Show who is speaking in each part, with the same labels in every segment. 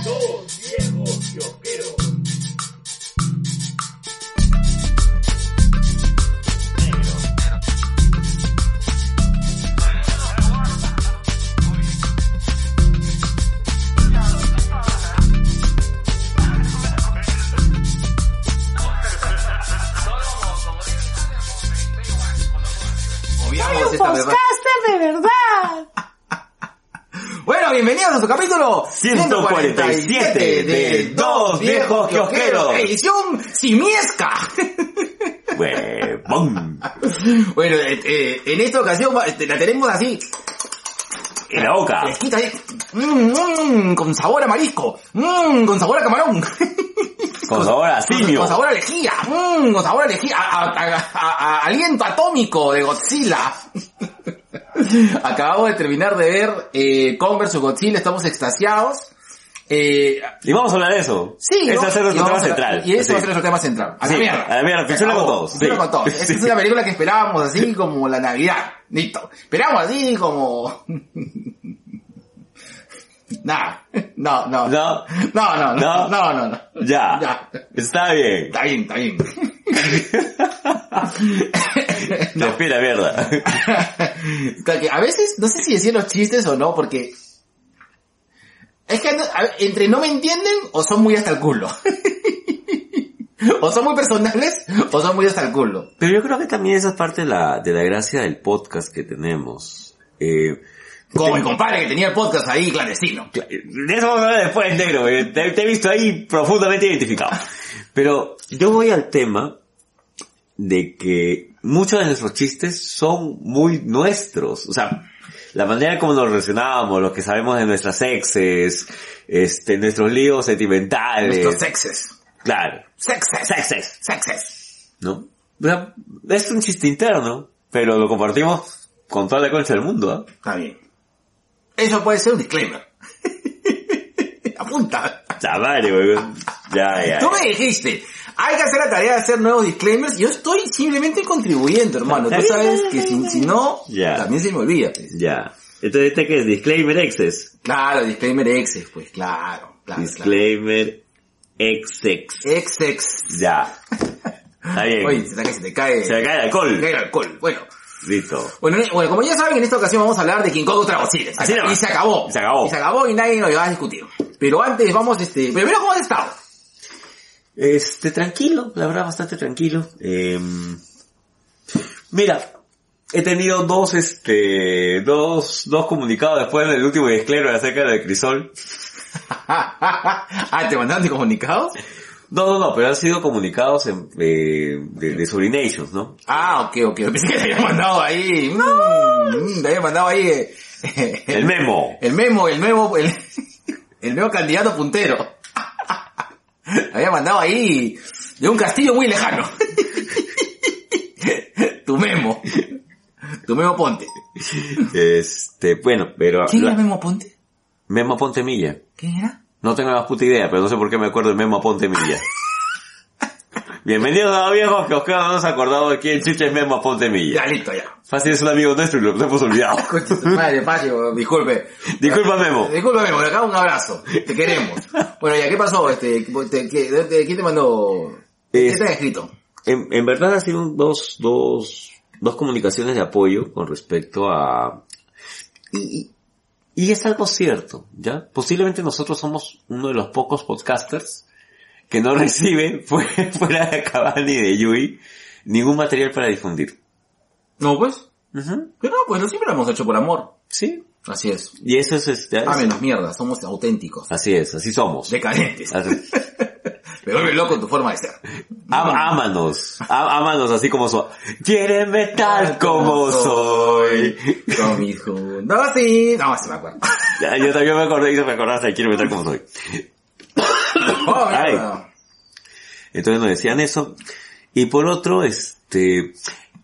Speaker 1: Diego Kiosquero.
Speaker 2: Soy
Speaker 3: Moviamos
Speaker 2: un
Speaker 3: esta verdad.
Speaker 2: podcaster de verdad.
Speaker 3: Bueno, bienvenidos a su capítulo
Speaker 4: 147 de Dos Viejos Kiosqueros.
Speaker 3: Edición simiesca.
Speaker 4: Huevón.
Speaker 3: Bueno, eh, eh, en esta ocasión va- este, la tenemos así,
Speaker 4: En la boca.
Speaker 3: fresquita, así, mm, mm, con sabor a marisco, mm, con sabor a camarón.
Speaker 4: Con sabor a simio.
Speaker 3: Con sabor a lejía, mmm, con sabor a lejía, a, a- a- a- a- aliento atómico de Godzilla. Acabamos de terminar de ver eh, Kong vs Godzilla, estamos extasiados. Eh,
Speaker 4: Y vamos a hablar de eso.
Speaker 3: sí,
Speaker 4: Ese
Speaker 3: ¿no?
Speaker 4: va a ser
Speaker 3: Y
Speaker 4: nuestro tema
Speaker 3: vamos a-
Speaker 4: central.
Speaker 3: Y ese va a
Speaker 4: Sí.
Speaker 3: ser nuestro tema central. A la
Speaker 4: Sí,
Speaker 3: mierda.
Speaker 4: a la mierda,
Speaker 3: Se
Speaker 4: ficción
Speaker 3: acabó,
Speaker 4: con todos,
Speaker 3: ficción
Speaker 4: sí.
Speaker 3: con todos. Esta es una película que esperábamos así como la Navidad. Listo. Esperábamos así como... Nada. No, no.
Speaker 4: No.
Speaker 3: No, no, no.
Speaker 4: No.
Speaker 3: No, no, no.
Speaker 4: Ya.
Speaker 3: Ya.
Speaker 4: Está bien.
Speaker 3: Está bien, está bien.
Speaker 4: Te espera mierda.
Speaker 3: Claro que a veces, no sé si decir los chistes o no, porque... Es que no- a- entre no me entienden o son muy hasta el culo. o son muy personales o son muy hasta el culo.
Speaker 4: Pero yo creo que también esa es parte de la, de la gracia del podcast que tenemos. Eh,
Speaker 3: Como
Speaker 4: te-
Speaker 3: el compadre que tenía el podcast ahí clandestino.
Speaker 4: de eso vamos a hablar después, negro. eh, Te, te he visto ahí profundamente identificado. Pero yo voy al tema de que muchos de nuestros chistes son muy nuestros. O sea, la manera como nos relacionamos, lo que sabemos de nuestras exes, este, nuestros líos sentimentales.
Speaker 3: Nuestros sexes.
Speaker 4: Claro.
Speaker 3: Sexes.
Speaker 4: Sexes.
Speaker 3: Sexes.
Speaker 4: ¿no? O sea, es un chiste interno, pero lo compartimos con toda la concha del mundo, ¿ah?
Speaker 3: Está bien. Eso puede ser un disclaimer. Apunta.
Speaker 4: Ya, madre, weón. Ya, ya.
Speaker 3: Tú me dijiste, hay que hacer la tarea de hacer nuevos disclaimers. Yo estoy simplemente contribuyendo, hermano. Tú sabes que si, si no,
Speaker 4: Ya.
Speaker 3: también se me olvida. pues.
Speaker 4: Ya. Entonces, ¿este que es? Disclaimer exes.
Speaker 3: Claro, disclaimer exes, pues, claro.
Speaker 4: Ah,
Speaker 3: claro, claro.
Speaker 4: Disclaimer exes.
Speaker 3: Ex, ex.
Speaker 4: Ya. Está bien.
Speaker 3: Oye, se te cae, se te cae,
Speaker 4: Se me cae el
Speaker 3: se te cae
Speaker 4: alcohol.
Speaker 3: el alcohol. Bueno.
Speaker 4: Listo.
Speaker 3: Bueno, ne- bueno, como ya saben, en esta ocasión vamos a hablar de King Kong contra Godzilla.
Speaker 4: Así nomás.
Speaker 3: y se acabó.
Speaker 4: Se acabó.
Speaker 3: Y se acabó y nadie nos va a discutir. Pero antes vamos, este, primero cómo has estado.
Speaker 4: Este, tranquilo, la verdad, bastante tranquilo. Eh, mira, he tenido dos, este, dos, dos comunicados después del último disclaimer acerca del crisol.
Speaker 3: ah, ¿te mandaron de comunicados?
Speaker 4: No, no, no, pero han sido comunicados en, eh, de, de Surinations, ¿no?
Speaker 3: Ah, ok, ok. Pensé que te habían mandado ahí. Mm, te habían mandado ahí. eh,
Speaker 4: El memo.
Speaker 3: El memo, el memo, el, el nuevo candidato puntero. Lo había mandado ahí de un castillo muy lejano. Tu memo. Tu memo ponte.
Speaker 4: Este, bueno, pero...
Speaker 3: ¿Quién
Speaker 4: la-
Speaker 3: era memo ponte?
Speaker 4: memo Aponte Milla.
Speaker 3: ¿Quién era?
Speaker 4: No tengo la más puta idea, pero no sé por qué me acuerdo del memo Aponte Milla. Bienvenidos a los viejos que os quedan no nos acordado de quién chucha es memo Aponte Milla.
Speaker 3: Ya, listo, ya.
Speaker 4: Fácil es un amigo nuestro y lo hemos olvidado.
Speaker 3: Coche, su madre, Pacho, disculpe.
Speaker 4: Disculpa, Memo.
Speaker 3: Disculpa, Memo, de acá un abrazo. Te queremos. Bueno, ya, ¿qué pasó? Este, te- te- te- ¿Quién te mandó? ¿Qué
Speaker 4: Es-
Speaker 3: te han escrito?
Speaker 4: En, en verdad han sido dos, dos, dos comunicaciones de apoyo con respecto a... Y, y es algo cierto, ¿ya? Posiblemente nosotros somos uno de los pocos podcasters que no recibe fu- fuera de Cabani y de Yui ningún material para difundir.
Speaker 3: No, pues.
Speaker 4: Ujú,
Speaker 3: Pero no, pues lo siempre lo hemos hecho por amor.
Speaker 4: Sí.
Speaker 3: Así es.
Speaker 4: Y eso es... este, es-
Speaker 3: Amen las mierdas, somos auténticos.
Speaker 4: así es, así somos.
Speaker 3: Decadentes.
Speaker 4: Así-
Speaker 3: Me vuelve loco tu forma de ser.
Speaker 4: Am- ámanos, Am- ámanos así como soy. Quiéreme tal como soy.
Speaker 3: Con mi ju- No, sí. No, se me acuerdo.
Speaker 4: Ya, yo también me acordé y se me acordaste de quiero meter como soy.
Speaker 3: Oh, mierda.
Speaker 4: Entonces nos decían eso. Y por otro, este,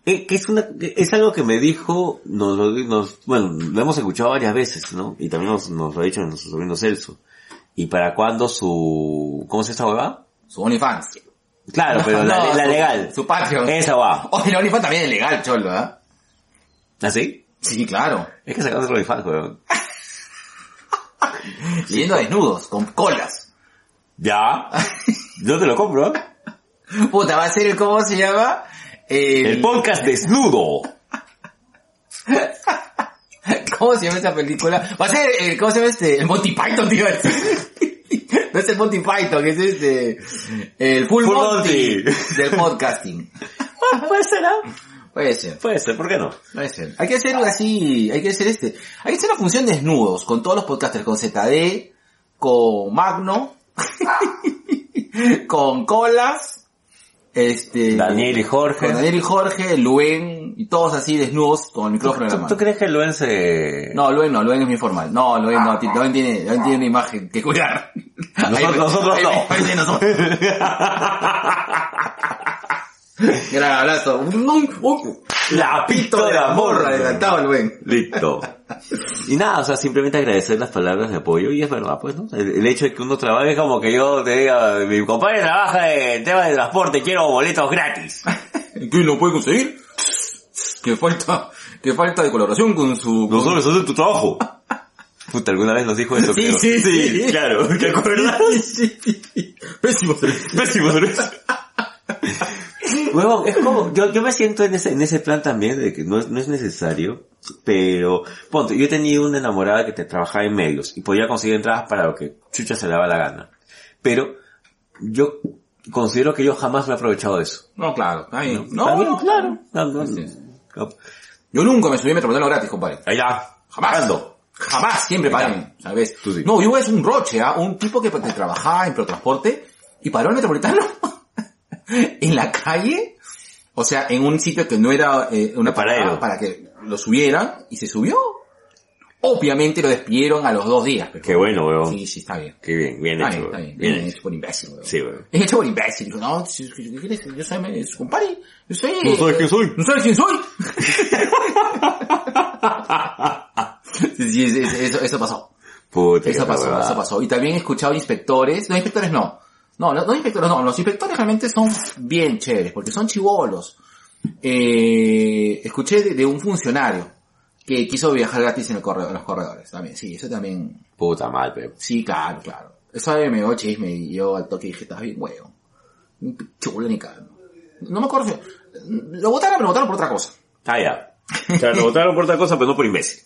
Speaker 4: eh, que es una, es algo que me dijo, nos, lo- nos- bueno, lo hemos escuchado varias veces, ¿no? Y también nos, nos lo ha dicho nuestro sobrino Celso. ¿Y para cuándo su, cómo se esa huevada?
Speaker 3: Su OnlyFans.
Speaker 4: Claro, pero la,
Speaker 3: No,
Speaker 4: la
Speaker 3: su-
Speaker 4: legal.
Speaker 3: Su Patreon.
Speaker 4: Esa va.
Speaker 3: Oye, la Oh, OnlyFans también es legal, cholo, ¿ah?
Speaker 4: ¿Así?
Speaker 3: Sí, claro.
Speaker 4: Es que sacamos el OnlyFans, weón.
Speaker 3: Leyendo desnudos, con colas.
Speaker 4: Ya. Yo te lo compro. ¿eh?
Speaker 3: Puta, va a ser el, ¿cómo se llama? El,
Speaker 4: El podcast desnudo.
Speaker 3: ¿Cómo se llama esa película? Va a ser el, ¿cómo se llama este? El Monty Python, tío. No es el Monty Python, es este, el Full,
Speaker 4: Full
Speaker 3: Monty,
Speaker 4: Monty.
Speaker 3: del podcasting.
Speaker 4: Ah, Puede ser, ¿no?
Speaker 3: Puede ser,
Speaker 4: Puede ser, ¿por qué no?
Speaker 3: puede ser. Hay que hacer así, hay que hacer este, hay que hacer una función desnudos con todos los podcasters, con ZD, con Magno, con Colas, este,
Speaker 4: Daniel y Jorge.
Speaker 3: con Daniel y Jorge, Luen, y todos así desnudos con el
Speaker 4: ¿Tú,
Speaker 3: micrófono en la
Speaker 4: tú-
Speaker 3: mano.
Speaker 4: tú crees que Luen se...
Speaker 3: No, Luen no, Luen es muy formal. No, Luen no, ti- Luen tiene, Luen tiene una imagen que cuidar.
Speaker 4: Nosotros- nosotros no.
Speaker 3: de nosotros. Gran abrazo. Un, un- un
Speaker 4: La
Speaker 3: pito de la morra adelantado, Luen.
Speaker 4: Listo. Y nada, o sea, simplemente agradecer las palabras de apoyo y es verdad, pues, ¿no? El, el hecho de que uno trabaje es como que yo te diga, mi compadre trabaja en tema de transporte, quiero boletos gratis.
Speaker 3: ¿Quién lo puede conseguir? Que falta, que falta de colaboración con su... con-
Speaker 4: Nosotros hacemos tu trabajo. Puta, alguna vez nos dijo eso,
Speaker 3: Sí,
Speaker 4: creo.
Speaker 3: sí,
Speaker 4: sí,
Speaker 3: sí.
Speaker 4: claro, ¿te acuerdas?
Speaker 3: Pésimo.
Speaker 4: Pésimo servicio. Huevón, es como, yo, yo me siento en ese, en ese plan también de que no es, no es necesario, pero, ponte, yo he tenido una enamorada que te trabajaba en medios y podía conseguir entradas para lo que chucha se le daba la gana. Pero, yo considero que yo jamás me he aprovechado de eso.
Speaker 3: No, claro. está bien. No,
Speaker 4: Está bien,
Speaker 3: no, claro.
Speaker 4: No, no,
Speaker 3: Así es.
Speaker 4: no.
Speaker 3: Yo nunca me subí a Metropolitano gratis, compadre.
Speaker 4: Allá,
Speaker 3: Jamás.
Speaker 4: pagando.
Speaker 3: Jamás, siempre paren, ¿sabes?
Speaker 4: Tú sí.
Speaker 3: No, yo es un roche, ¿ah? Un tipo que te trabajaba en protransporte y paró el metropolitano en la calle, o sea, en un sitio que no era eh, una
Speaker 4: De paradero.
Speaker 3: parada para que lo subieran y se subió. Obviamente lo despidieron a los dos días, pero
Speaker 4: Qué bueno, huevón.
Speaker 3: sí, sí, está bien.
Speaker 4: Qué bien, bien
Speaker 3: Está
Speaker 4: hecho.
Speaker 3: bien, está
Speaker 4: huevón.
Speaker 3: bien.
Speaker 4: Bien
Speaker 3: Es
Speaker 4: hecho.
Speaker 3: hecho por imbécil, weón.
Speaker 4: Sí, weón.
Speaker 3: Es hecho por imbécil. Dijo, no, si- si- si- ¿qué quieres? yo soy su compadre. Yo soy...
Speaker 4: No sabes quién soy.
Speaker 3: No sabes quién soy. Sí, sí, sí, sí, eso, eso pasó.
Speaker 4: Puta,
Speaker 3: Eso
Speaker 4: qué
Speaker 3: pasó,
Speaker 4: huevada.
Speaker 3: eso pasó. Y también he escuchado inspectores, no inspectores no. No, no, no inspectores no, los inspectores realmente son bien chéveres, porque son chivolos. Eh, escuché de, de un funcionario que quiso viajar gratis en, el corredor, en los corredores también. Sí, eso también,
Speaker 4: Puta madre, pero.
Speaker 3: sí, claro, claro. Eso a mí me dio chisme y yo al toque dije, estás bien, huevo. Ni Chulo ni cagando. No me acuerdo si- Lo votaron, pero votaron por otra cosa.
Speaker 4: Ah, ya. O sea, lo votaron por otra cosa, pero no por imbécil.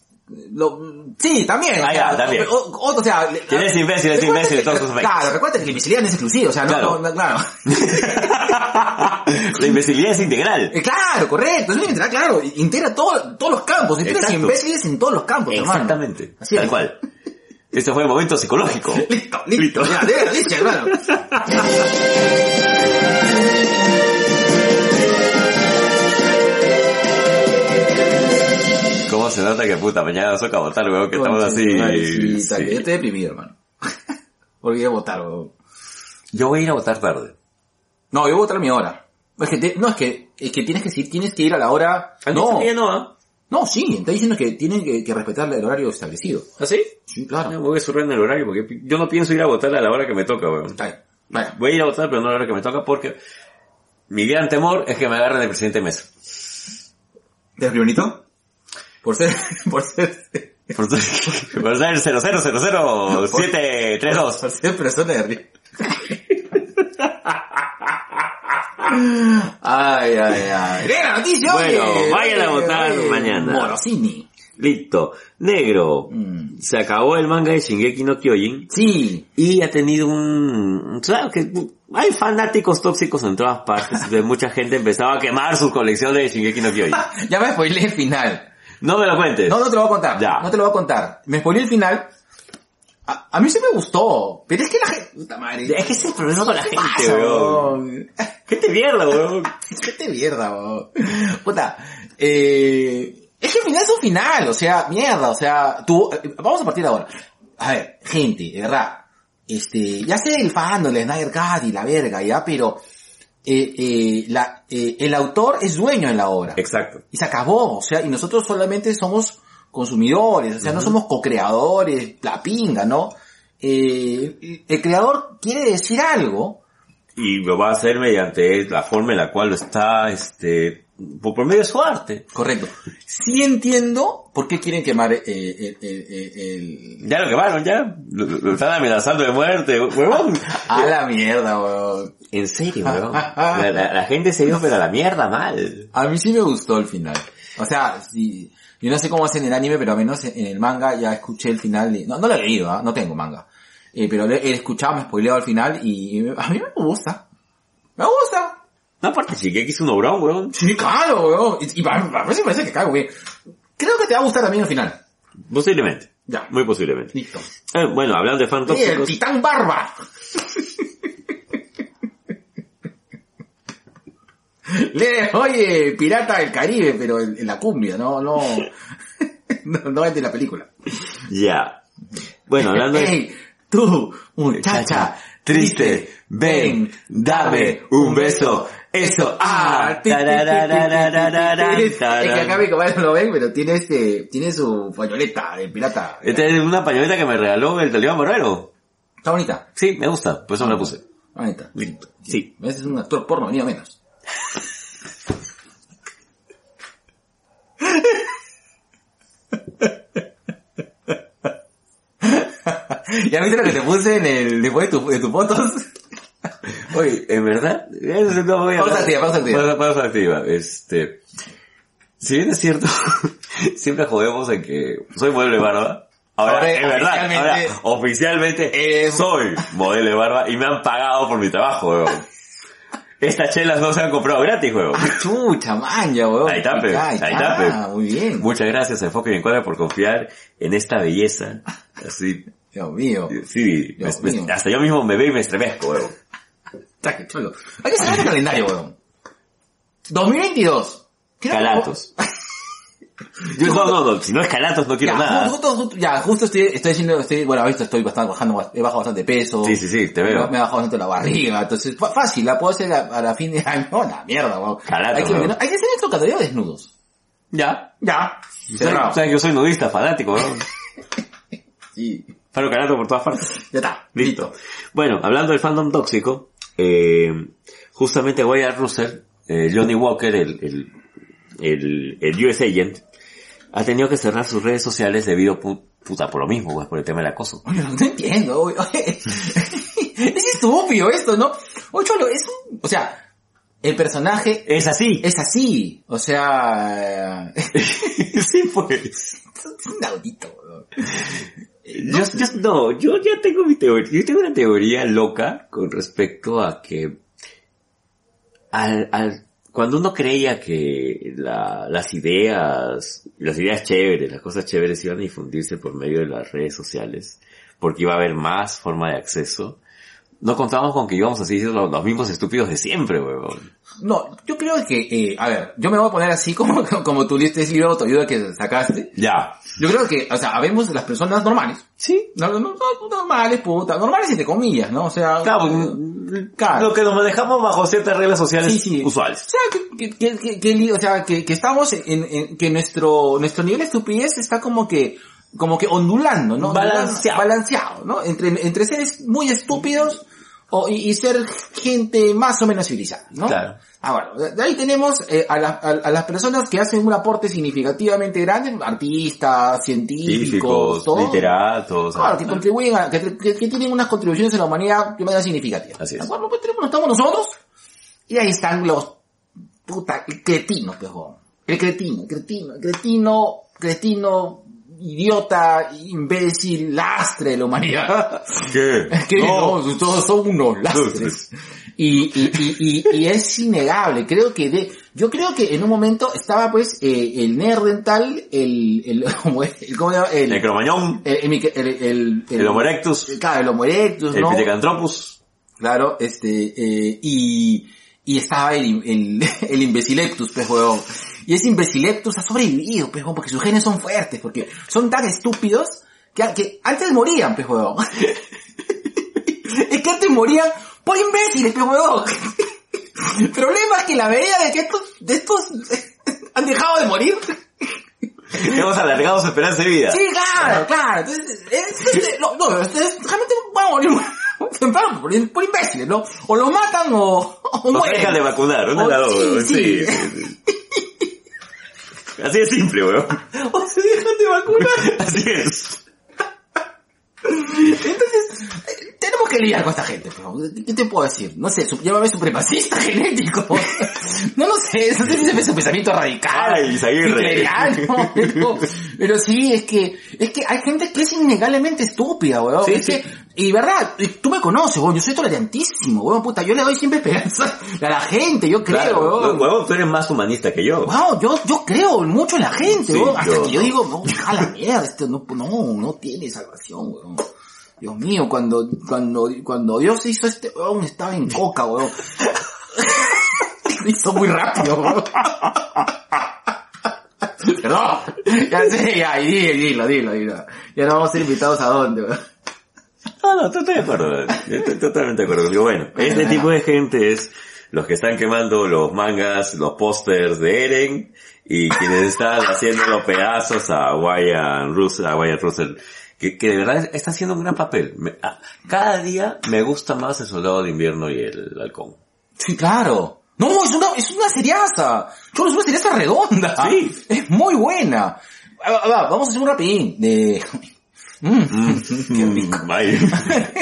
Speaker 3: Lo- sí, también.
Speaker 4: Ah,
Speaker 3: o
Speaker 4: ya,
Speaker 3: sea,
Speaker 4: también.
Speaker 3: O, o- o sea, le-
Speaker 4: Que eres imbécil, eres
Speaker 3: Recuerda
Speaker 4: imbécil,
Speaker 3: que-
Speaker 4: todos tus
Speaker 3: Claro, recuerda que la imbecilidad no es exclusiva, o sea, no,
Speaker 4: Claro.
Speaker 3: no, no, claro.
Speaker 4: La imbecilidad es integral.
Speaker 3: Eh, claro, correcto, es una imbecilidad, claro, integra todo, todos los campos, integra
Speaker 4: Exacto.
Speaker 3: imbéciles en todos los campos, hermano.
Speaker 4: Exactamente.
Speaker 3: Así es.
Speaker 4: Tal cual. Este fue el momento psicológico.
Speaker 3: Listo, listo, ya, de verdad, dice, hermano.
Speaker 4: ¿Cómo se nota que puta mañana nos toca votar, weón? Que estamos así.
Speaker 3: Ay, sí, está
Speaker 4: sí.
Speaker 3: bien, Yo estoy deprimido, hermano. Porque a votar, weón.
Speaker 4: Yo voy a ir a votar tarde.
Speaker 3: No, yo voy a votar a mi hora. Es que te- no, es que, es que tienes que ir, tienes que ir a la hora. No,
Speaker 4: no, ¿ah?
Speaker 3: no, sí, está diciendo que tienen que, que respetar el horario establecido.
Speaker 4: ¿Así?
Speaker 3: Sí, claro.
Speaker 4: ¿Ah, No, me voy a surrar en el horario porque pi- yo no pienso ir a votar a la hora que me toca, weón.
Speaker 3: Está bien. Bueno,
Speaker 4: Voy a ir a votar, pero no a la hora que me toca porque mi gran temor es que me agarren el presidente Mesa.
Speaker 3: ¿te es bonito? Por ser, por ser
Speaker 4: Por ser por ser el 0000732.
Speaker 3: Por ser persona de riesgo. ay, ay, ay. ¡Gran noticia!
Speaker 4: Bueno,
Speaker 3: oye!
Speaker 4: vayan a
Speaker 3: Oye,
Speaker 4: votar
Speaker 3: oye,
Speaker 4: mañana.
Speaker 3: Morosini.
Speaker 4: Listo. Negro.
Speaker 3: Mm.
Speaker 4: Se acabó el manga de Shingeki no Kyojin
Speaker 3: Sí.
Speaker 4: y ha tenido un... Claro que hay fanáticos tóxicos en todas partes. De mucha gente empezaba a quemar sus colecciones de Shingeki no Kyojin.
Speaker 3: Ya me spoileé el final.
Speaker 4: No me lo cuentes.
Speaker 3: No, no te lo voy a contar.
Speaker 4: Ya.
Speaker 3: No te lo voy a contar. Me spoileé el final. A, a mí sí me gustó. Pero es que la gente... Puta madre.
Speaker 4: Es que ese es el problema con la
Speaker 3: ¿Qué
Speaker 4: gente,
Speaker 3: pasa,
Speaker 4: weón.
Speaker 3: weón?
Speaker 4: ¿Qué te mierda, weón?
Speaker 3: ¿Qué te mierda, bo? Puta, eh, es que el final es un final, o sea, mierda, o sea, tú, eh, vamos a partir de ahora. A ver, gente, de verdad, este, ya sé el fandom, el Snyder Cut y la verga, ya, pero, eh, eh, la, eh, el autor es dueño de la obra.
Speaker 4: Exacto.
Speaker 3: Y se acabó, o sea, y nosotros solamente somos consumidores, o sea, no somos co-creadores, la pinga, ¿no? Eh, el creador quiere decir algo,
Speaker 4: Y lo va a hacer mediante la forma en la cual lo está, este... por, por medio de su arte.
Speaker 3: Correcto. Sí entiendo por qué quieren quemar eh, el, el- el- el-
Speaker 4: Ya lo quemaron, ya. Lo, lo- lo están amenazando de muerte, huevón.
Speaker 3: A la mierda, weón.
Speaker 4: En serio, huevón. La, la- la gente se dio pero a la mierda mal.
Speaker 3: A mí sí me gustó el final. O sea, sí, yo no sé cómo hacen el anime, pero al menos en el manga ya escuché el final. de- no, no lo he leído, ¿ah? no tengo manga. Eh, pero le- he escuchado, me he spoileado el final y y a mí me gusta. Me gusta.
Speaker 4: No, aparte Shigeki es un obrón, huevón.
Speaker 3: Sí, claro, weón. Y, y para, para mí sí parece que cago, güey. Creo que te va a gustar también el final.
Speaker 4: Posiblemente.
Speaker 3: Ya.
Speaker 4: Muy posiblemente.
Speaker 3: Listo.
Speaker 4: Eh, bueno, hablando de fan
Speaker 3: Sí, el
Speaker 4: tóxicos,
Speaker 3: titán barba. Le, oye, pirata del Caribe, pero en, en la cumbia, no, no, no, no es de la película.
Speaker 4: ya. Bueno, hablando de...
Speaker 3: Ey, tú, muchacha, triste, ven, dame un beso. Eso, ah, ti, ti, ti, ti, ti, ti, ti, ti, ti. es que acá mi compadre no lo ven, pero tiene este, tiene su pañoleta de pirata.
Speaker 4: Esta este es una pañoleta que me regaló el Talibán Barbero.
Speaker 3: Está bonita,
Speaker 4: Sí, me gusta, por eso me la puse.
Speaker 3: bonita. Listo.
Speaker 4: Sí.
Speaker 3: Ese es un actor porno, ni a menos. ¿Ya viste lo que te puse en el, después de, tu- de tus fotos?
Speaker 4: Oye, ¿en verdad? Eso no voy a
Speaker 3: Pausa
Speaker 4: hablar.
Speaker 3: activa, pausa activa.
Speaker 4: Pausa, pausa activa. Este, si bien es cierto, siempre jodemos en que soy modelo de barba. Ahora,
Speaker 3: Ahora,
Speaker 4: en verdad,
Speaker 3: oficialmente,
Speaker 4: ahora, oficialmente
Speaker 3: eres-
Speaker 4: soy modelo de barba y me han pagado por mi trabajo, weón. Estas chelas no se han comprado gratis, weón.
Speaker 3: Ah, chucha, man, ya, weón.
Speaker 4: Ahí está, pe.
Speaker 3: Ya,
Speaker 4: Ahí
Speaker 3: ya,
Speaker 4: está, pe.
Speaker 3: Muy bien.
Speaker 4: Muchas gracias a Enfoque y Encuadra por confiar en esta belleza. Así,
Speaker 3: Dios mío.
Speaker 4: sí,
Speaker 3: Dios
Speaker 4: me- me-
Speaker 3: mío.
Speaker 4: hasta yo mismo me veo y me estremezco, weón.
Speaker 3: Está que chulo. Hay que sacar el calendario, weón. 2022. Creo que-
Speaker 4: Calatos. Yo, no, no, no, si no es calatos no quiero
Speaker 3: ya,
Speaker 4: nada.
Speaker 3: Justo, justo- ya, justo estoy, estoy diciendo, estoy, bueno, ahorita estoy bastante bajando, he bajado bastante peso.
Speaker 4: Sí, sí, sí, te veo.
Speaker 3: Me ha bajado bastante la barriga, entonces, fa- fácil, la puedo hacer a, a la fin de año. No, la mierda, weón.
Speaker 4: Calato,
Speaker 3: hay, que,
Speaker 4: weón.
Speaker 3: no, hay que hacer esto cada día desnudos.
Speaker 4: Ya.
Speaker 3: Ya.
Speaker 4: Sabes
Speaker 3: Cerrado.
Speaker 4: sabes que yo soy nudista, fanático, weón.
Speaker 3: Sí.
Speaker 4: Paro calato por todas partes.
Speaker 3: Ya está.
Speaker 4: Listo. Bueno, hablando del fandom tóxico, eh, justamente Wyatt Russell, eh, Johnny Walker, el, el, el, el US Agent, ha tenido que cerrar sus redes sociales debido, pu- puta, por lo mismo, pues, por el tema del acoso.
Speaker 3: Oye, no entiendo, oye, oye. es estúpido esto, ¿no? Oye, Cholo, es un, o sea, el personaje
Speaker 4: Es así.
Speaker 3: es así, o sea, es
Speaker 4: sí, pues.
Speaker 3: un naudito, weón.
Speaker 4: Yo, yo, no, yo ya tengo mi teoría. Yo tengo una teoría loca con respecto a que al, al, cuando uno creía que la- las ideas, las ideas chéveres, las cosas chéveres iban a difundirse por medio de las redes sociales, porque iba a haber más forma de acceso, no contábamos con que íbamos a seguir los, los mismos estúpidos de siempre, huevón.
Speaker 3: No, yo creo que, eh, a ver, yo me voy a poner así como, como tu lista de libro de autoayuda que sacaste.
Speaker 4: Ya.
Speaker 3: Yo creo que, o sea, habemos las personas normales.
Speaker 4: Sí.
Speaker 3: No, no, no, normales, puta, normales entre comillas, ¿no? O sea,
Speaker 4: Claro,
Speaker 3: claro.
Speaker 4: lo que nos manejamos bajo ciertas reglas sociales
Speaker 3: Sí, sí.
Speaker 4: usuales.
Speaker 3: O sea, que, que, que, que- que li- o sea, que, que estamos en, en- que nuestro, nuestro nivel de estupidez está como que, como que ondulando, ¿no?
Speaker 4: Balanceado.
Speaker 3: Balanceado, ¿no? Entre, entre seres muy estúpidos o, y, y ser gente más o menos civilizada, ¿no?
Speaker 4: Claro.
Speaker 3: Ahora, de ahí tenemos eh, a, las- a- a las personas que hacen un aporte significativamente grande, artistas, científicos,
Speaker 4: Científicos,
Speaker 3: todo.
Speaker 4: literatos.
Speaker 3: Claro, que
Speaker 4: ah,
Speaker 3: contribuyen a, que, que- que tienen unas contribuciones a la humanidad de manera significativa.
Speaker 4: Así es.
Speaker 3: ¿De acuerdo? Pues tenemos, estamos nosotros, y ahí están los, puta, el cretino, pejón. El cretino, el cretino, el cretino, cretino, idiota, imbécil, lastre de la humanidad.
Speaker 4: ¿Qué?
Speaker 3: Que no. pues, todos son unos lastres. Y, y, y, y, y es innegable, creo que de, yo creo que en un momento estaba pues eh, el nerd dental, el, el, ¿cómo es? El- ¿cómo se llama?
Speaker 4: El cromañón,
Speaker 3: el, el, mique- eh, el, el,
Speaker 4: el homo erectus,
Speaker 3: el- claro, el Homo erectus,
Speaker 4: el
Speaker 3: ¿no?
Speaker 4: pitecantropus.
Speaker 3: Claro, este, eh, y, y estaba el, el, el imbecilectus, pues, huevón. Y ese imbecilectus ha sobrevivido, pues, huevón, porque sus genes son fuertes, porque son tan estúpidos que, que antes morían, pues, huevón. es que antes morían por imbéciles, pues, huevón. El problema es que la medida de que estos, de estos han dejado de morir,
Speaker 4: Hemos alargado su esperanza de vida.
Speaker 3: Sí, claro, claro. Entonces, es- es- no, no, ustedes realmente van a morir temprano por, por imbéciles, ¿no? O los matan o, o
Speaker 4: No se
Speaker 3: mueren.
Speaker 4: dejan de vacunar, una de
Speaker 3: Oh,
Speaker 4: las dos.
Speaker 3: sí,
Speaker 4: Sí,
Speaker 3: sí.
Speaker 4: sí, sí. Así de simple, weón.
Speaker 3: O se dejan de vacunar.
Speaker 4: Así es.
Speaker 3: Entonces, eh, tenemos que lidiar con esta gente. pero, ¿Qué te puedo decir? No sé, su- llámame supremacista genético. No lo sé, no sé si se ve su pensamiento radical.
Speaker 4: Ay, Isaguirre.
Speaker 3: hitleriano, Pero, pero sí, es que, es que hay gente que es innegablemente estúpida, weón.
Speaker 4: Sí,
Speaker 3: Es
Speaker 4: sí.
Speaker 3: que- y verdad, y tú me conoces, weón, yo soy tolerantísimo, weón, puta, yo le doy siempre esperanza a la gente, yo creo,
Speaker 4: Claro,
Speaker 3: weón.
Speaker 4: weón, tú eres más humanista que yo.
Speaker 3: Wow, yo, yo creo mucho en la gente,
Speaker 4: Sí,
Speaker 3: weón. Hasta
Speaker 4: yo
Speaker 3: que yo
Speaker 4: no.
Speaker 3: digo, no, a la mierda, esto no, no, no tiene salvación, weón. Dios mío, cuando, cuando, cuando Dios hizo este weón, estaba en coca, weón. Lo hizo muy rápido, weón. Perdón. Ya sé, ya, y dilo, dilo, dilo, dilo. Ya no vamos a ser invitados a dónde, weón.
Speaker 4: Ah, No, no, estoy de acuerdo. Estoy totalmente de acuerdo. Digo, bueno, este tipo de gente es los que están quemando los mangas, los pósters de Eren y quienes están haciendo los pedazos a Wyatt Russell, a Wyatt Russell, que, que de verdad está haciendo un gran papel. Me- ah, cada día me gusta más el soldado de invierno y el halcón.
Speaker 3: Sí, claro. No, es una, es una seriaza. Cholo, es una seriaza redonda.
Speaker 4: Sí.
Speaker 3: Es muy buena. Ah, ah, Vamos a hacer un rapidín de... Mm.
Speaker 4: Mm, ay,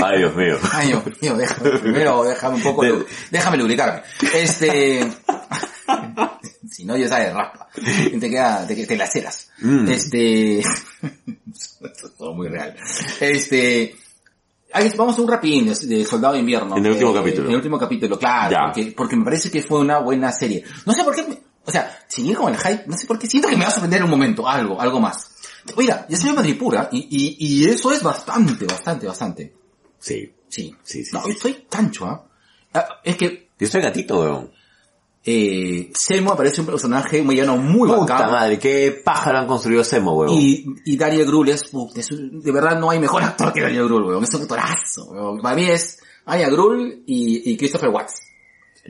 Speaker 4: ay, Dios mío.
Speaker 3: Ay, Dios mío, déjame, primero déjame un poco,
Speaker 4: De-
Speaker 3: lu- déjame lubricarme. Este, si no, ya sabes, raspa. Te queda, te, que- te laceras.
Speaker 4: Mm.
Speaker 3: Este, esto es todo muy real. Este, ahí vamos a un rapidín de, de Soldado de Invierno.
Speaker 4: En el último
Speaker 3: Eh,
Speaker 4: capítulo.
Speaker 3: En el último capítulo, claro.
Speaker 4: Ya.
Speaker 3: Porque, porque me parece que fue una buena serie. No sé por qué, me- o sea, seguí con el hype, no sé por qué, siento que me va a sorprender en un momento, algo, algo más. Mira, ya soy Madripura y, y, y eso es bastante, bastante, bastante.
Speaker 4: Sí.
Speaker 3: Sí.
Speaker 4: Sí, sí,
Speaker 3: No,
Speaker 4: sí.
Speaker 3: yo soy cancho, ¿ah? Ah, Es que
Speaker 4: Yo soy gatito, weón.
Speaker 3: eh, Selmo aparece un personaje muy llano, muy
Speaker 4: Puta
Speaker 3: bacán.
Speaker 4: madre, qué pájaro han construido Semo, weón.
Speaker 3: Y, y Daniel Grull es, puta, es un- de verdad no hay mejor actor que Daniel Grull, weón. Es un actorazo, weón. Para mí es Aya Grull y, y Christopher Watts.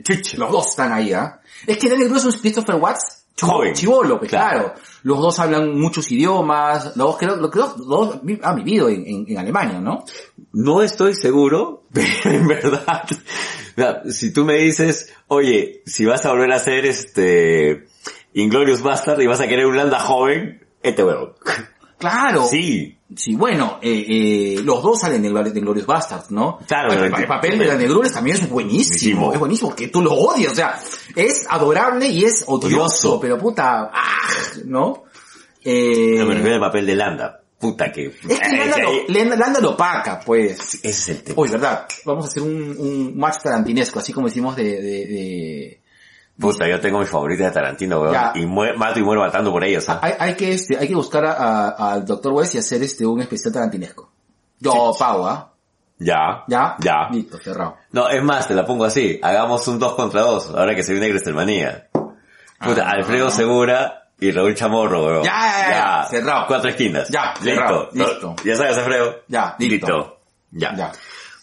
Speaker 4: Chucha.
Speaker 3: Los dos están ahí, ¿ah? Es que Daniel Grull es un Christopher Watts
Speaker 4: Joven.
Speaker 3: chivolo, pues
Speaker 4: Claro.
Speaker 3: claro. Los dos hablan muchos idiomas, los dos creo, los, los dos vi- han vivido en, en- en Alemania, ¿no?
Speaker 4: No estoy seguro, pero en verdad, mira, si tú me dices, oye, si vas a volver a hacer este Inglorious Bastard y vas a querer un landa joven, este huevo.
Speaker 3: Claro.
Speaker 4: Sí,
Speaker 3: Sí, bueno, eh, eh, los dos salen de, Glori- de Glorious Bastards, ¿no?
Speaker 4: Claro,
Speaker 3: Pero el,
Speaker 4: pero-
Speaker 3: el papel de Daniel Grules también es buenísimo,
Speaker 4: Buenísimo.
Speaker 3: es buenísimo, porque tú lo odias, o sea, es adorable y es odioso,
Speaker 4: Odioso.
Speaker 3: pero puta, ah, ¿no? Eh,
Speaker 4: pero me refiero al papel de Landa. Puta que...
Speaker 3: es que Landa
Speaker 4: Ese-
Speaker 3: lo, Landa- Landa lo opaca, pues.
Speaker 4: ese es el tema.
Speaker 3: Uy, verdad, vamos a hacer un, un match tarantinesco, así como hicimos de... de- de-
Speaker 4: Puta, yo tengo mi favorita de Tarantino, weón.
Speaker 3: Ya.
Speaker 4: Y mue- mato y muero matando por ellos, ¿ah?
Speaker 3: Hay, hay que este, hay que buscar a- a- al Dr. West y hacer este un especial tarantinesco. Yo, Pau, ¿ah?
Speaker 4: Ya.
Speaker 3: ¿Ya?
Speaker 4: Ya.
Speaker 3: Listo, cerrado.
Speaker 4: No, es más, te la pongo así. Hagamos un 2 contra 2, ahora que se viene Greselmanía. Puta,
Speaker 3: Ah.
Speaker 4: Alfredo Segura y Raúl Chamorro, weón.
Speaker 3: Ya, ya, ya, cerrado.
Speaker 4: Cuatro esquinas.
Speaker 3: Ya,
Speaker 4: listo.
Speaker 3: cerrado,
Speaker 4: ¿no?
Speaker 3: listo.
Speaker 4: Ya sabes, Alfredo.
Speaker 3: Ya, listo.
Speaker 4: Ya.
Speaker 3: ya.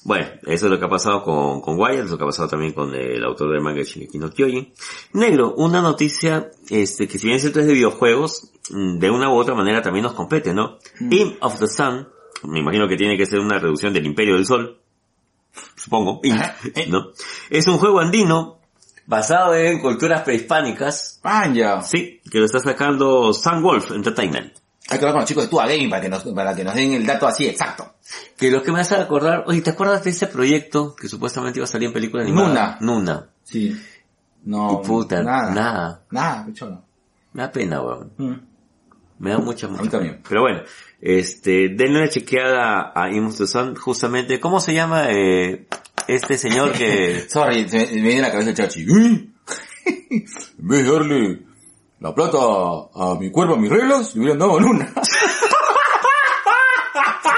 Speaker 4: Bueno, eso es lo que ha pasado con, con Wyatt, es lo que ha pasado también con el autor del manga Shingeki no Kyojin. Negro, una noticia, este, que si bien es cierto es de videojuegos, mm, de una u otra manera también nos compete, ¿no? Imp of the Sun, me imagino que tiene que ser una reducción del Imperio del Sol, supongo, Imp, ¿no? Es un juego andino basado en culturas prehispánicas,
Speaker 3: Vaya.
Speaker 4: sí, que lo está sacando Sun Wolf Entertainment.
Speaker 3: Hay que hablar con los chicos de Tua Game para que nos, para que nos den el dato así exacto.
Speaker 4: Que lo que me hace acordar, oye, ¿te acuerdas de ese proyecto que supuestamente iba a salir en película animada? Nuna. Nuna.
Speaker 3: Sí. No.
Speaker 4: Puta,
Speaker 3: nada.
Speaker 4: nada.
Speaker 3: Nada, qué cholo.
Speaker 4: Me da pena, weón.
Speaker 3: Mm.
Speaker 4: Me da mucha, mucha
Speaker 3: A mí
Speaker 4: pena.
Speaker 3: también.
Speaker 4: Pero bueno, este, denle una chequeada a Imustasan, justamente, ¿cómo se llama eh, este señor que...
Speaker 3: Sorry, se me, me viene a la cabeza el chachi. ¡Eh! en vez de darle la plata a mi cuerpo, a mis reglas, le hubieran dado en una.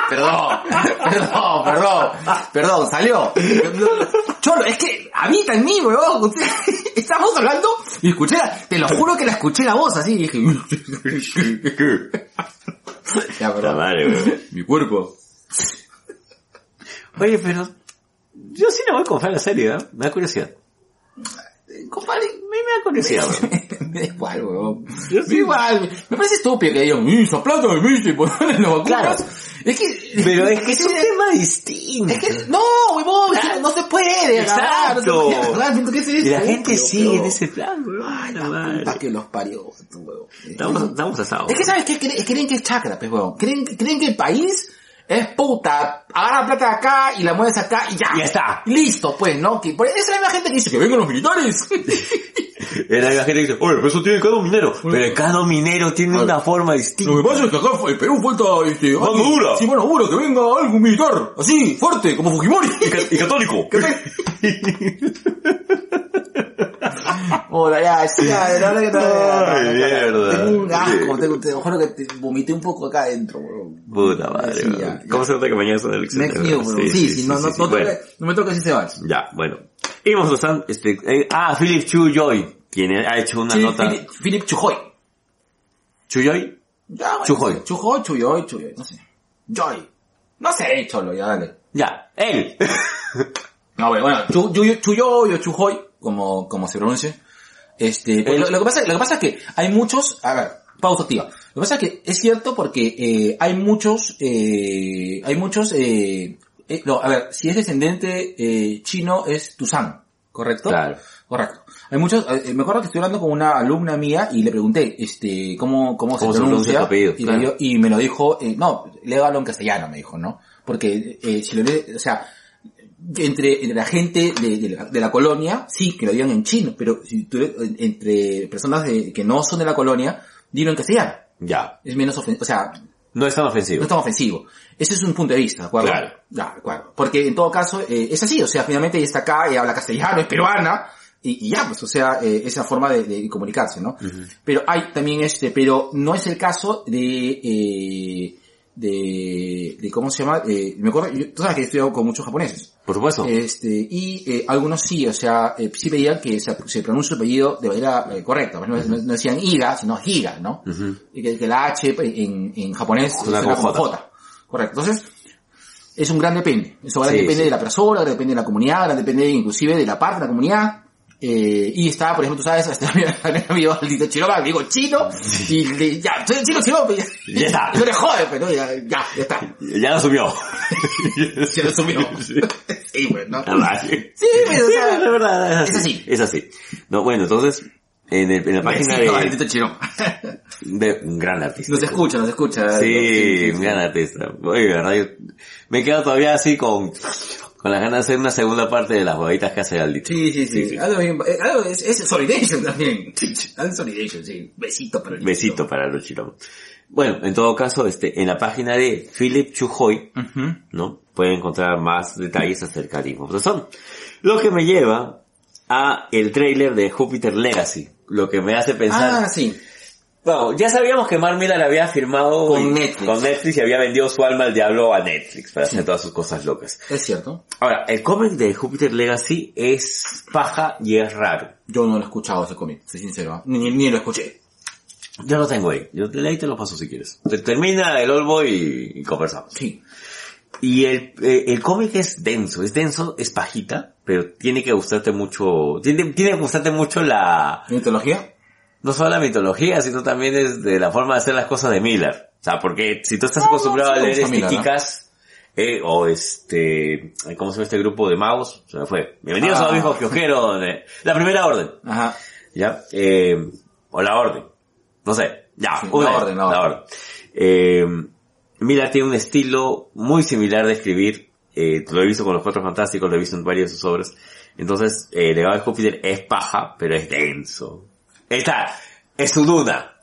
Speaker 3: perdón, perdón, perdón, perdón, salió. Cholo, es que habita en mí, weón. Usted- Estamos hablando y escuché, la- te lo juro que la escuché la voz así y dije... ya,
Speaker 4: La
Speaker 3: perdón.
Speaker 4: madre, weón.
Speaker 3: Mi cuerpo.
Speaker 4: Oye, pero... Yo sí le voy a confiar la serie, ¿eh? Me da curiosidad.
Speaker 3: Compadre,
Speaker 4: Me, me da curiosidad, weón.
Speaker 3: me da igual, weón. Me
Speaker 4: Yo
Speaker 3: da
Speaker 4: sí.
Speaker 3: igual. Me parece estúpido que digan, mmm, esa plata de mí se ponen las vacunas.
Speaker 4: Claro.
Speaker 3: Es que...
Speaker 4: Pero es que es un
Speaker 3: que-
Speaker 4: tema distinto.
Speaker 3: Es que... No, huevón, es que no se puede agarrar. No se
Speaker 4: Exacto.
Speaker 3: puede agarrar. Siento que ese es
Speaker 4: Y la
Speaker 3: el
Speaker 4: gente
Speaker 3: núcleo,
Speaker 4: sigue
Speaker 3: pero-
Speaker 4: en ese plan, weón.
Speaker 3: Ay,
Speaker 4: la
Speaker 3: la
Speaker 4: madre.
Speaker 3: puta que los parió, tu huevón.
Speaker 4: Estamos, estamos asados.
Speaker 3: Es que sabes que creen, creen que es chakra, pues huevón. Creen, creen que el país es puta, agarra plata de acá y la mueves acá y ya.
Speaker 4: Ya está.
Speaker 3: Listo, pues, ¿no? Que por- esa es la misma gente que dice que vengan los militares.
Speaker 4: Era la gente que dice, oye, pero eso tiene cada minero. Pero cada minero tiene
Speaker 3: Oye.
Speaker 4: una forma distinta.
Speaker 3: Lo que pasa es que acá fue- en Perú falta este...
Speaker 4: Mano
Speaker 3: alguien-
Speaker 4: dura.
Speaker 3: Sí, mano dura, que venga algo militar, así, fuerte, como Fujimori.
Speaker 4: Y católico.
Speaker 3: Hola, ya, sí, ya, de verdad que te-
Speaker 4: Ay,
Speaker 3: ya, ya, ya.
Speaker 4: mierda.
Speaker 3: Tengo un asco,
Speaker 4: Sí.
Speaker 3: tengo- te juro que te vomité un poco acá adentro, weón.
Speaker 4: Puta madre.
Speaker 3: Sí,
Speaker 4: weón.
Speaker 3: ya, ya.
Speaker 4: ¿Cómo se nota que mañana son elecciones?
Speaker 3: Next news,
Speaker 4: weón?
Speaker 3: weón. Sí, sí, no, no,
Speaker 4: sí,
Speaker 3: no,
Speaker 4: bueno.
Speaker 3: toca- no me toca si se va.
Speaker 4: Ya, bueno. Y vamos a estar, este, eh, ah, Philip Chu Joy, quien ha hecho una
Speaker 3: Sí,
Speaker 4: nota.
Speaker 3: Philip- Philip Chujoy.
Speaker 4: Chu Joy?
Speaker 3: Ya, bueno,
Speaker 4: Chujoy.
Speaker 3: no sé. Chujoy, Chuyoy, Chuyoy, no sé. Joy. No sé, cholo, ya dale.
Speaker 4: Ya, él.
Speaker 3: No, Ah, bueno, bueno, Chu- Chu- Chuyoy o Chujoy, como, como se pronuncie. Este, pues,
Speaker 4: El-
Speaker 3: lo, lo que pasa, lo que pasa es que hay muchos, a ver, pausa activa. Lo que pasa es que es cierto porque eh, hay muchos, eh, hay muchos, eh, eh, no, a ver, si es descendente eh, chino es Tuzán, ¿correcto?
Speaker 4: Claro.
Speaker 3: Correcto. Hay muchos, eh, me acuerdo que estoy hablando con una alumna mía y le pregunté, este, cómo, cómo,
Speaker 4: ¿Cómo
Speaker 3: se
Speaker 4: se
Speaker 3: pronuncia,
Speaker 4: pronuncia tu apellido?
Speaker 3: y, me
Speaker 4: Claro.
Speaker 3: dio- y me lo dijo, eh, no, le hablo en castellano, me dijo, ¿no? Porque, eh, si lo le- o sea, entre, entre la gente de, de la, de la colonia, sí, que lo digan en chino, pero si tú, en- entre personas de- que no son de la colonia, dilo en castellano.
Speaker 4: Ya.
Speaker 3: Es menos ofensivo, o sea,
Speaker 4: No es tan
Speaker 3: no
Speaker 4: ofensivo.
Speaker 3: es tan ofensivo. Ese es un punto de vista, ¿de acuerdo?
Speaker 4: Claro.
Speaker 3: Ya, de acuerdo. Porque en todo caso, eh, es así, o sea, finalmente ella está acá, ella habla castellano, es peruana, y, y ya, pues, o sea, eh, esa forma de, de comunicarse, ¿no? Pero hay también este, pero no es el caso de, eh, de, de ¿cómo se llama? Eh, me acuerdo, yo- tú sabes que he estudiado con muchos japoneses.
Speaker 4: Por supuesto.
Speaker 3: Este, y eh, algunos sí, o sea, eh, sí pedían que se, se pronuncie su apellido de manera eh, correcta. Pues No, no- no decían Iga, sino Higa, ¿no?
Speaker 4: Ujú.
Speaker 3: Y que, que la H en, en japonés
Speaker 4: Suena
Speaker 3: suena
Speaker 4: como
Speaker 3: como J. Correcto. Entonces, es un gran depende. Eso ahora
Speaker 4: Sí,
Speaker 3: depende
Speaker 4: sí.
Speaker 3: de la persona, ahora depende de la comunidad, ahora depende inclusive de la parte de la comunidad. Eh, y está, por ejemplo, tú sabes, hasta mi amigo Aldito Chiroba, le digo chino, y le- ya, soy chino, chino, pues, ya,
Speaker 4: Ya está.
Speaker 3: no le jodes, pero ya, ya, ya está.
Speaker 4: Ya lo subió.
Speaker 3: Se lo subió.
Speaker 4: Sí.
Speaker 3: sí, bueno.
Speaker 4: La verdad.
Speaker 3: Sí, pero, o
Speaker 4: Sí,
Speaker 3: sea,
Speaker 4: la verdad,
Speaker 3: es así.
Speaker 4: Es así. No, bueno, entonces, en, el- en la página
Speaker 3: Sí, no,
Speaker 4: de,
Speaker 3: Aldito Chiroba.
Speaker 4: de un gran artista.
Speaker 3: Nos escucha, nos escucha.
Speaker 4: Sí, un gran artista. Oye, de verdad, yo me he quedado todavía así con, con las ganas de hacer una segunda parte de las huevitas que hace Aldi.
Speaker 3: Sí, sí, sí.
Speaker 4: Sí, sí.
Speaker 3: Algo bien- eh, algo es, es Solidation también. Algo Solidation, sí. Besito para el
Speaker 4: Besito para los chilomos. Bueno, en todo caso, este, en la página de Philip Chujoy,
Speaker 3: Ujú.
Speaker 4: ¿no? Pueden encontrar más detalles acerca de Ismo Frozen. Lo que me lleva a el tráiler de Júpiter Legacy. Lo que me hace pensar...
Speaker 3: Ah, sí.
Speaker 4: Bueno, ya sabíamos que Mark Millar había firmado
Speaker 3: Con
Speaker 4: y-
Speaker 3: Netflix.
Speaker 4: con Netflix y había vendido su alma al diablo a Netflix para hacer todas sus cosas locas.
Speaker 3: Es cierto.
Speaker 4: Ahora, el cómic de Júpiter Legacy es paja y es raro.
Speaker 3: Yo no lo he escuchado ese cómic, soy sincero. ¿ah? Ni, ni lo escuché.
Speaker 4: Yo lo tengo ahí. Yo de ahí te lo paso si quieres. Te- Termina el Olbo y, y conversamos.
Speaker 3: Sí.
Speaker 4: Y el, eh, el cómic es denso. Es denso, es pajita, pero tiene que gustarte mucho... Tiene, tiene que gustarte mucho la...
Speaker 3: ¿Mitología?
Speaker 4: No solo la mitología, sino también es de la forma de hacer las cosas de Miller. O sea, porque si tú estás acostumbrado
Speaker 3: Ah, sí
Speaker 4: a
Speaker 3: me
Speaker 4: leer
Speaker 3: gusta
Speaker 4: este
Speaker 3: Miller, ¿no?
Speaker 4: Kikas... eh, o este, ay, ¿cómo se llama este grupo de magos? Se me fue. Bienvenidos a
Speaker 3: Ah.
Speaker 4: los viejos kiosqueros, donde- la primera orden.
Speaker 3: Ajá.
Speaker 4: ¿ya? Eh, o la orden. No sé, ya,
Speaker 3: Sí,
Speaker 4: una
Speaker 3: la
Speaker 4: de-
Speaker 3: orden, la orden.
Speaker 4: Eh, Miller tiene un estilo muy similar de escribir, eh, lo he visto con los Cuatro Fantásticos, lo he visto en varias de sus obras. Entonces, eh, el legado de Júpiter es paja, pero es denso. Ahí está, es su duda.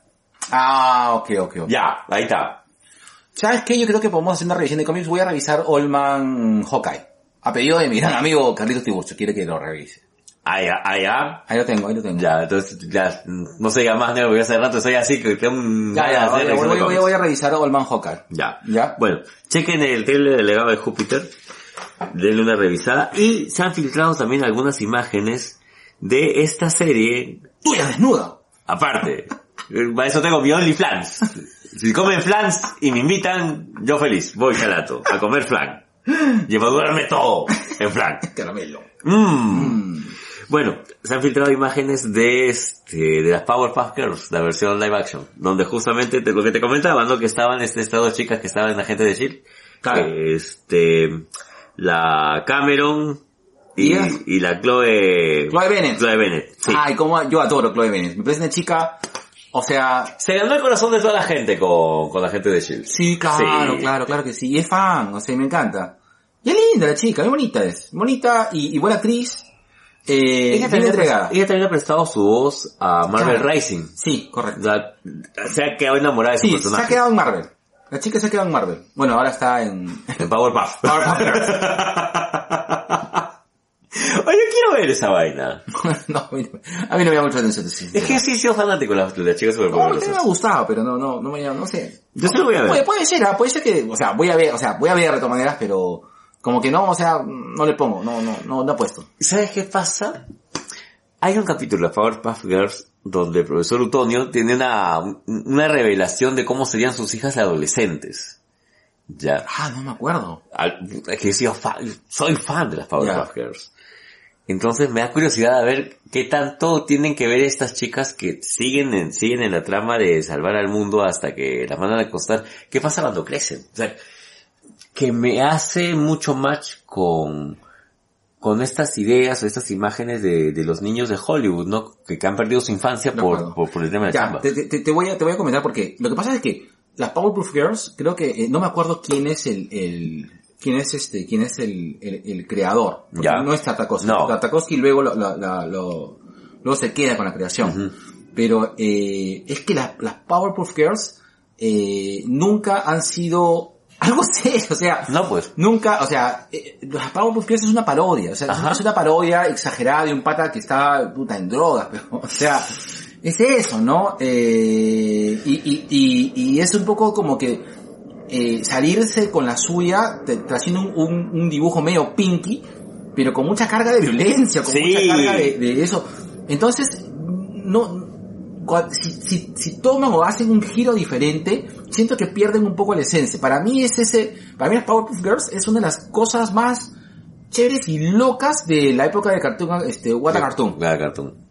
Speaker 3: Ah, ok, ok, ok.
Speaker 4: Ya, ahí está.
Speaker 3: ¿Sabes qué? Yo creo que podemos hacer una revisión de cómics. Voy a revisar Allman Hawkeye. A pedido de mi gran amigo Carlitos Tiburcio. Quiere que lo revise.
Speaker 4: Ahí, ahí, ah.
Speaker 3: Ahí lo tengo, ahí lo tengo.
Speaker 4: Ya, entonces, ya, mm, no se diga más, negro, porque hace rato estoy así que tengo un...
Speaker 3: Ya, ya,
Speaker 4: ganas de
Speaker 3: voy,
Speaker 4: hacer
Speaker 3: voy-
Speaker 4: reacción de
Speaker 3: voy-
Speaker 4: cómics.
Speaker 3: voy a revisar Allman Hawkeye.
Speaker 4: Ya.
Speaker 3: Ya.
Speaker 4: Bueno, chequen el trailer del legado de Júpiter. Denle una revisada. Y se han filtrado también algunas imágenes de esta serie.
Speaker 3: ¡Tuya desnuda!
Speaker 4: Aparte. Eh, Para eso tengo mi Only Flans. Si comen flans y me invitan, yo feliz. Voy calato a comer flan. Y a madurarme todo en flan.
Speaker 3: Caramelo.
Speaker 4: Mm.
Speaker 3: Mm.
Speaker 4: Bueno, se han filtrado imágenes de este, de las Powerpuff Girls, la versión live action, donde justamente te- lo que te comentaba, ¿no? Que estaban este, estas dos chicas que estaban en la gente de Shield.
Speaker 3: Claro.
Speaker 4: Este, la Cameron y,
Speaker 3: Yeah.
Speaker 4: y la Chloe...
Speaker 3: Chloe Bennett.
Speaker 4: Chloe Bennett, sí.
Speaker 3: Ay, como yo adoro Chloe Bennett. Me parece una chica, o sea,
Speaker 4: Se ganó el corazón de toda la gente con, con la gente de Shield.
Speaker 3: sí, claro,
Speaker 4: Sí.
Speaker 3: claro, claro que sí. Y es fan, o sea, me encanta. Y es linda la chica, muy bonita es. Bonita y, y buena actriz. Eh,
Speaker 4: Ella
Speaker 3: bien
Speaker 4: también,
Speaker 3: entregada.
Speaker 4: ha- ella también ha prestado su voz a Marvel
Speaker 3: Claro.
Speaker 4: Rising.
Speaker 3: Sí, correcto.
Speaker 4: La- se ha quedado enamorada de su
Speaker 3: Sí, se
Speaker 4: personaje.
Speaker 3: ha quedado en Marvel. La chica se ha quedado en Marvel. Bueno, ahora está en...
Speaker 4: En Powerpuff.
Speaker 3: Powerpuff Girls.
Speaker 4: Oye, yo quiero ver esa vaina.
Speaker 3: no, a mí no- a mí no me llama mucho la atención. sí,
Speaker 4: Es
Speaker 3: sí.
Speaker 4: que sí, sí, fanático de las, de las chicas
Speaker 3: No, a mí también me
Speaker 4: superpoderosas.
Speaker 3: ha gustado, pero no, no, no me llama, no sé.
Speaker 4: Yo sí lo voy a
Speaker 3: Puede,
Speaker 4: ver.
Speaker 3: puede ser, ah, puede ser que, o sea, voy a ver, o sea, voy a ver de todas maneras, pero como que no, o sea, no le pongo, no, no, no, no apuesto.
Speaker 4: ¿Sabes qué pasa? Hay un capítulo de Powerpuff Girls donde el profesor Utonio tiene una, una revelación de cómo serían sus hijas adolescentes. Ya.
Speaker 3: Ah, no me acuerdo.
Speaker 4: Al- es que he sido fa- soy fan de las Powerpuff Girls. Entonces me da curiosidad a ver qué tanto tienen que ver estas chicas que siguen en, siguen en la trama de salvar al mundo hasta que las mandan a acostar. ¿Qué pasa cuando crecen? O sea, que me hace mucho match con, con estas ideas o estas imágenes de, de los niños de Hollywood, ¿no? Que, que han perdido su infancia
Speaker 3: De
Speaker 4: por,
Speaker 3: acuerdo.
Speaker 4: por, por el tema de la
Speaker 3: Ya,
Speaker 4: Ah, chamba.
Speaker 3: te, te- te voy a, te voy a comentar porque lo que pasa es que las Powerpuff Girls, creo que, eh, no me acuerdo quién es el, el quién es este, quién es el, el, el creador. Porque
Speaker 4: Ya.
Speaker 3: No es Tartakovsky.
Speaker 4: No.
Speaker 3: Tartakovsky luego lo, la- la- lo- luego se queda con la creación.
Speaker 4: Ujú.
Speaker 3: Pero, eh, es que las, las Powerpuff Girls, eh, nunca han sido algo serio, o sea,
Speaker 4: No pues.
Speaker 3: Nunca, o sea, eh, las Powerpuff Girls es una parodia, o sea,
Speaker 4: Ajá.
Speaker 3: es una parodia exagerada de un pata que está puta en drogas, pero, o sea, es eso, ¿no? Eh, y, y, y, y es un poco como que eh, salirse con la suya te- haciendo un, un, un dibujo medio pinky, pero con mucha carga de violencia, con
Speaker 4: Sí.
Speaker 3: mucha carga de, de eso. Entonces, no, cua- si, si, si toman o hacen un giro diferente, siento que pierden un poco la esencia. Para mí es ese, para mí las Powerpuff Girls es una de las cosas más chéveres y locas de la época de Cartoon, este, What a Cartoon.
Speaker 4: Guata Cartoon.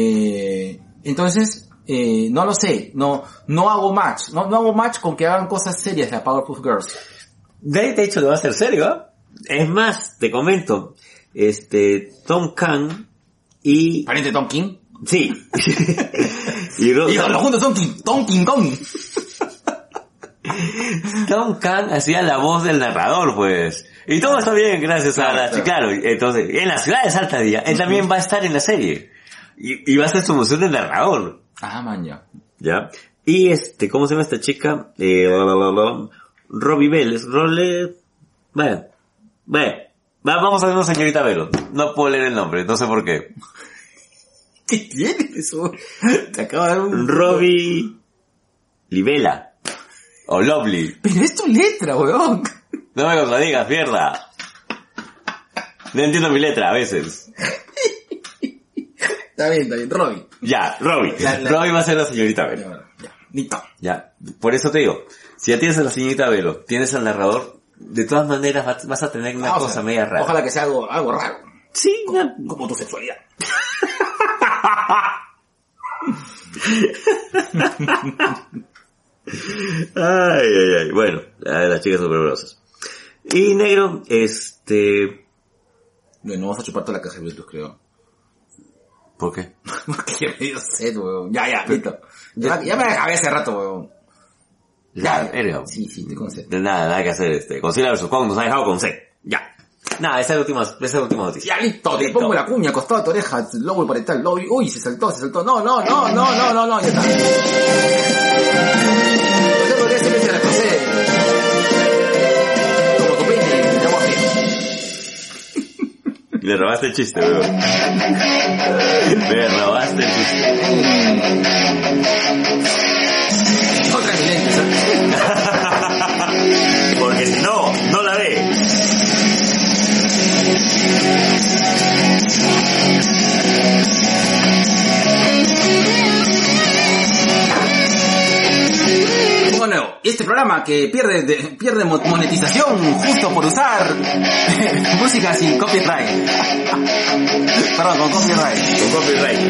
Speaker 3: Eh, entonces, eh, no lo sé, no, no hago match, no, no hago match con que hagan cosas serias las Powerpuff Girls.
Speaker 4: Nadie te ha dicho que va a ser serio, ¿ah? Es más, te comento, este, Tom Khan y...
Speaker 3: Pariente Tom King.
Speaker 4: Sí. y Ro-
Speaker 3: Y los los juntos son King, Tom King Kong.
Speaker 4: Tom Khan hacía la voz del narrador, pues. Y todo está bien, gracias a
Speaker 3: Claro,
Speaker 4: la...
Speaker 3: claro.
Speaker 4: Claro, entonces, en las ciudades altas día, él también va a estar en la serie. Y, y va a ser su emoción del narrador,
Speaker 3: Ah, maña.
Speaker 4: ¿ya? Y este, ¿cómo se llama esta chica? Eh, la, la, la, la, Robbie Vélez, Role... Bueno, bueno, Va- vamos a ver una señorita Velo. No puedo leer el nombre, no sé por qué.
Speaker 3: ¿Qué tienes eso? Te acaba de dar un...
Speaker 4: Robbie Libela. O Lovely.
Speaker 3: Pero es tu letra, weón.
Speaker 4: No me contradigas, mierda. No entiendo mi letra a veces.
Speaker 3: Está bien, está bien, Robin.
Speaker 4: Ya, Robbie.
Speaker 3: La- la-
Speaker 4: Robbie va a ser la señorita Velo.
Speaker 3: Ya, ya, listo.
Speaker 4: Ya, por eso te digo, si ya tienes a la señorita Velo, tienes al narrador, de todas maneras vas- vas a tener una
Speaker 3: Ah, o
Speaker 4: cosa
Speaker 3: sea,
Speaker 4: media rara.
Speaker 3: Ojalá que sea algo, algo raro.
Speaker 4: Sí, una-
Speaker 3: Como tu sexualidad.
Speaker 4: Ay, ay, ay. Bueno, la de las chicas superpoderosas. Y negro, este...
Speaker 3: No, no vas a chupar toda la caja de Bluetooth, creo.
Speaker 4: ¿Por qué?
Speaker 3: Porque me dio sed, weón. Ya, ya, listo. Ya, ya me acabé hace rato, weón.
Speaker 4: La
Speaker 3: Ya,
Speaker 4: verga.
Speaker 3: Sí, sí, te concedo.
Speaker 4: De nada, nada que hacer este. Considera versus Kong, nos ha dejado con C. Ya. Nada, esa es la última, esa es la última noticia.
Speaker 3: Ya, listo, te
Speaker 4: Listo.
Speaker 3: pongo la cuña, costado de tu oreja, lobo y parietal, lobo y- Uy, se saltó, se saltó. No, no, no, no, no, no, no, ya está. Pues Yo creo que ese me se la pasé. Como tu pene, el lenguaje.
Speaker 4: Le robaste el chiste, bro. Le robaste el chiste.
Speaker 3: Otra de mis lentes, ¿sabes?
Speaker 4: Porque si no, no la ve.
Speaker 3: Pongo nuevo. Este este programa que pierde, de- pierde mo- monetización justo por usar música sin copyright. Perdón, con copyright.
Speaker 4: Con copyright.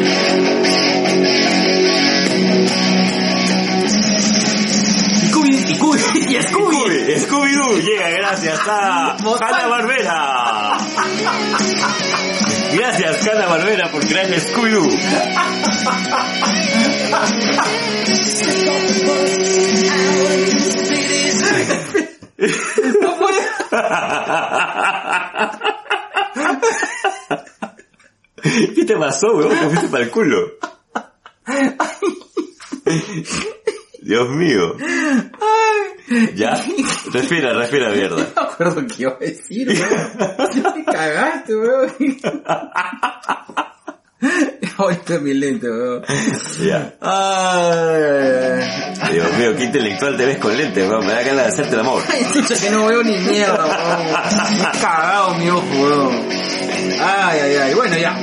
Speaker 3: Y Cubi, y Cubi, y Scooby.
Speaker 4: Scooby, Scooby-Doo llega gracias a
Speaker 3: Mozart.
Speaker 4: Hanna Barbera. Gracias Hanna Barbera por crear el Scooby-Doo.
Speaker 3: No puede-
Speaker 4: ¿Qué te pasó, weón? Te fuiste para el culo. Dios mío. Ya, respira, respira, mierda.
Speaker 3: No me acuerdo qué iba a decir, weón. Te cagaste, weón. Ahorita mi lente, weón.
Speaker 4: Ya.
Speaker 3: Ay,
Speaker 4: Dios mío, qué intelectual te ves con lentes, weón. Me da ganas de hacerte el amor.
Speaker 3: ay, chucha, que no veo ni mierda, weón. Me he cagado mi ojo, weón. Ay, ay, ay, bueno, ya.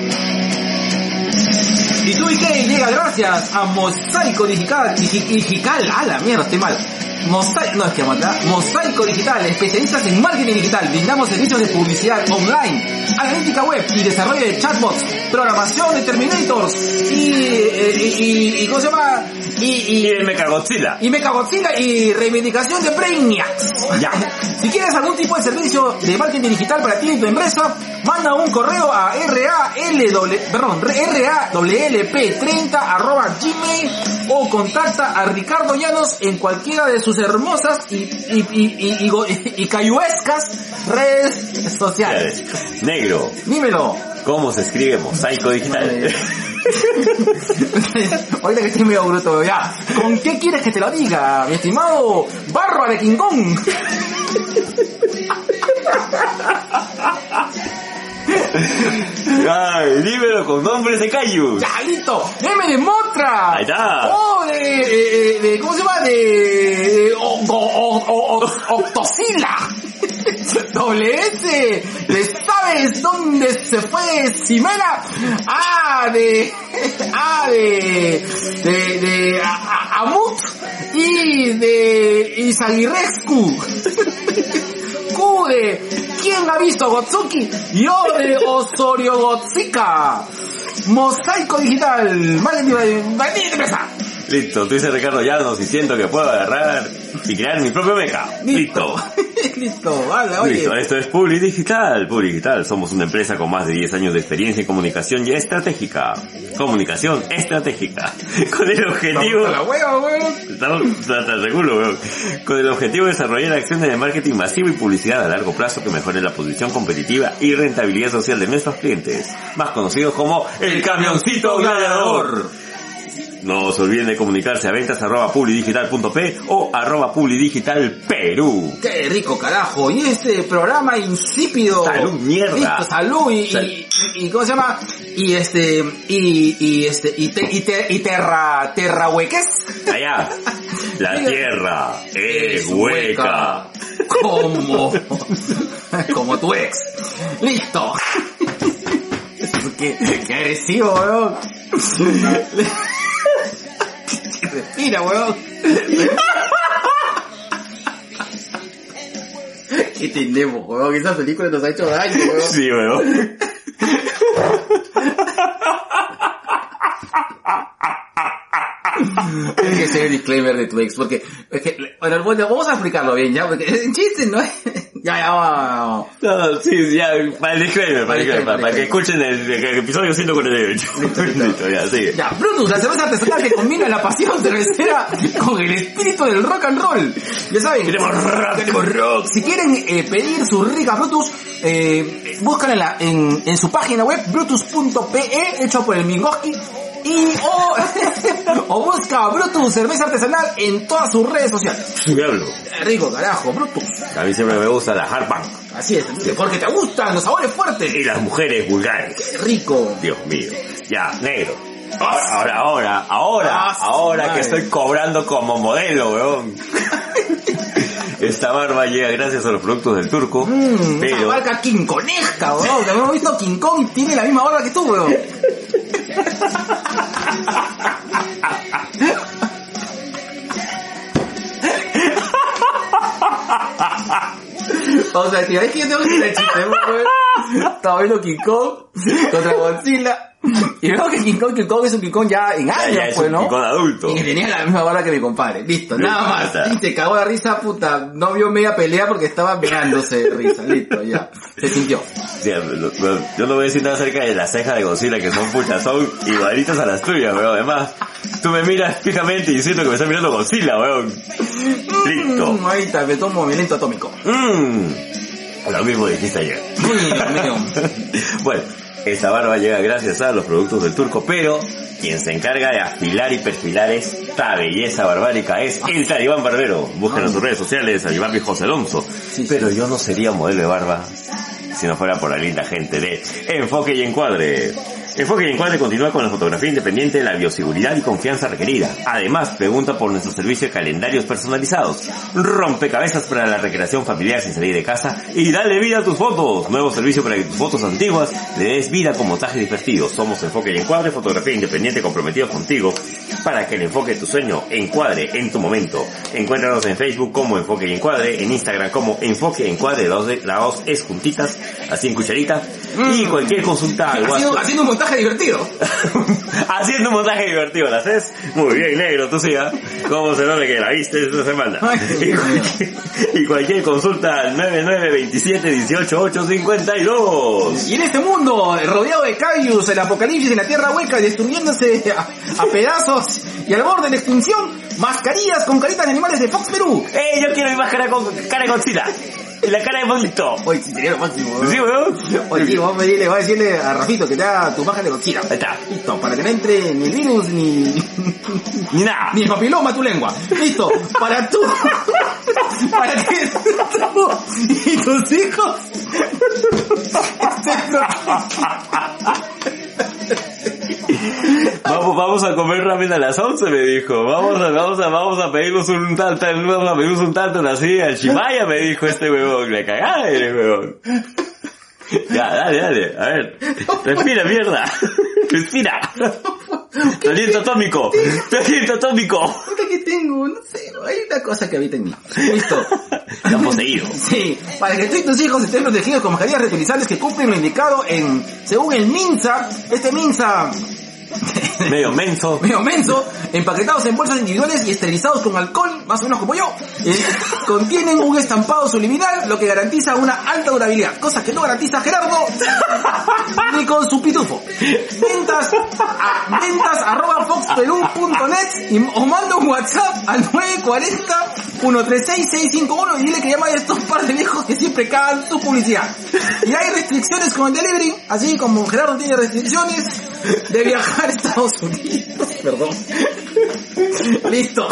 Speaker 3: Y tú y qué llega gracias a Mosaico Digital, Digi- Digital, a la mierda, estoy mal. Mosaico, no es que mata, Mosaico Digital, especialistas en marketing digital, brindamos servicios de publicidad online, analítica web y desarrollo de chatbots, programación de Terminators y, eh, y, y, y ¿cómo se llama? Y,
Speaker 4: Y
Speaker 3: y,
Speaker 4: el Mechagodzilla.
Speaker 3: y Mechagodzilla y reivindicación de Brainiacs.
Speaker 4: Ya.
Speaker 3: Si quieres algún tipo de servicio de marketing digital para ti y tu empresa, manda un correo a RALW, perdón, RAWLP30 gmail o contacta a Ricardo Llanos en cualquiera de sus hermosas y, y, y, y, y go- y cayuescas redes sociales.
Speaker 4: Negro,
Speaker 3: Dímelo.
Speaker 4: ¿cómo se escribe mosaico digital?
Speaker 3: Ahorita que estoy medio bruto, ya. ¿Con qué quieres que te lo diga, mi estimado Barro Arequingón?
Speaker 4: Ay, dímelo con nombres de callos.
Speaker 3: ¡Ya, listo! ¡M de Motra!
Speaker 4: Ahí está.
Speaker 3: ¡Oh, de, de, de- ¿cómo se llama? De... de o- o- o- o- ¡Octocila! ¡Doble S! ¿De sabes dónde se fue Ximena? ¡Ah, de... ¡Ah, de... de... de... a- a- Amut! Y de... Isagirescu. Q de... ¿Quién ha visto a Gotsuki? Yo de Osorio Gotzica. Mosaico Digital. Marketing de empresa.
Speaker 4: Listo, tú dices Ricardo Llanos y siento que puedo agarrar y crear mi propio mecha. Listo.
Speaker 3: Listo, vale, oye.
Speaker 4: Listo, eh. esto es Publi Digital. Publi Digital, somos una empresa con más de 10 años de experiencia en comunicación y estratégica. Comunicación estratégica. Con el objetivo...
Speaker 3: Vamos a la hueva, huevón.
Speaker 4: Estamos hasta de culo, weón. Con el objetivo de desarrollar acciones de marketing masivo y publicidad a largo plazo que mejoren la posición competitiva y rentabilidad social de nuestros clientes, más conocidos como el camioncito ganador. No se olviden de comunicarse a ventas arroba publidigital.p o arroba publidigital Perú.
Speaker 3: Qué rico, carajo. Y este programa insípido.
Speaker 4: Salud, mierda.
Speaker 3: Listo, salud y,
Speaker 4: Sal-
Speaker 3: y, y- y ¿cómo se llama? Y este, y, y este, y, te, y, te- y terra, terrahueques.
Speaker 4: Allá, la tierra es hueca.
Speaker 3: Como, como tu ex. Listo. qué, qué agresivo, weón. Respira, weón. ¿Qué tenemos, weón? Esa película nos ha hecho daño, weón.
Speaker 4: Sí, weón.
Speaker 3: Tiene que ser el disclaimer de tu ex, porque, es que, bueno, bueno, vamos a explicarlo bien, ya, porque es un chiste, ¿no? ya, ya, vamos.
Speaker 4: No, sí, ya, para el disclaimer, para, el disclaimer, para, para que escuchen el, el episodio 148. Listo, ya, sigue.
Speaker 3: Ya, Brutus, la cerveza artesanal que combina la pasión cervecera con el espíritu del rock and roll. Ya saben,
Speaker 4: Queremos rock, queremos rock.
Speaker 3: si quieren eh, pedir sus ricas Brutus, eh, buscan en, la- en, en su página web brutus.pe, hecho por el Mingoski, y o, o busca Brutus cerveza artesanal en todas sus redes sociales.
Speaker 4: Diablo.
Speaker 3: Rico, carajo, Brutus.
Speaker 4: A mí siempre me gusta la hard punk
Speaker 3: Así es, porque te gustan los sabores fuertes.
Speaker 4: y las mujeres vulgares.
Speaker 3: Rico.
Speaker 4: Dios mío. Ya, negro. Ahora, ahora, ahora, ahora,
Speaker 3: Ah, su
Speaker 4: ahora que
Speaker 3: madre.
Speaker 4: estoy cobrando como modelo, weón. Esta barba llega gracias a los productos del turco,
Speaker 3: Mm, esa
Speaker 4: pero
Speaker 3: barca quinconesca, weón. Que hemos visto King Kong y tiene la misma barba que tú, weón. O sea, tío, es que yo tengo que hacer el chiste, güey. Estaba viendo King Kong contra Godzilla. Y veo que King Kong, King Kong es un King Kong ya en
Speaker 4: Ya,
Speaker 3: años,
Speaker 4: ya, es
Speaker 3: pues,
Speaker 4: un
Speaker 3: ¿no?
Speaker 4: King Kong adulto.
Speaker 3: Y que tenía la misma barba que mi compadre. Listo,
Speaker 4: No
Speaker 3: nada más.
Speaker 4: importa.
Speaker 3: Y te cagó la risa, puta. No vio media pelea porque estaba mirándose de risa. Listo, ya. Se sintió.
Speaker 4: O sea, lo- lo- yo no voy a decir nada acerca de las cejas de Godzilla, que son putas, son igualitas a las tuyas, weón. Además, tú me miras fijamente y siento que me está mirando Godzilla, weón. Listo.
Speaker 3: Mm, ahí está, me tomo movimiento atómico.
Speaker 4: Mm. Lo mismo dijiste ayer.
Speaker 3: Dios mío.
Speaker 4: bueno, esta barba llega gracias a los productos del turco, pero quien se encarga de afilar y perfilar esta belleza barbárica es el talibán barbero. Búsquenlo en sus redes sociales, talibán y José Alonso. pero yo no sería modelo de barba si no fuera por la linda gente de Enfoque y Encuadre. Enfoque y Encuadre continúa con la fotografía independiente, la bioseguridad y confianza requerida. Además, pregunta por nuestro servicio de calendarios personalizados, rompecabezas para la recreación familiar sin salir de casa y dale vida a tus fotos. Nuevo servicio para que tus fotos antiguas le des vida con montajes divertidos. Somos Enfoque y Encuadre, fotografía independiente comprometidos contigo para que el enfoque de tu sueño encuadre en tu momento. Encuéntranos en Facebook como Enfoque y Encuadre, en Instagram como Enfoque y Encuadre, la dos, de- la dos es juntitas, así en cucharitas, y cualquier consulta al
Speaker 3: Haciendo,
Speaker 4: WhatsApp.
Speaker 3: haciendo un montaje divertido.
Speaker 4: Haciendo un montaje divertido, ¿la haces? Muy bien, negro, tú siga. ¿Cómo se nota que la viste esta semana?
Speaker 3: Ay,
Speaker 4: y,
Speaker 3: Dios mío.
Speaker 4: cualquier, y cualquier consulta al 992718852.
Speaker 3: Y en este mundo, rodeado de Cayus, el apocalipsis de la tierra hueca, destruyéndose a, a pedazos y al borde de la extinción, mascarillas con caritas de animales de Fox Perú.
Speaker 4: ¡Eh, yo quiero mi máscara con cara de Godzilla! Y la cara de Monito.
Speaker 3: Oye, sí, sería lo máximo. ¿no?
Speaker 4: ¿Sí, weón?
Speaker 3: Oye, tío, vamos a pedirle, va a decirle a Rafito que te haga tu baja de Godzilla.
Speaker 4: Ahí está.
Speaker 3: Listo, para que no entre ni el virus ni,
Speaker 4: Ni nada.
Speaker 3: ni el papiloma a tu lengua. Listo, para tú, para que tú y tus hijos estén
Speaker 4: Vamos, vamos a comer ramen a las 11, me dijo. Vamos a, vamos a, vamos a pedirnos un tal, tal, vamos a pedirnos un tanto así al Shimaya, me dijo este huevón. La cagada eres, huevón. Ya, dale, dale. A ver. Respira, mierda. Respira. Tu aliento atómico. Tu aliento atómico.
Speaker 3: puta que tengo, no sé, hay una cosa que habita en mí. Listo.
Speaker 4: Te han poseído.
Speaker 3: Sí, para que tú y tus hijos estén protegidos con mascarillas reutilizables que cumplen lo indicado en, según el MINSA, este MINSA
Speaker 4: Medio menso.
Speaker 3: medio menso, empaquetados en bolsas individuales y esterilizados con alcohol, más o menos como yo, eh, contienen un estampado subliminal, lo que garantiza una alta durabilidad, cosa que no garantiza Gerardo ni con su pitufo. Ventas a ventas arroba foxperú.net y- o manda un WhatsApp al 940 136 651 y dile que llama a estos par de viejos que siempre cagan su publicidad. Y hay restricciones con el delivery, así como Gerardo tiene restricciones de viajar a Estados Unidos. Perdón. Listo.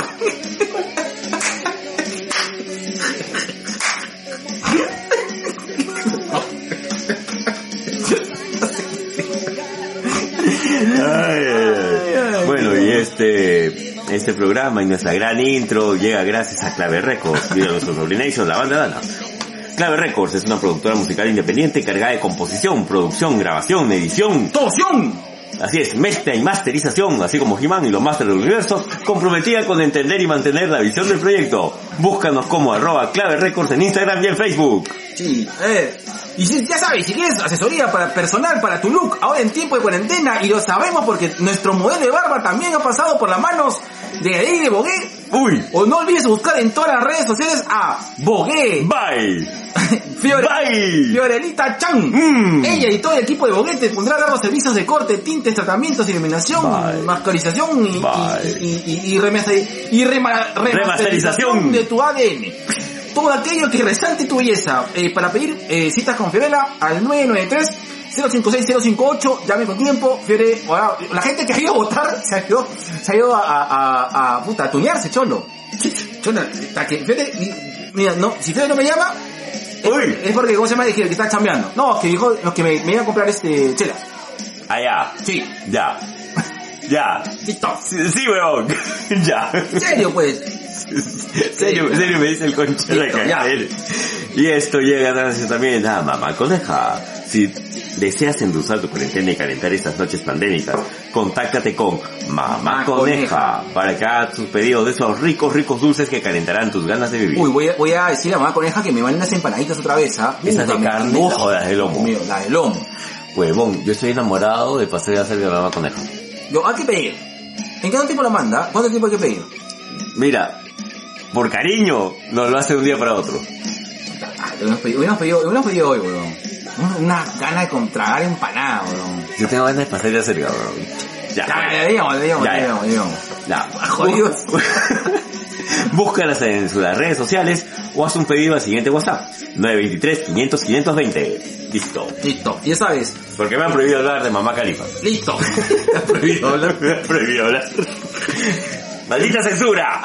Speaker 4: Ay, ay, ay. Bueno, y este, este programa y nuestra gran intro llega gracias a Clave Records y a nuestros Sobrination, la banda Dana. Clave Records es una productora musical independiente encargada de composición, producción, grabación, edición,
Speaker 3: ¡Toción!
Speaker 4: Así es, mezcla y masterización, así como He-Man y los Masters del Universo, comprometida con entender y mantener la visión del proyecto. Búscanos como arroba clave records en Instagram y en Facebook.
Speaker 3: Sí, eh. Y si- ya sabes, si quieres asesoría para personal, para tu look, ahora en tiempo de cuarentena, y lo sabemos porque nuestro modelo de barba también ha pasado por las manos de ahí de Bogué,
Speaker 4: Uy,
Speaker 3: o no olvides buscar en todas las redes sociales a Bogué,
Speaker 4: bye,
Speaker 3: Fiore-
Speaker 4: bye.
Speaker 3: Fiorelita Chan.
Speaker 4: Mm.
Speaker 3: Ella y todo el equipo de Bogué te pondrá a dar los servicios de corte, tintes, tratamientos, iluminación,
Speaker 4: Bye.
Speaker 3: mascarización y,
Speaker 4: Bye.
Speaker 3: y, y, y- y remasteri- y rema- remasterización
Speaker 4: Remasterización.
Speaker 3: de tu ADN. Todo aquello que resalte tu belleza. Eh, para pedir eh, citas con Fiorella al 993. 056-058, llame con tiempo, Fiore, ahora, la gente que ha ido a votar se ha ido, se ha ido a, a, a- a- puta, a tunearse, cholo. Cholo, hasta que Fiore, mi- mira, no, si Fiore no me llama,
Speaker 4: Uy.
Speaker 3: es porque, ¿cómo se llama? Dije que está chambeando. No, que dijo los que me, me iba a comprar este chela.
Speaker 4: Allá.
Speaker 3: Sí,
Speaker 4: Ya. Ya.
Speaker 3: listo.
Speaker 4: Sí, sí, weón. ya.
Speaker 3: En serio, pues.
Speaker 4: serio, serio me dice el concha de la
Speaker 3: Listo, ya.
Speaker 4: cagada. Y esto llega gracias también a Mamá Coneja. Si deseas endulzar tu cuarentena y calentar estas noches pandémicas, contáctate con Mamá
Speaker 3: Mamá
Speaker 4: Coneja para que haga tus pedidos de esos ricos, ricos dulces que calentarán tus ganas de vivir.
Speaker 3: Uy, voy a, voy a decir a mamá coneja que me manden las empanaditas otra vez, ¿ah?
Speaker 4: Esas
Speaker 3: Puta,
Speaker 4: de
Speaker 3: me
Speaker 4: carne
Speaker 3: encantan.
Speaker 4: o las de lomo.
Speaker 3: Mío, la de lomo.
Speaker 4: Huevón, yo estoy enamorado de pasar a hacer de Mamá Coneja.
Speaker 3: Yo, ¿a qué pedir? ¿En qué tiempo la manda? ¿Cuánto tiempo hay que pedir?
Speaker 4: Mira, por cariño, nos lo hace de un día para otro.
Speaker 3: Ah, hubiéramos pedido, hubiéramos pedido, hubiéramos pedido hoy, weón. Una, una gana de contragar empanada, weón.
Speaker 4: Yo tengo ganas de pasar de hacer weón.
Speaker 3: Ya, ya, digamos, digamos,
Speaker 4: Ya, ya.
Speaker 3: digamos, digamos.
Speaker 4: Ya,
Speaker 3: Jodidos.
Speaker 4: Búscalas en sus redes sociales o haz un pedido al siguiente WhatsApp. 923-500-520. Listo.
Speaker 3: Listo, ya sabes.
Speaker 4: Porque me han prohibido hablar de mamá califa.
Speaker 3: Listo.
Speaker 4: Me han prohibido hablar. Me han prohibido hablar. ¡Maldita censura!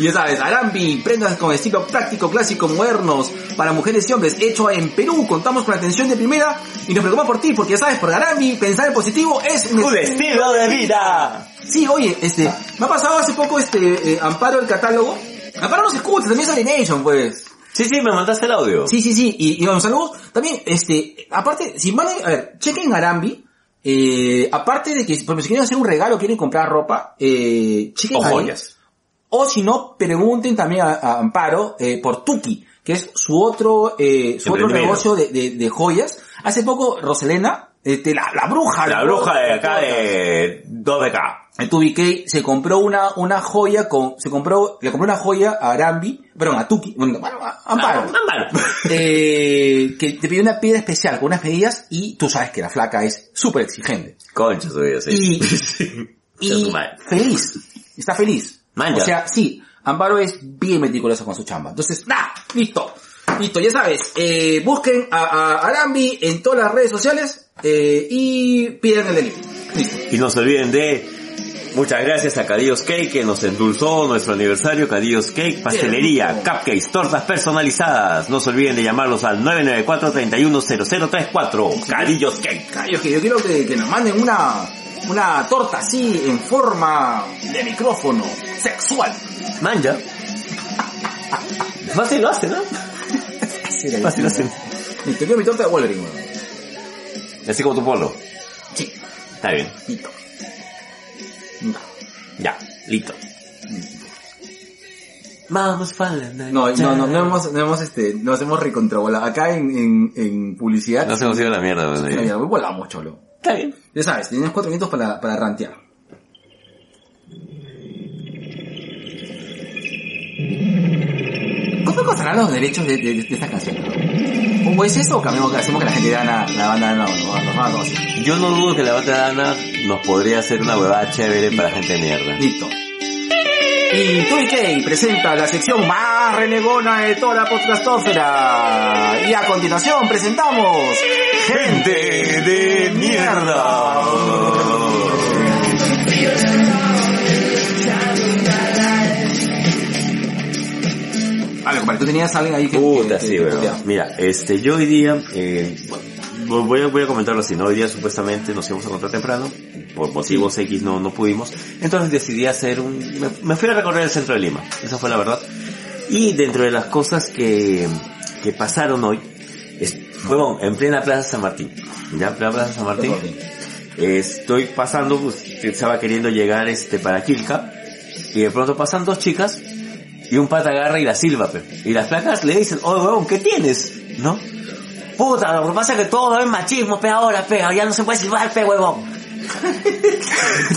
Speaker 3: Ya sabes, Arambi, prendas con estilo práctico, clásico, modernos, para mujeres y hombres, hecho en Perú. Contamos con atención de primera y nos preocupa por ti, porque ya sabes, por Arambi, pensar en positivo es un
Speaker 4: ¡Un estilo de vida!
Speaker 3: Sí, oye, este, me ha pasado hace poco este, eh, Amparo el catálogo. Amparo nos escucha, también es Alienation, pues.
Speaker 4: Sí, sí, me mandaste el audio.
Speaker 3: Sí, sí, sí, y, y los saludos también, este, aparte, si van a, a ver, chequen Arambi, eh, aparte de que, por si quieren hacer un regalo, quieren comprar ropa, eh, chequen
Speaker 4: O
Speaker 3: ahí.
Speaker 4: joyas.
Speaker 3: O si no, pregunten también a, a Amparo eh, por Tuki, que es su otro, eh, su otro
Speaker 4: Emprendimiento.
Speaker 3: negocio de, de- de joyas. Hace poco, Roselena, este, la, la bruja.
Speaker 4: La bruja de acá de 2DK.
Speaker 3: El 2BK se compró una, una joya con, se compró, le compró una joya a Arambi, perdón, a Tuki, bueno, a
Speaker 4: Ah,
Speaker 3: Amparo.
Speaker 4: Amparo.
Speaker 3: Eh, que te pidió una piedra especial con unas medidas y tú sabes que la flaca es súper exigente.
Speaker 4: Concha su vida, sí.
Speaker 3: Y-
Speaker 4: Concha
Speaker 3: Y
Speaker 4: su madre.
Speaker 3: feliz. Está feliz.
Speaker 4: Manja.
Speaker 3: O sea, sí, Amparo es bien meticuloso con su chamba. Entonces, ¡nah! Listo. Listo, ya sabes. Eh, busquen a, a Arambi en todas las redes sociales eh, y pidan el delivery. Listo.
Speaker 4: Y no se olviden de muchas gracias a Cadillos Cake que nos endulzó nuestro aniversario. Cadillos Cake, pastelería,
Speaker 3: rico.
Speaker 4: cupcakes, tortas personalizadas. No se olviden de llamarlos al 994-310034. Cadillos Cake.
Speaker 3: Callo, que yo quiero que, que nos manden una, una torta así en forma de micrófono sexual.
Speaker 4: Manja. Fácil lo hace, ¿no? Fácil lo hace.
Speaker 3: Listo, quiero mi torta de Wolverine. weón.
Speaker 4: Así como tu polo.
Speaker 3: Sí,
Speaker 4: Está bien.
Speaker 3: listo.
Speaker 4: Ya. Listo. Vamos, Fallen.
Speaker 3: No, no, no, no hemos, no hemos, este, nos hemos recontravolado. Acá en, en, en publicidad,
Speaker 4: Nos hemos ido a la mierda. bueno, ya.
Speaker 3: mira, volamos, cholo.
Speaker 4: Está bien.
Speaker 3: Ya sabes, tienes cuatro minutos para, para rantear. ¿Cuánto costarán los derechos de, de, de estas canciones? ¿O es eso o cambiamos, hacemos que la gente gana la banda no, no, no, no, no, no.
Speaker 4: Yo no dudo que la bata de Ana nos podría hacer una huevada chévere para gente de mierda.
Speaker 3: Listo. Y Tui K presenta la sección más renegona de toda la podcastófera. Y a continuación presentamos...
Speaker 4: ¡Gente de mierda!
Speaker 3: A ver, compadre, tú tenías a alguien ahí que...
Speaker 4: Puta,
Speaker 3: que-
Speaker 4: sí,
Speaker 3: que-
Speaker 4: weón.
Speaker 3: ya.
Speaker 4: Mira, este, yo hoy día, eh, bueno, voy, a, voy a comentarlo así, ¿no? Hoy día supuestamente nos íbamos a encontrar temprano, por motivos X no, no pudimos, entonces decidí hacer un, me, me fui a recorrer el centro de Lima, esa fue la verdad. Y dentro de las cosas que, que pasaron hoy, es, huevón, en plena Plaza San Martín, ya, en plena Plaza San Martín, Eh, Estoy pasando, pues, estaba queriendo llegar este para Quilca y de pronto pasan dos chicas y un pata agarra y la silba, pe. Y las placas le dicen, oh huevón, ¿qué tienes? ¿No? Puta, lo que pasa es que todo lo ven machismo, pe ahora, pe, ya no se puede silbar, pe huevón.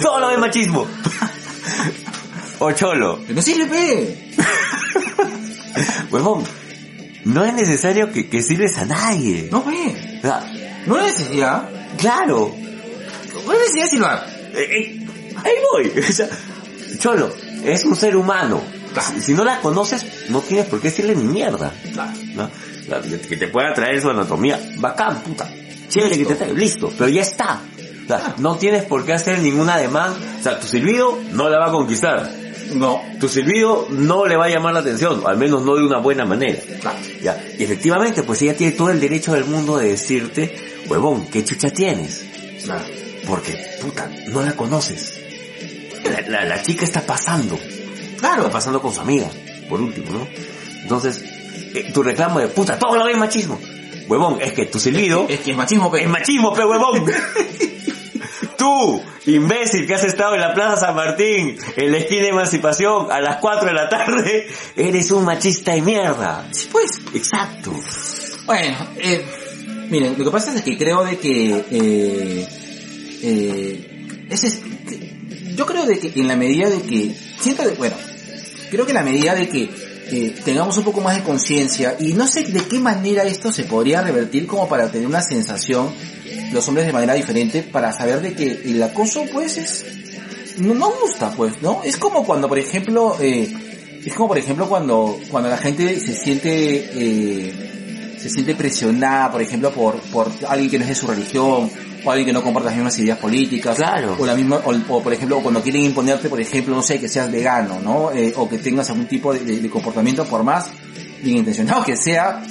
Speaker 4: todo lo ven machismo. o cholo.
Speaker 3: ¡Que no sirve, pe!
Speaker 4: Huevón, no es necesario que, que silbes a nadie.
Speaker 3: No, pe.
Speaker 4: O sea,
Speaker 3: No hay necesidad.
Speaker 4: claro.
Speaker 3: No hay necesidad de silbar.
Speaker 4: Eh, eh, ahí voy. O sea, Cholo, es un ser humano. Si- Si no la conoces, no tienes por qué decirle ni mierda. ¿no? La- Que te pueda traer su anatomía. Bacán, puta. Chévere que te traiga. Listo, pero ya está. O sea, no tienes por qué hacer ningún ademán. O sea, tu silbido no la va a conquistar.
Speaker 3: No.
Speaker 4: Tu silbido no le va a llamar la atención. Al menos no de una buena manera. Ya. Y efectivamente, pues ella tiene todo el derecho del mundo de decirte, huevón, ¿qué chucha tienes?
Speaker 3: Claro.
Speaker 4: Porque, puta, no la conoces. La, la- la chica está pasando. Está
Speaker 3: Claro.
Speaker 4: pasando con su amiga, por último, ¿no? Entonces, eh, tu reclamo de, puta, todo lo ve machismo. Huevón, es que tu silbido
Speaker 3: Es que es machismo,
Speaker 4: es
Speaker 3: pero...
Speaker 4: machismo, pe huevón. Tú, imbécil que has estado en la Plaza San Martín, en la esquina de Emancipación, a las 4 de la tarde, eres un machista de mierda.
Speaker 3: Pues,
Speaker 4: Exacto.
Speaker 3: Bueno, eh, miren, lo que pasa es que creo de que eh, eh, ese es- yo creo de que en la medida de que siento de, bueno, creo que en la medida de que eh, tengamos un poco más de conciencia y no sé de qué manera esto se podría revertir como para tener una sensación los hombres de manera diferente para saber de que el acoso pues es no, no gusta pues no es como cuando por ejemplo eh, es como por ejemplo cuando cuando la gente se siente eh, se siente presionada, por ejemplo, por, por alguien que no es de su religión, o alguien que no comparte las mismas ideas políticas,
Speaker 4: Claro.
Speaker 3: o la misma, o, o, por ejemplo, cuando quieren imponerte, por ejemplo, no sé, que seas vegano, ¿no? Eh, o que tengas algún tipo de, de- de comportamiento por más bien intencionado que sea,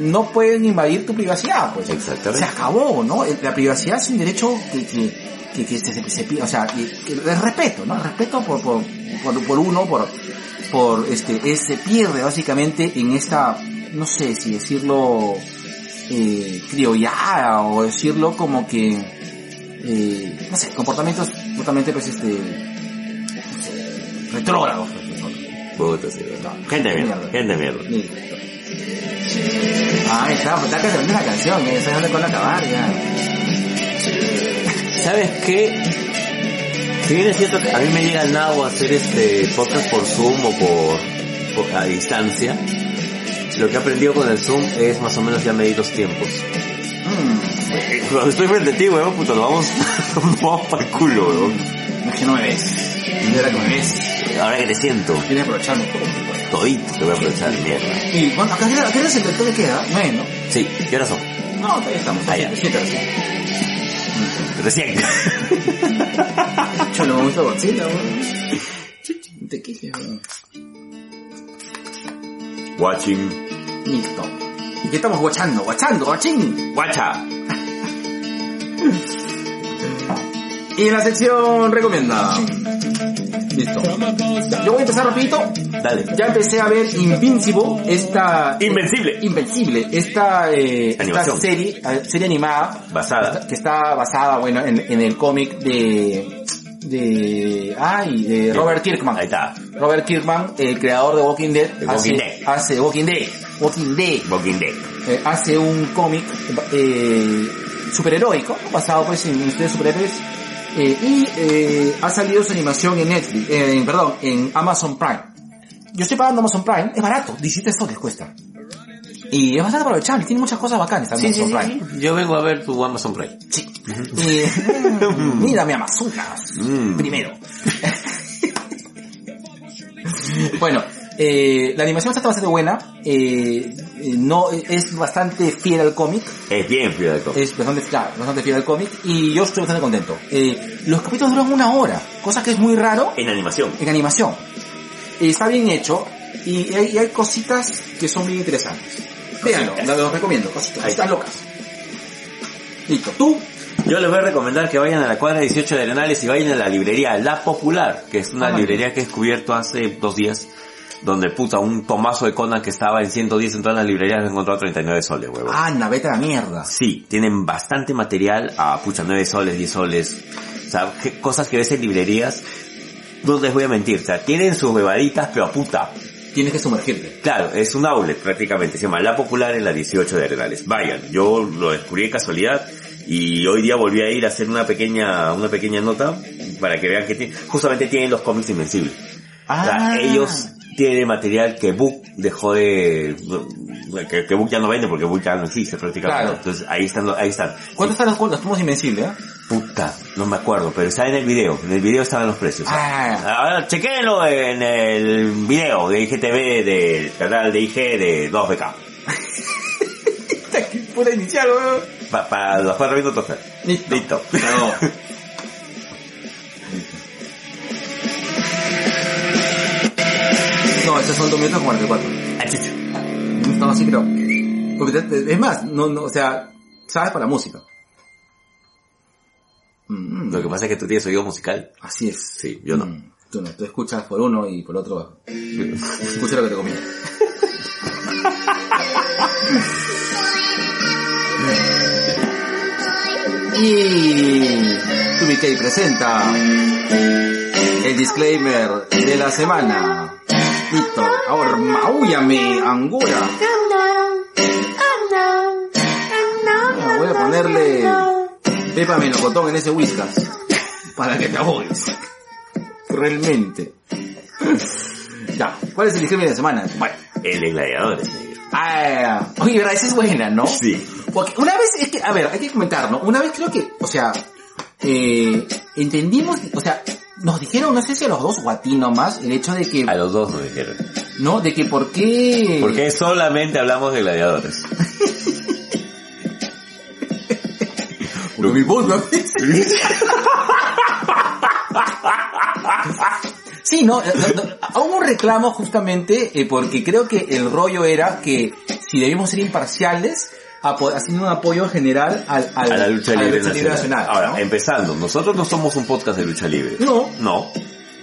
Speaker 3: no pueden invadir tu privacidad, pues.
Speaker 4: Exactamente.
Speaker 3: Se acabó, ¿no? El- La privacidad es un derecho que, que, que, que se, se- se pide, o sea, que- que el respeto, ¿no? El respeto por, por, por, por uno, por, por, este, es- se pierde básicamente en esta, no sé si decirlo, eh, criollada o decirlo como que, eh, no sé, comportamientos totalmente pues este, no sé, retrógrados. pues, son.
Speaker 4: Puta, sí, huevón. Gente de mierda, gente de mierda.
Speaker 3: Mira. Ah, está, está que se vende la canción, eh, esa ya no te van a acabar ya.
Speaker 4: ¿Sabes qué? Si bien es cierto que a mí me llega el nabo a hacer este podcast por Zoom o por, por- a distancia, lo que he aprendido con el Zoom es más o menos ya medir los tiempos.
Speaker 3: Mm,
Speaker 4: Eh, Cuando estoy frente a ti, weón, puta, nos vamos, nos vamos para el culo, weón.
Speaker 3: no es que no me ves. No era que me ves.
Speaker 4: Ahora que te siento,
Speaker 3: Tienes que aprovecharlo todo. pues.
Speaker 4: todito te voy a aprovechar, mierda.
Speaker 3: Y bueno, acá queda, acá se te queda. Bueno,
Speaker 4: Sí, ¿qué hora son?
Speaker 3: no, todavía estamos.
Speaker 4: Ah, ya.
Speaker 3: Siete recién.
Speaker 4: Recién.
Speaker 3: Ah, Yo lo gusta Godzilla, weón. No Te quejes, weón.
Speaker 4: Watching.
Speaker 3: Listo. ¿Y qué estamos guachando? Guachando, guachín.
Speaker 4: Guacha.
Speaker 3: Y en la sección recomendada. Listo. Yo voy a empezar rapidito.
Speaker 4: Dale.
Speaker 3: Ya empecé a ver Invincible, esta...
Speaker 4: Invencible.
Speaker 3: Invencible, esta, eh, esta
Speaker 4: Animación.
Speaker 3: serie, eh, serie animada
Speaker 4: Basada.
Speaker 3: que está basada, bueno, en, en el cómic de... de... ay, de Robert Kirkman.
Speaker 4: Ahí está.
Speaker 3: Robert Kirkman, el creador de Walking Dead,
Speaker 4: De
Speaker 3: hace,
Speaker 4: Walking Dead.
Speaker 3: hace Walking Dead, Walking Dead,
Speaker 4: Walking Dead.
Speaker 3: eh, hace un cómic eh, superheroico, basado pues en historias de superhéroes, eh, y eh, ha salido su animación en Netflix, eh, perdón, en Amazon Prime. Yo estoy pagando Amazon Prime, es barato, 17 soles cuesta. Y es bastante aprovechable, tiene muchas cosas bacanas Amazon Prime.
Speaker 4: Yo vengo a ver tu Amazon Prime.
Speaker 3: Y- mira mi Amazonas,
Speaker 4: Mm.
Speaker 3: primero. bueno, eh, la animación está bastante buena, eh, eh, no, es bastante fiel al cómic,
Speaker 4: Es bien, Fidalgo.
Speaker 3: es bastante, claro, bastante fiel al cómic y yo estoy bastante contento. Eh, los capítulos duran una hora, cosa que es muy raro
Speaker 4: En animación.
Speaker 3: en animación. Eh, está bien hecho y hay, y hay cositas que son bien interesantes. Véanlo, la- los recomiendo, cositas,
Speaker 4: Ahí está.
Speaker 3: están locas. Listo, tú,
Speaker 4: Yo les voy a recomendar que vayan a la cuadra 18 de Arenales y vayan a la librería La Popular, que es una
Speaker 3: Ah,
Speaker 4: librería que he descubierto hace dos días, donde puta, un tomazo de Conan que estaba en 110 en todas las librerías lo encontró a 39 soles, huevón.
Speaker 3: anda, vete a la mierda.
Speaker 4: Sí, tienen bastante material a pucha 9 soles, 10 soles, o sea, que- cosas que ves en librerías, no les voy a mentir, o sea, tienen sus bebaditas, pero a puta.
Speaker 3: Tienes que sumergirte.
Speaker 4: Claro, es un outlet prácticamente, se llama La Popular en la 18 de Arenales. Vayan, yo lo descubrí de casualidad y hoy día volví a ir a hacer una pequeña, una pequeña nota para que vean que tiene- justamente tienen los cómics invencibles. O sea,
Speaker 3: Ah.
Speaker 4: ellos tienen material que Book dejó de, que, que Book ya no vende porque Book ya no existe prácticamente.
Speaker 3: Claro.
Speaker 4: Entonces ahí están, los- ahí están.
Speaker 3: ¿Cuánto están los cuentos? Estamos invencibles, ¿eh?
Speaker 4: Puta, no me acuerdo, pero está en el video. En el video estaban los precios.
Speaker 3: Ah.
Speaker 4: Ahora, chequéenlo en el video de IGTV del canal de IG de 2BK.
Speaker 3: Pura inicial, weón.
Speaker 4: Pa- Para los cuatro minutos. ¿eh?
Speaker 3: Listo.
Speaker 4: Listo.
Speaker 3: Perdón. No, esos son 2 minutos 44.
Speaker 4: Ah, chucho.
Speaker 3: No, sí creo. Porque te- te- es más, no, no, o sea, sabes para la música. Mm,
Speaker 4: Lo que pasa es que tú tienes oído musical.
Speaker 3: así es.
Speaker 4: Sí, yo no.
Speaker 3: Mm, Tú no, tú escuchas por uno y por otro. Mm. Escucha lo que te conviene. Y Tubikey presenta el disclaimer de la semana. Listo. Ahora, maúllame, Angora. Bueno, voy a ponerle Pepa Melocotón en ese Whiskas. Para que te ahogues. Realmente. Ya, ¿cuál es el disclaimer de la semana? Bueno.
Speaker 4: El de gladiadores, negro.
Speaker 3: Ah, oye, ¿verdad? Esa es buena, ¿no?
Speaker 4: Sí.
Speaker 3: Porque una vez, es que, a ver, hay que comentar, ¿no? Una vez creo que, o sea, eh, entendimos, o sea, nos dijeron, no sé si a los dos o a ti nomás, el hecho de que,
Speaker 4: A los dos nos dijeron.
Speaker 3: ¿no? De que por qué...
Speaker 4: Porque solamente hablamos de gladiadores.
Speaker 3: Porque mi voz, ¿no? Sí, no, eh, no, no, hubo un reclamo justamente eh, porque creo que el rollo era que si debíamos ser imparciales, apo- haciendo un apoyo general al, al-
Speaker 4: a la lucha
Speaker 3: a la
Speaker 4: libre
Speaker 3: lucha
Speaker 4: nacional. Ahora,
Speaker 3: ¿no?
Speaker 4: empezando, nosotros no somos un podcast de lucha libre.
Speaker 3: No.
Speaker 4: No.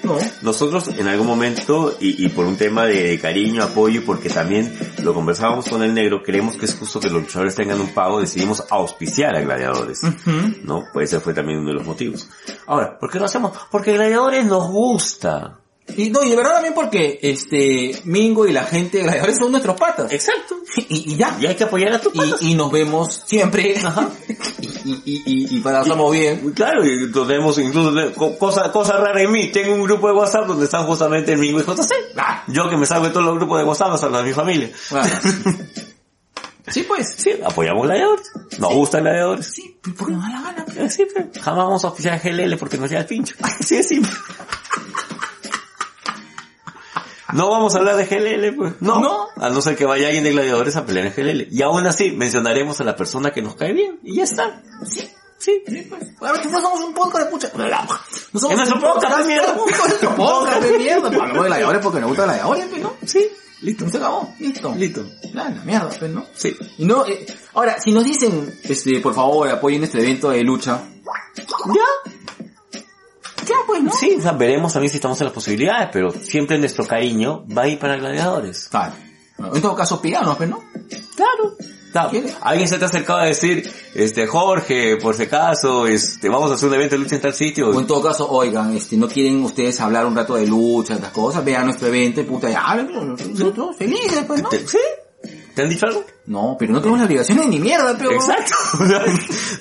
Speaker 3: No.
Speaker 4: Nosotros en algún momento, y, y por un tema de, de cariño, apoyo, y porque también lo conversábamos con el negro, creemos que es justo que los luchadores tengan un pago, decidimos auspiciar a gladiadores.
Speaker 3: Ujú.
Speaker 4: ¿No? Pues ese fue también uno de los motivos. Ahora, ¿por qué lo hacemos? Porque gladiadores nos gusta.
Speaker 3: Y no, y de verdad también porque este Mingo y la gente de gladiadores son nuestros patas.
Speaker 4: Exacto.
Speaker 3: Y, y ya.
Speaker 4: Y hay que apoyar a tu patas.
Speaker 3: Y, y nos vemos siempre. Y, y, y, y pasamos bien.
Speaker 4: Claro, y tenemos incluso de- co- cosa, cosa rara en mí. Tengo un grupo de WhatsApp donde están justamente el Mingo y JC.
Speaker 3: Ah,
Speaker 4: Yo que me salgo de todos los grupos de WhatsApp, hasta los de mi familia.
Speaker 3: bueno. Sí, pues.
Speaker 4: Sí, apoyamos gladiadores. Nos gustan gladiadores.
Speaker 3: Sí, porque nos da la gana. pues.
Speaker 4: Eh, Sí, pero jamás vamos a oficiar GLL porque nos llega el pincho. Sí, es simple. No vamos a hablar de GLL, pues. No.
Speaker 3: No.
Speaker 4: A no ser que vaya alguien de gladiadores a pelear en GLL. Y aún así, mencionaremos a la persona que nos cae bien. Y ya está. Sí. Sí.
Speaker 3: A ver, nosotros somos un podcast de pucha. No somos
Speaker 4: Es nuestro podcast de mierda.
Speaker 3: Es nuestro podcast de mierda. Hablamos de gladiadores porque nos gusta gladiadores, pues, ¿no?
Speaker 4: Sí.
Speaker 3: Listo, se acabó. Listo.
Speaker 4: Listo.
Speaker 3: La, la mierda, pues, ¿no?
Speaker 4: Sí.
Speaker 3: Y no, eh, ahora, si nos dicen, este, por favor, apoyen este evento de lucha. Ya. Ya, pues, ¿no?
Speaker 4: Sí, o sea, veremos también si estamos en las posibilidades, pero siempre nuestro cariño va a ir para gladiadores.
Speaker 3: Claro. En todo caso, pídanos, pues, ¿no? Claro.
Speaker 4: Claro,
Speaker 3: ¿Quién?
Speaker 4: alguien se te ha acercado a decir, este, Jorge, por si acaso, este, vamos a hacer un evento de lucha en tal sitio.
Speaker 3: O Pues, en todo caso, oigan, este, no quieren ustedes hablar un rato de lucha, estas cosas, vean nuestro evento y puta, ya, nosotros felices, pues, ¿no?
Speaker 4: ¿Te, ¿Sí? ¿Te han dicho algo?
Speaker 3: No, pero no tenemos la obligación de ni mierda, pero...
Speaker 4: Exacto. O sea,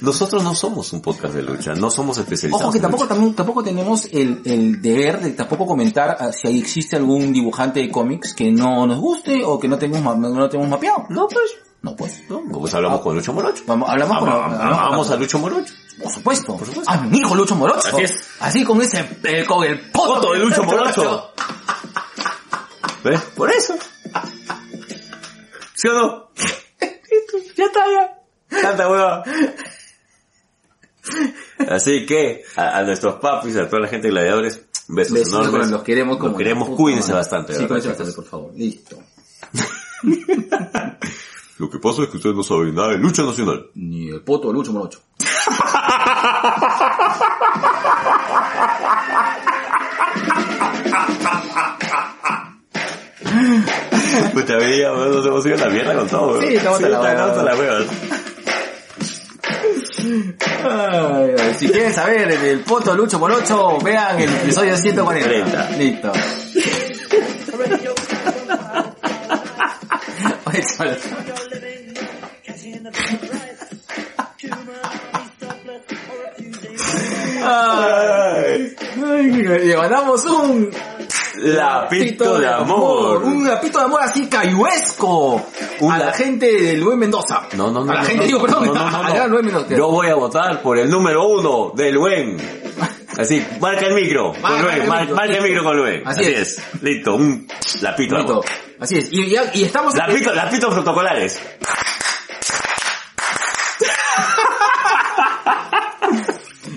Speaker 4: Nosotros no somos un podcast de lucha, no somos especializados.
Speaker 3: Ojo que
Speaker 4: en
Speaker 3: tampoco,
Speaker 4: lucha.
Speaker 3: también, tampoco tenemos el, el deber de tampoco comentar ah, si ahí existe algún dibujante de cómics que no nos guste o que no tenemos, ma- no tenemos mapeado.
Speaker 4: No, pues.
Speaker 3: No, pues. Ah,
Speaker 4: No, pues hablamos con Lucho Morocho.
Speaker 3: Vamos- hablamos con-
Speaker 4: Ama-
Speaker 3: hablamos-
Speaker 4: Amamos a Lucho Morocho.
Speaker 3: Por supuesto.
Speaker 4: ah, Por supuesto.
Speaker 3: A mi hijo Lucho Morocho.
Speaker 4: Así es.
Speaker 3: Así con ese, eh, con el poto,
Speaker 4: Poto de Lucho Morocho. ¿Ves?
Speaker 3: Por eso.
Speaker 4: ¿Sí o no? ya está, ya. Tanta hueva. Así que, a, a nuestros papis, a toda la gente de gladiadores, besos,
Speaker 3: Besos
Speaker 4: enormes.
Speaker 3: enormes, los queremos como...
Speaker 4: Los queremos,
Speaker 3: puta
Speaker 4: cuídense
Speaker 3: madre.
Speaker 4: bastante.
Speaker 3: Sí,
Speaker 4: ¿verdad?
Speaker 3: cuídense bastante, por favor. Listo.
Speaker 4: Lo que pasa es que ustedes no saben nada de lucha nacional.
Speaker 3: Ni el poto de Lucho Morocho.
Speaker 4: Puta veía, nos hemos ido a la mierda con todo,
Speaker 3: Sí,
Speaker 4: weón.
Speaker 3: estamos a la
Speaker 4: está-
Speaker 3: hueva.
Speaker 4: estamos a la hueva.
Speaker 3: Ay, ay, si quieren saber el poto de Lucho Morocho, vean el episodio 140.
Speaker 4: 40.
Speaker 3: Listo. Oye, chaval.
Speaker 4: Ay,
Speaker 3: Ay, le mandamos un
Speaker 4: Lapito de amor.
Speaker 3: Un lapito de amor así cayuesco.
Speaker 4: Un
Speaker 3: a la
Speaker 4: la-
Speaker 3: gente de Luis Mendoza.
Speaker 4: No, no, no.
Speaker 3: A la
Speaker 4: no,
Speaker 3: gente,
Speaker 4: no,
Speaker 3: digo, perdón.
Speaker 4: no, no, no,
Speaker 3: a la
Speaker 4: no.
Speaker 3: Luis Mendoza.
Speaker 4: Yo voy a votar por el número uno del Luen. Así, marca el micro
Speaker 3: Marca
Speaker 4: con
Speaker 3: el
Speaker 4: Luen, mar-
Speaker 3: micro.
Speaker 4: marca el micro con Luen.
Speaker 3: Así
Speaker 4: Así,
Speaker 3: es.
Speaker 4: es. Listo, un lapito. de
Speaker 3: Bonito.
Speaker 4: amor.
Speaker 3: Así es. Y, ya- y estamos...
Speaker 4: Lapito, lapitos protocolares.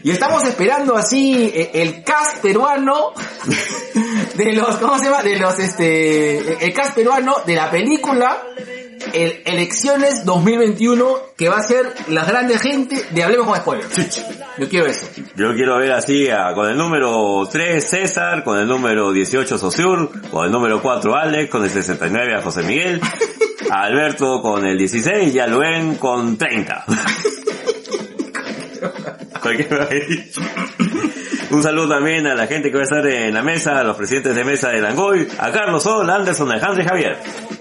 Speaker 3: Y estamos esperando así eh, el cast peruano de los, ¿cómo se llama? De los, este, el cast peruano de la película el- Elecciones 2021 que va a ser la grande gente de Hablemos con Spoilers. Yo quiero eso.
Speaker 4: Yo quiero ver así a- con el número 3 César, con el número 18 Sosur, con el número 4 Alex, con el 69 a José Miguel, a Alberto con el 16 y a Luen con 30. Cualquiera ahí. Un saludo también a la gente que va a estar en la mesa, a los presidentes de mesa de Langoy, a Carlos Sol, Anderson, Alejandro y Javier.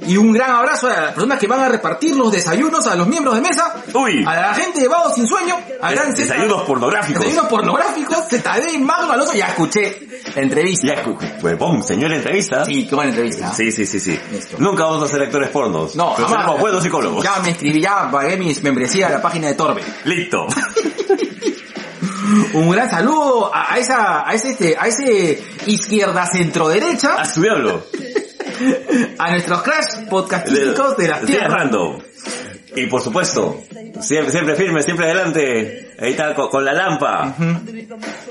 Speaker 3: Y un gran abrazo a las personas que van a repartir los desayunos a los miembros de mesa,
Speaker 4: Uy.
Speaker 3: a la gente de Vago Sin Sueño, a
Speaker 4: Des-
Speaker 3: Gran Zeta-
Speaker 4: desayunos pornográficos.
Speaker 3: Desayunos pornográficos, ZD, Magno Alonso, ya escuché la entrevista.
Speaker 4: Ya, cu- cu- huevón, señor entrevista.
Speaker 3: Sí, qué buena entrevista. ¿ah?
Speaker 4: Sí, sí, sí, sí.
Speaker 3: Listo.
Speaker 4: Nunca vamos a ser actores pornos.
Speaker 3: No,
Speaker 4: pero
Speaker 3: jamás.
Speaker 4: seremos buenos psicólogos.
Speaker 3: Ya me inscribí, ya pagué mis membresías a la página de Torbe.
Speaker 4: Listo.
Speaker 3: Un gran saludo a, a esa, a ese, este, a ese izquierda centro derecha,
Speaker 4: A su diablo.
Speaker 3: a nuestros crash podcastísticos de las
Speaker 4: Sí,
Speaker 3: tierras.
Speaker 4: random. Y por supuesto, siempre, siempre firme, siempre adelante. Ahí está, con, con la lámpara.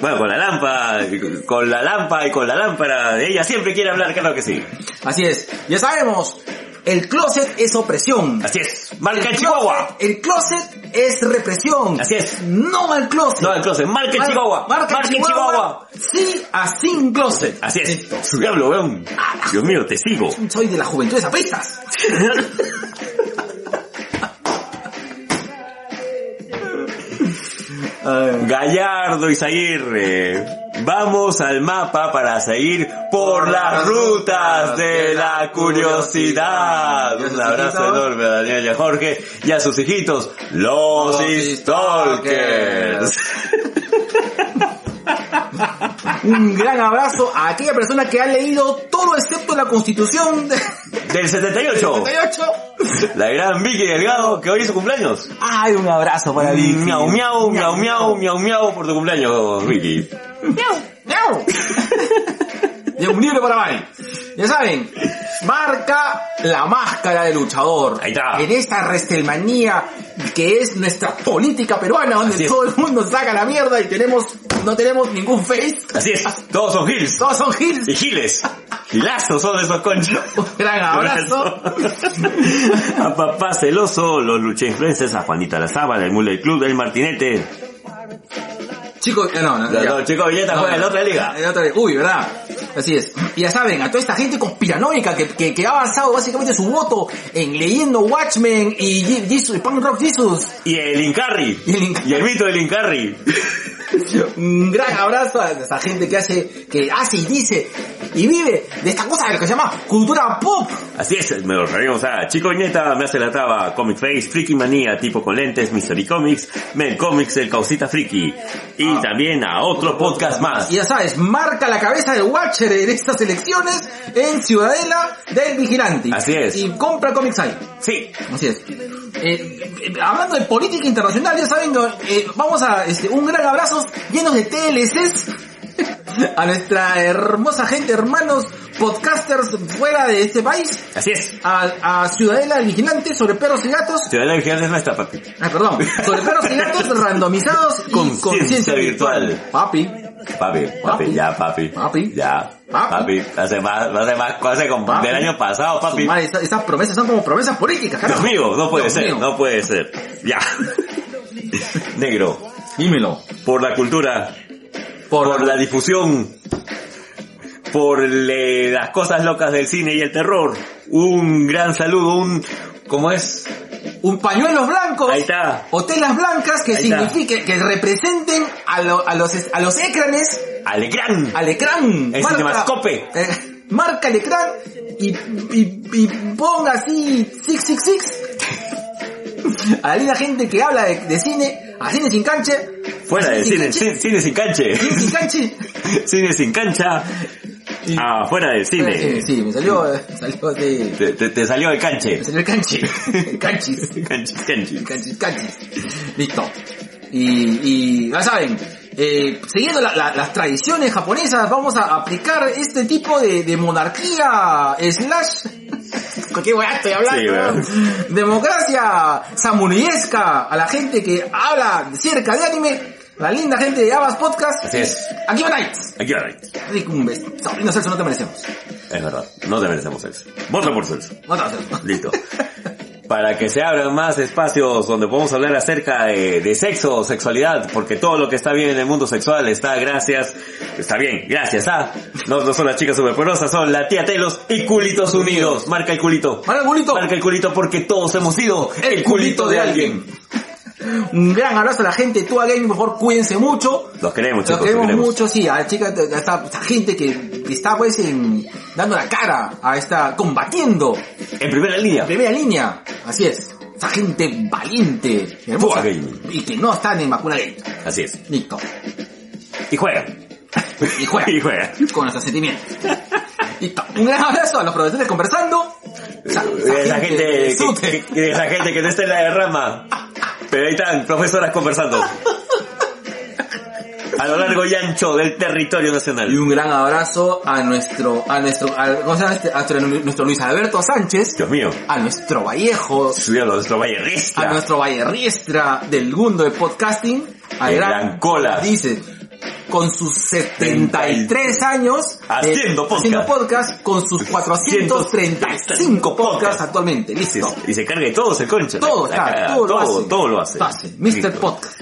Speaker 4: Bueno, con la lámpara, y con- con la lámpara y con la lámpara. Ella siempre quiere hablar, claro que sí.
Speaker 3: Así es, ya sabemos, el closet es opresión.
Speaker 4: Así es. Marca Chihuahua.
Speaker 3: El closet es represión.
Speaker 4: Así es.
Speaker 3: No al closet.
Speaker 4: No, el closet. Marca
Speaker 3: Mar-
Speaker 4: Chihuahua.
Speaker 3: Marca, Chihuahua.
Speaker 4: Chihuahua.
Speaker 3: Sí a sin closet.
Speaker 4: Así es. Su diablo, weón. Dios mío, te sigo.
Speaker 3: Soy de la juventud de apestas.
Speaker 4: Gallardo y Zaguirre. Vamos al mapa para seguir por las rutas de la curiosidad. Un abrazo enorme a Daniel y a Jorge y a sus hijitos, los Stalkers.
Speaker 3: Un gran abrazo a aquella persona que ha leído todo excepto la constitución de
Speaker 4: Del 78,
Speaker 3: 78.
Speaker 4: la gran Vicky Delgado, que hoy es su cumpleaños.
Speaker 3: Ay, un abrazo para Vicky.
Speaker 4: Miau, miau, miau, miau, miau, miau por tu cumpleaños, Vicky.
Speaker 3: ¡Miau! Y un libro para Mari. Ya saben, marca la máscara de luchador.
Speaker 4: Ahí está.
Speaker 3: En esta restelmanía que es nuestra política peruana, donde
Speaker 4: Así es.
Speaker 3: todo el mundo saca la mierda y tenemos, no tenemos ningún face.
Speaker 4: Así es, todos son Gils.
Speaker 3: Todos son Hills.
Speaker 4: Y Giles. Gilazos son esos conchos.
Speaker 3: Un gran abrazo.
Speaker 4: a papá celoso, los lucha influencers, a Juanita la Sábana, el Mule Club, del Martinete.
Speaker 3: Chicos, eh, no, no,
Speaker 4: Los
Speaker 3: ya.
Speaker 4: dos chicos Villeta
Speaker 3: No,
Speaker 4: juegan en
Speaker 3: no,
Speaker 4: la otra liga.
Speaker 3: en otra liga. Uy, ¿verdad? Así es. Y ya saben, a toda esta gente conspiranoica que, que, que ha avanzado básicamente su voto en leyendo Watchmen y Je- Jesus, Punk Rock Jesus.
Speaker 4: Y el Incarri.
Speaker 3: Y el Incarri.
Speaker 4: Y el mito del Incarri.
Speaker 3: Un gran abrazo a esta gente que hace, que hace y dice y vive de esta cosa de lo que se llama cultura pop.
Speaker 4: Así es, me lo referimos a Chico Nieta, Me hace la traba, Comic Face, Friki Manía, Tipo con Lentes, Mystery Comics, Mel Comics, El Causita Friki. Y también a otro podcast más.
Speaker 3: Ah. Y ya sabes, marca la cabeza del Watcher en estas elecciones en Ciudadela del Vigilante.
Speaker 4: Así es.
Speaker 3: Y compra cómics ahí.
Speaker 4: Sí,
Speaker 3: Así es. Eh, eh, hablando de política internacional, ya saben, eh, vamos a este, un gran abrazo llenos de TLCs a nuestra hermosa gente, hermanos podcasters fuera de este país,
Speaker 4: así es.
Speaker 3: a, a Ciudadela del Vigilante sobre perros y gatos,
Speaker 4: Ciudadela Vigilante es nuestra, papi.
Speaker 3: ah, perdón, sobre perros y gatos randomizados y
Speaker 4: Conciencia
Speaker 3: conciencia virtual.
Speaker 4: virtual.
Speaker 3: Papi,
Speaker 4: Papi, papi,
Speaker 3: Papi.
Speaker 4: ya, papi.
Speaker 3: Papi.
Speaker 4: Ya.
Speaker 3: Papi.
Speaker 4: Papi. Hace más, hace más cosas como
Speaker 3: Papi.
Speaker 4: del año pasado, papi.
Speaker 3: su madre, esa- esas promesas son como promesas políticas,
Speaker 4: Dios
Speaker 3: carajo.
Speaker 4: mío, no puede
Speaker 3: Dios
Speaker 4: ser,
Speaker 3: mío.
Speaker 4: no puede ser. Ya. Negro,
Speaker 3: Dímelo.
Speaker 4: por la cultura,
Speaker 3: Por,
Speaker 4: por la difusión, por le- las cosas locas del cine y el terror. Un gran saludo, un... ¿Cómo es?
Speaker 3: un pañuelos blancos
Speaker 4: Ahí está.
Speaker 3: o telas blancas que
Speaker 4: Ahí está.
Speaker 3: signifiquen, que representen a, lo- a los, a los ecranes,
Speaker 4: Alegrán.
Speaker 3: al ecrán.
Speaker 4: El cinemascope.
Speaker 3: eh, marca el ecrán y, y, y ponga así 666 a la linda gente que habla de, de cine, a cine sin canche.
Speaker 4: Fuera
Speaker 3: a
Speaker 4: del cine,
Speaker 3: canche,
Speaker 4: cine, cine sin canche.
Speaker 3: cine sin canche.
Speaker 4: cine sin cancha. Ah, fuera del
Speaker 3: Eh,
Speaker 4: cine.
Speaker 3: Sí, me salió, eh, salió de...
Speaker 4: Te, te- te salió el canche.
Speaker 3: Me salió el canche. El canchis.
Speaker 4: Canchis, canchis.
Speaker 3: Canchis, canchis. Listo. Y, y ya saben, eh, siguiendo la- la- las tradiciones japonesas, vamos a aplicar este tipo de, de monarquía slash... ¿Con qué weá estoy hablando?
Speaker 4: Sí, weá.
Speaker 3: Democracia samuraiesca a la gente que habla cerca de anime, la linda gente de Abas Podcast.
Speaker 4: Así es.
Speaker 3: Aquí van Nights.
Speaker 4: Aquí va, Rick.
Speaker 3: Rick, un beso. Sobrino Celso, no te merecemos.
Speaker 4: Es verdad, no te merecemos sexo. Vota por sexo.
Speaker 3: No te merecemos.
Speaker 4: Listo. para que se abran más espacios donde podemos hablar acerca de, de sexo, sexualidad, porque todo lo que está bien en el mundo sexual está gracias, está bien, gracias a, no, no son las chicas superpoderosas, son la tía Telos y Culitos Unidos, marca el culito,
Speaker 3: Marca el culito.
Speaker 4: marca el culito porque todos hemos sido el, culito de alguien.
Speaker 3: Un gran abrazo a la gente, tú again, por favor, cuídense mucho.
Speaker 4: Los queremos
Speaker 3: Los
Speaker 4: chicos,
Speaker 3: queremos mucho, sí, a la chica, a esta, a esta gente que, que está pues en- dando la cara, a esta, combatiendo
Speaker 4: En primera línea,
Speaker 3: la primera línea, así es, esa gente valiente, hermosa,
Speaker 4: Tú again.
Speaker 3: y que no están en vacuna gay,
Speaker 4: así es,
Speaker 3: listo,
Speaker 4: y juega,
Speaker 3: y juega,
Speaker 4: y juega.
Speaker 3: con nuestros sentimientos. Listo, un gran abrazo a los profesores conversando, esa, esa
Speaker 4: De esa Eh, gente,
Speaker 3: sute.
Speaker 4: que, que- de esa gente que no está en la derrama. Pero ahí están, profesoras conversando. A lo largo y ancho del territorio
Speaker 3: Y
Speaker 4: nacional.
Speaker 3: un gran abrazo a nuestro, a nuestro, a, ¿cómo se llama este? A nuestro, nuestro Luis Alberto Sánchez,
Speaker 4: Dios mío.
Speaker 3: a nuestro Vallejo,
Speaker 4: Dios, nuestro
Speaker 3: a
Speaker 4: vallerista.
Speaker 3: nuestro Valle Riestra del mundo de podcasting, a
Speaker 4: El
Speaker 3: gran,
Speaker 4: gran Cola.
Speaker 3: dice, con sus 73 años, eh,
Speaker 4: Haciendo podcast.
Speaker 3: haciendo podcast, con sus 435 podcasts actualmente,
Speaker 4: Sí,
Speaker 3: listo.
Speaker 4: Y se carga de todos el concha.
Speaker 3: Todo
Speaker 4: La
Speaker 3: está,
Speaker 4: cagada,
Speaker 3: todo, lo
Speaker 4: todo,
Speaker 3: hace.
Speaker 4: todo lo hace.
Speaker 3: Mr.
Speaker 4: Listo.
Speaker 3: Podcast.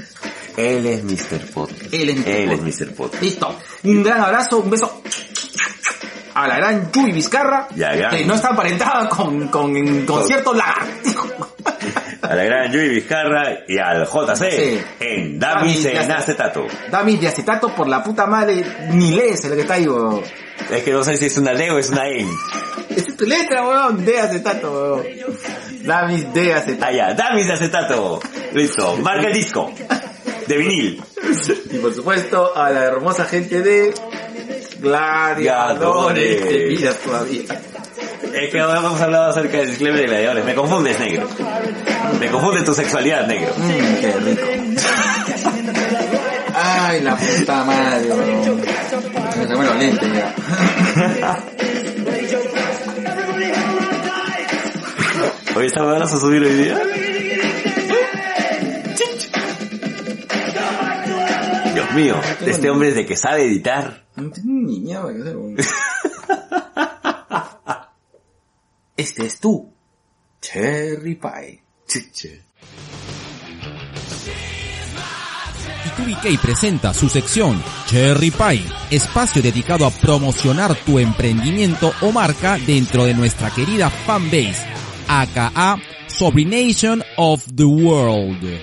Speaker 4: Él es Mr. Podcast.
Speaker 3: Él es Mr.
Speaker 4: Él es
Speaker 3: Podcast.
Speaker 4: Mr. Podcast.
Speaker 3: Listo. Un gran abrazo, un beso a la gran Chuy Vizcarra,
Speaker 4: Y a la gran-
Speaker 3: que no está aparentada con, con, con
Speaker 4: Con-
Speaker 3: cierto lagartijo.
Speaker 4: A la gran Yui Vizcarra y al JC.
Speaker 3: Sí.
Speaker 4: En Dami se
Speaker 3: Dami, ya
Speaker 4: nace tato.
Speaker 3: Dami de acetato por la puta madre, ni lees el que está ahí, weón.
Speaker 4: Es que no sé si es una D o es una E.
Speaker 3: Esa es tu letra, weón, de acetato, weón. Dami de acetato.
Speaker 4: Allá, Damis de acetato. Listo, marca el disco. De vinil.
Speaker 3: Y por supuesto a la hermosa gente de Gladiadores de Vidas todavía.
Speaker 4: Es que ahora hemos hablado acerca del disclaimer de gladiadores. Me confundes, negro. Me confunde tu sexualidad, negro.
Speaker 3: Mmm, qué rico. Ay, la puta madre, weón. Me tomé los lentes, ya.
Speaker 4: Hoy está bueno a subir hoy día. Dios mío, este hombre es de que sabe editar.
Speaker 3: No tengo ni mierda que hacer, weón. Este es tú, Cherry Pie.
Speaker 4: Chiche.
Speaker 5: TubiK presenta su sección Cherry Pie, espacio dedicado a promocionar tu emprendimiento o marca dentro de nuestra querida fanbase, aka Sobrination of the World.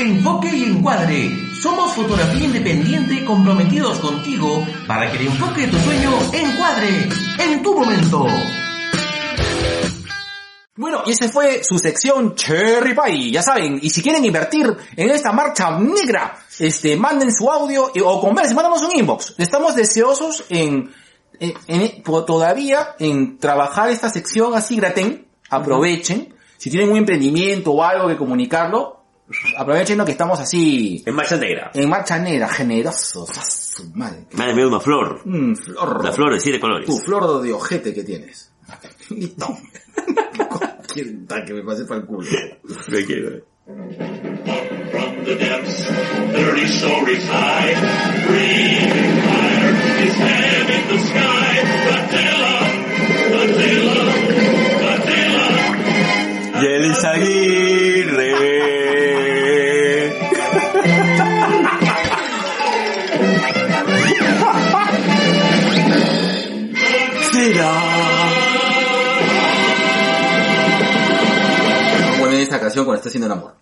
Speaker 6: Enfoque y encuadre. Somos fotografía independiente comprometidos contigo para que el enfoque de tu sueño encuadre en tu momento.
Speaker 3: Bueno, y esa fue su sección Cherry Pie, ya saben. Y si quieren invertir en esta marcha negra, este, manden su audio y- o conversen, mandamos un inbox. Estamos deseosos en, en- en- po- todavía en trabajar esta sección así graten. Aprovechen. Si tienen un emprendimiento o algo que comunicarlo, aprovechen lo que estamos así
Speaker 4: En marcha negra.
Speaker 3: en marcha negra, generosos. a su madre.
Speaker 4: Me ha enviado una flor.
Speaker 3: Mm, flor.
Speaker 4: Una flor de siete colores.
Speaker 3: Tu flor de ojete que tienes. No. Cualquier tal que me pase para el culo.
Speaker 4: Me quiero.
Speaker 1: From the depths, thirty stories high, breathing fire, his head in the sky. Godzilla, Godzilla, Godzilla.
Speaker 4: Y Elis Aguirre. Será.
Speaker 3: Bueno, esta canción cuando está haciendo el amor.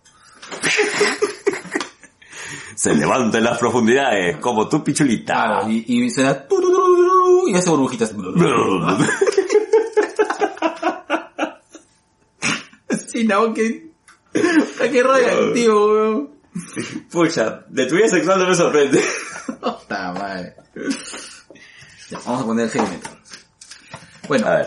Speaker 4: Se levanta en las profundidades como tu pichulita.
Speaker 3: Claro, Ah, y, y suena... tururururu, Y hace burbujitas. Sí, no, que... Está que radioactivo, weón.
Speaker 4: Pucha, de tu vida sexual no me sorprende.
Speaker 3: Puta madre. Ya, vamos a poner el heavy metal. Bueno,
Speaker 4: A ver.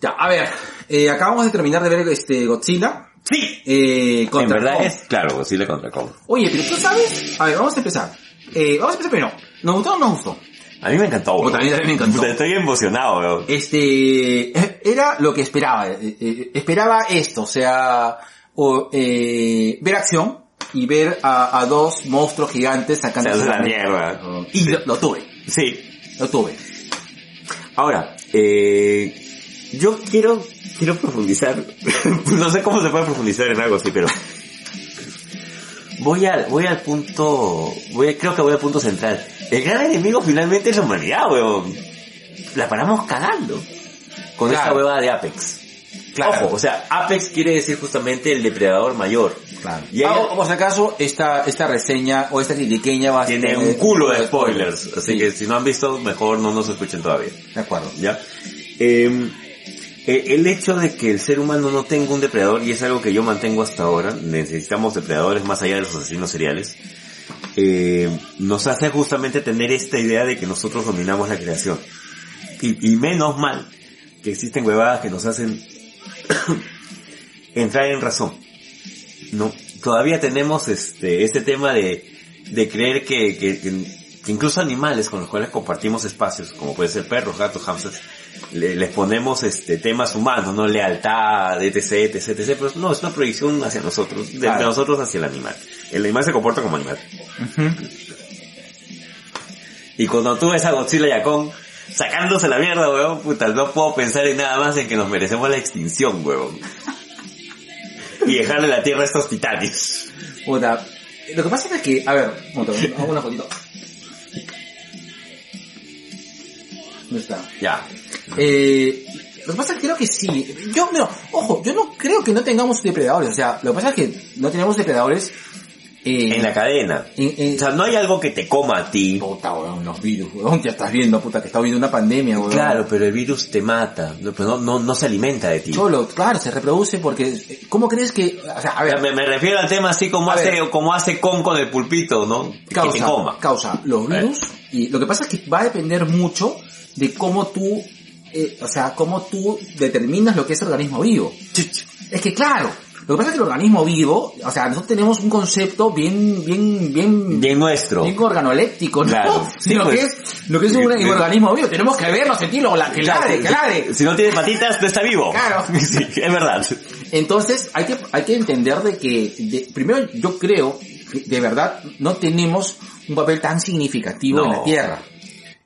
Speaker 3: ya, a ver. eh, acabamos de terminar de ver este Godzilla.
Speaker 4: Sí.
Speaker 3: Eh,
Speaker 4: En
Speaker 3: contra
Speaker 4: verdad
Speaker 3: Kong.
Speaker 4: es, claro, Godzilla contra Kong.
Speaker 3: Oye, pero tú sabes... A ver, vamos a empezar. Eh, vamos a empezar primero. ¿Nos gustó o no nos gustó?
Speaker 4: A mí me encantó.
Speaker 3: Puta, a mí también me encantó.
Speaker 4: Puta, Estoy emocionado, weón.
Speaker 3: Este, era lo que esperaba. eh, eh, Esperaba esto, o sea, o, eh, ver acción y ver a, a dos monstruos gigantes sacando...
Speaker 4: Se hace la mierda.
Speaker 3: Y lo, lo tuve,
Speaker 4: Sí.
Speaker 3: lo tuve.
Speaker 4: Ahora, eh, Yo quiero, quiero profundizar. no sé cómo se puede profundizar en algo así, pero voy al, voy al punto, voy a- creo que voy al punto central. El gran enemigo finalmente es la humanidad, weón. La paramos cagando con esta
Speaker 5: Claro.
Speaker 4: huevada de Apex.
Speaker 5: Claro.
Speaker 4: Ojo, o sea, Apex quiere decir justamente el depredador mayor.
Speaker 5: Claro.
Speaker 4: Y
Speaker 5: Ah,
Speaker 4: ella
Speaker 5: o- por si acaso, esta, esta reseña o esta critiqueña va a
Speaker 4: tiene
Speaker 5: tener-
Speaker 4: un culo de spoilers, así
Speaker 5: Sí,
Speaker 4: que si no han visto, mejor no nos escuchen todavía.
Speaker 5: De acuerdo.
Speaker 4: ¿ya? Eh, eh, el hecho de que el ser humano no tenga un depredador, y es algo que yo mantengo hasta ahora, necesitamos depredadores más allá de los asesinos seriales, eh, nos hace justamente tener esta idea de que nosotros dominamos la creación. Y, y menos mal que existen huevadas que nos hacen entrar en razón. No, todavía tenemos este, este tema de, de creer que, que- que- que incluso animales con los cuales compartimos espacios, como puede ser perros, gatos, hamsters, le- les ponemos este temas humanos, no lealtad, etc, etc, etc, pero no, es una proyección hacia nosotros, de, de
Speaker 5: Claro.
Speaker 4: nosotros hacia el animal. El animal se comporta como animal. Y cuando tú ves a Godzilla y a Kong sacándose la mierda, weón, puta, no puedo pensar en nada más en que nos merecemos la extinción, weón. Y dejarle la tierra a este estos titanes.
Speaker 5: Puta, Lo que pasa es que, a ver, un momento, hago una fotito. ¿Dónde está?
Speaker 4: Ya.
Speaker 5: Eh, lo que pasa es que creo que sí. Yo, no, ojo, yo no creo que no tengamos depredadores. O sea, lo que pasa es que no tenemos depredadores eh,
Speaker 4: En la cadena.
Speaker 5: en- en-
Speaker 4: O sea, no hay algo que te coma a ti.
Speaker 5: Puta, weón, los virus, weón, ya estás viendo, puta, que está viendo una pandemia, weón.
Speaker 4: Claro, pero el virus te mata. No, pero no, no, no se alimenta de ti.
Speaker 5: Solo, claro, se reproduce porque, ¿cómo crees que, o sea, a ver,
Speaker 4: Me, me refiero al tema así como
Speaker 5: A
Speaker 4: hace,
Speaker 5: ver.
Speaker 4: como hace con con el pulpito, ¿no?
Speaker 5: causa,
Speaker 4: que te coma. Eh.
Speaker 5: causa los
Speaker 4: A ver.
Speaker 5: virus y lo que pasa es que va a depender mucho de cómo tú, eh, o sea, cómo tú determinas lo que es organismo vivo. Es que claro, lo que pasa es que el organismo vivo, o sea, nosotros tenemos un concepto bien, bien, bien,
Speaker 4: De nuestro.
Speaker 5: bien organoléptico, ¿no?
Speaker 4: Claro. Sí,
Speaker 5: lo,
Speaker 4: pues.
Speaker 5: que es, lo que es un
Speaker 4: Sí, sí.
Speaker 5: organismo vivo, tenemos que verlo, sentirlo, la, que
Speaker 4: Claro,
Speaker 5: ladre, que ladre.
Speaker 4: Si no tiene patitas, no está vivo.
Speaker 5: Claro.
Speaker 4: Sí, es verdad.
Speaker 5: Entonces, hay que, hay que entender de que, de- primero, yo creo que de verdad no tenemos un papel tan significativo en
Speaker 4: No.
Speaker 5: la Tierra.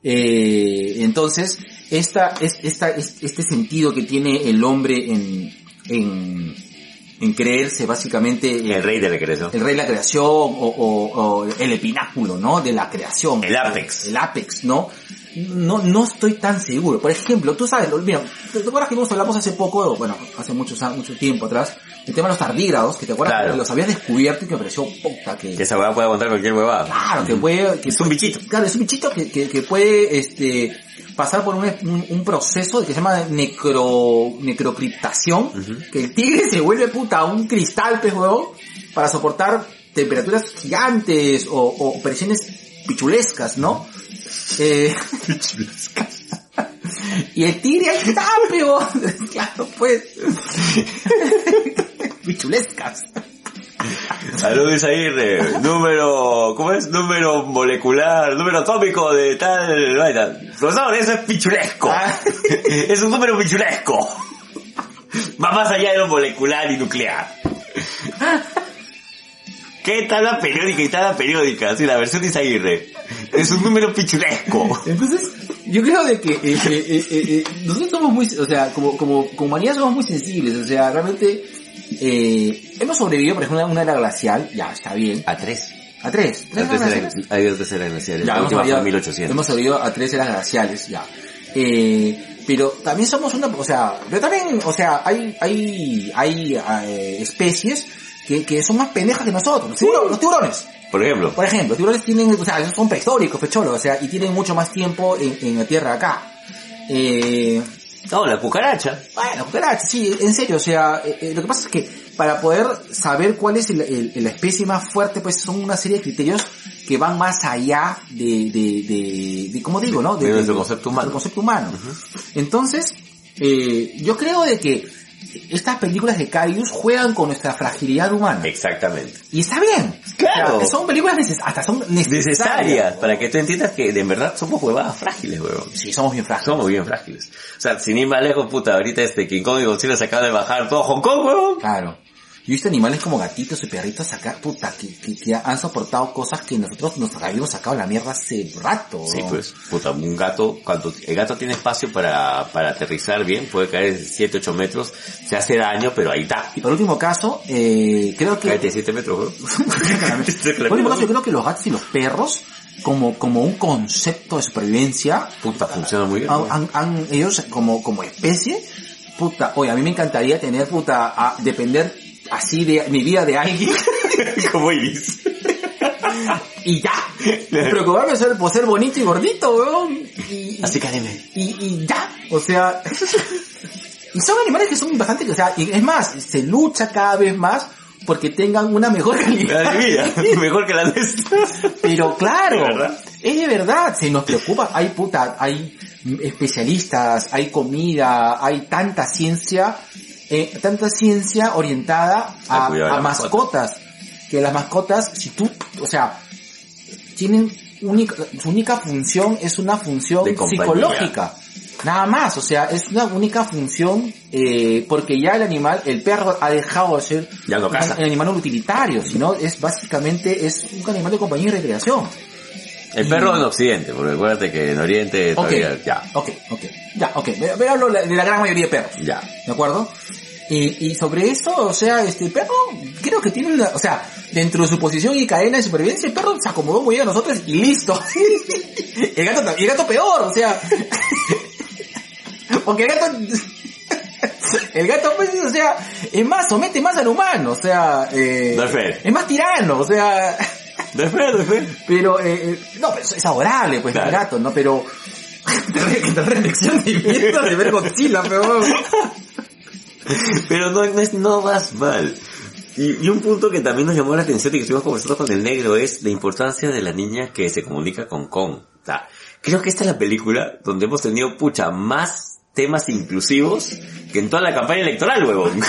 Speaker 5: Eh, entonces, esta, es, esta, es- este sentido que tiene el hombre en, en, en creerse básicamente el,
Speaker 4: El rey de la creación.
Speaker 5: el rey de la creación o, o- o el epináculo, ¿no? De la creación.
Speaker 4: El apex.
Speaker 5: El apex, ¿no? No, no estoy tan seguro. Por ejemplo, tú sabes, lo- mira, ¿te te acuerdas que nosotros hablamos hace poco, bueno, hace mucho, mucho tiempo atrás, el tema de los tardígrados, que te acuerdas
Speaker 4: Claro.
Speaker 5: que los habías descubierto y que me pareció puta que...
Speaker 4: Que esa huevada puede aguantar cualquier huevada.
Speaker 5: Claro, que puede... Que,
Speaker 4: Es un bichito.
Speaker 5: Claro, es un bichito que, que, que puede, este, pasar por un, un- un proceso que se llama necro, necrocriptación,
Speaker 4: Ujú.
Speaker 5: que el tigre se vuelve puta un cristal, pues, huevón, para soportar temperaturas gigantes o, o presiones pichulescas, ¿no? Eh, y el tigre ahí está, pues, huevón. claro, pues. pichulescas.
Speaker 4: Saludos Aguirre, número, ¿cómo es? Número molecular, número atómico de tal, vaina. Profesor, eso es pichulesco.
Speaker 5: Ah.
Speaker 4: es un número pichulesco. Va más allá de lo molecular y nuclear. ¿Qué tabla periódica y tabla periódica? Sí, la versión de Isaguirre. Es un número pichulesco.
Speaker 5: Entonces, yo creo de que eh, eh, eh, eh, eh, nosotros somos muy, o sea, como, como, como humanidad somos muy sensibles, o sea, realmente eh, hemos sobrevivido, por ejemplo, a una era glacial, ya está bien,
Speaker 4: A tres.
Speaker 5: a tres, tres eras glaciales.
Speaker 4: Hay dos terceras glaciales.
Speaker 5: Ya,
Speaker 4: La
Speaker 5: hemos
Speaker 4: última fue en
Speaker 5: sobrevivido-
Speaker 4: 1800.
Speaker 5: Hemos sobrevivido a tres eras glaciales, ya. Eh, pero también somos una, o sea, pero también, o sea, hay, hay, hay eh, especies que, que son más pendejas que nosotros, los tiburones,
Speaker 4: Uh.
Speaker 5: los tiburones.
Speaker 4: Por ejemplo.
Speaker 5: Por ejemplo, tiburones tienen, o sea, ellos son prehistóricos, pecholo, o sea, y tienen mucho más tiempo en, en la tierra acá. Eh,
Speaker 4: No, la cucaracha.
Speaker 5: bueno, claro, sí, en serio, o sea, eh, eh, lo que pasa es que para poder saber cuál es el- el- la especie más fuerte, pues son una serie de criterios que van más allá de, de, de, de ¿cómo digo, no?
Speaker 4: De nuestro concepto humano.
Speaker 5: del concepto humano. Entonces, eh, yo creo de que estas películas de Carius juegan con nuestra fragilidad humana.
Speaker 4: Exactamente.
Speaker 5: Y está bien.
Speaker 4: Claro.
Speaker 5: O sea, son películas neces- hasta son necesarias.
Speaker 4: necesarias para que tú entiendas que de verdad somos huevadas frágiles, huevón.
Speaker 5: Sí, somos bien frágiles.
Speaker 4: Somos bien frágiles. O sea, sin ir más lejos, puta, ahorita este King Kong y Godzilla se acaban de bajar todo Hong Kong, huevón.
Speaker 5: Claro. Yo he visto animales como gatitos y perritos acá, puta, que, que, que han soportado cosas que nosotros nos habíamos sacado la mierda hace rato.
Speaker 4: Sí,
Speaker 5: ¿no?
Speaker 4: pues, puta, un gato, cuando el gato tiene espacio para, para aterrizar bien, puede caer 7, 8 metros, se hace daño, pero ahí está.
Speaker 5: Y por último caso, eh, creo que...
Speaker 4: Cae de 7 metros, weón.
Speaker 5: por último caso, yo creo que los gatos y los perros, como, como un concepto de supervivencia,
Speaker 4: Puta, funciona muy bien.
Speaker 5: han,
Speaker 4: weón.
Speaker 5: han- han- ellos como, como especie, puta, oye, a mí me encantaría tener, puta, a depender así de mi vida de alguien
Speaker 4: Como Iris.
Speaker 5: y ya. Preocuparme solo por ser bonito y gordito, weón. Y, y-
Speaker 4: Así que anime.
Speaker 5: y, y ya, o sea, y son animales que son bastante, o sea, y es más, se lucha cada vez más porque tengan una mejor
Speaker 4: La
Speaker 5: calidad
Speaker 4: de vida, mejor que la nuestra.
Speaker 5: Pero claro,
Speaker 4: De verdad.
Speaker 5: es de verdad, se nos preocupa, hay puta, hay especialistas, hay comida, hay tanta ciencia, eh, tanta ciencia orientada a,
Speaker 4: Al cuidado de
Speaker 5: a
Speaker 4: la
Speaker 5: mascotas, que las mascotas, si tú, o sea, tienen única, su única función es una función
Speaker 4: De compañía.
Speaker 5: psicológica. Nada más, o sea, es una única función, eh, porque ya el animal, el perro ha dejado de ser
Speaker 4: Ya no caza.
Speaker 5: el animal utilitario, sino es básicamente, es un animal de compañía y recreación.
Speaker 4: El perro en Occidente, porque acuérdate que en Oriente
Speaker 5: Ok,
Speaker 4: todavía, ya,
Speaker 5: ok, ok, ya, ok. Pero, pero hablo de la gran mayoría de perros,
Speaker 4: ya.
Speaker 5: ¿de acuerdo? Y, y sobre eso, o sea, este perro creo que tiene una, o sea, dentro de su posición y cadena de supervivencia, el perro se acomodó muy bien a nosotros y listo. el gato, tam- y el gato peor, o sea. Porque el gato, el gato pues, o sea, es más, somete más al humano, o sea, eh,
Speaker 4: No es fair.
Speaker 5: es más tirano, o sea,
Speaker 4: Después, después.
Speaker 5: pero, eh, eh, no, pero es adorable, pues,
Speaker 4: Claro.
Speaker 5: el gato, ¿no? Pero, que te reelección de mierda de ver Godzilla, pero...
Speaker 4: Pero no, no, es- no vas mal. Y, y un punto que también nos llamó la atención y que estuvimos conversando con el negro es la importancia de la niña que se comunica con Kong. O sea, creo que esta es la película donde hemos tenido, pucha, más temas inclusivos que en toda la campaña electoral, huevón.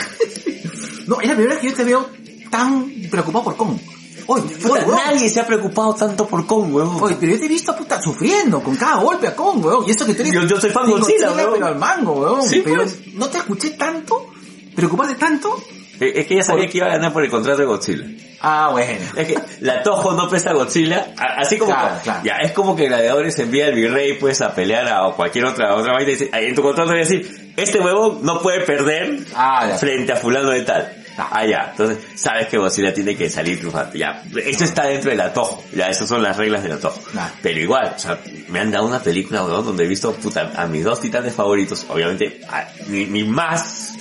Speaker 5: No, es la primera vez que yo te veo tan preocupado por Kong. Oye,
Speaker 4: Puta,
Speaker 5: oye, weón,
Speaker 4: nadie se ha preocupado tanto por Kong, huevón.
Speaker 5: oye, pero yo te he visto, puta, sufriendo con cada golpe a Kong, weón. Y eso que tú eres...
Speaker 4: Yo- yo soy fan
Speaker 5: de
Speaker 4: Godzilla, weón.
Speaker 5: pero al mango, weón.
Speaker 4: Sí,
Speaker 5: pero
Speaker 4: pues.
Speaker 5: no te escuché tanto, preocuparte tanto.
Speaker 4: Eh, Es que ella sabía que iba a ganar por el contrato de Godzilla.
Speaker 5: Ah, bueno.
Speaker 4: Es que la Tojo no pesa a Godzilla, a- así como
Speaker 5: Claro,
Speaker 4: que-
Speaker 5: claro.
Speaker 4: ya es como que Gladiadores envía al virrey pues a pelear a cualquier otra otra vaina y dice, "Ay, en tu contrato voy a decir, este huevón no puede perder
Speaker 5: Ah, ya.
Speaker 4: frente a fulano de tal. Ah, ya, entonces sabes que Godzilla tiene que salir triunfante, ya, eso está dentro del Tojo ya, esas son las reglas del Tojo
Speaker 5: Claro.
Speaker 4: Pero igual, o sea, me han dado una película huevón, donde he visto puta, a mis dos titanes favoritos, obviamente a- mi, mi más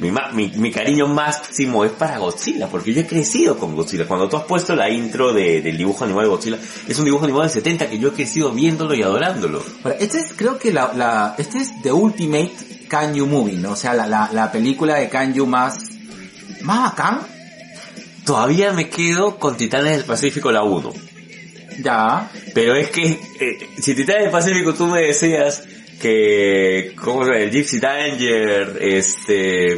Speaker 4: mi, ma- mi, mi cariño máximo es para Godzilla, porque yo he crecido con Godzilla. Cuando tú has puesto la intro de- del dibujo animado de Godzilla, es un dibujo animado del 70 que yo he crecido viéndolo y adorándolo.
Speaker 5: Ahora, este es, creo que la, la, este es The Ultimate Kanyu Movie, ¿no? O sea, la, la, la película de Kanyu más, más bacán.
Speaker 4: Todavía me quedo con Titanes del Pacífico la 1.
Speaker 5: Ya.
Speaker 4: Pero es que, eh, si Titanes del Pacífico tú me decías que, como el Gypsy Danger, este,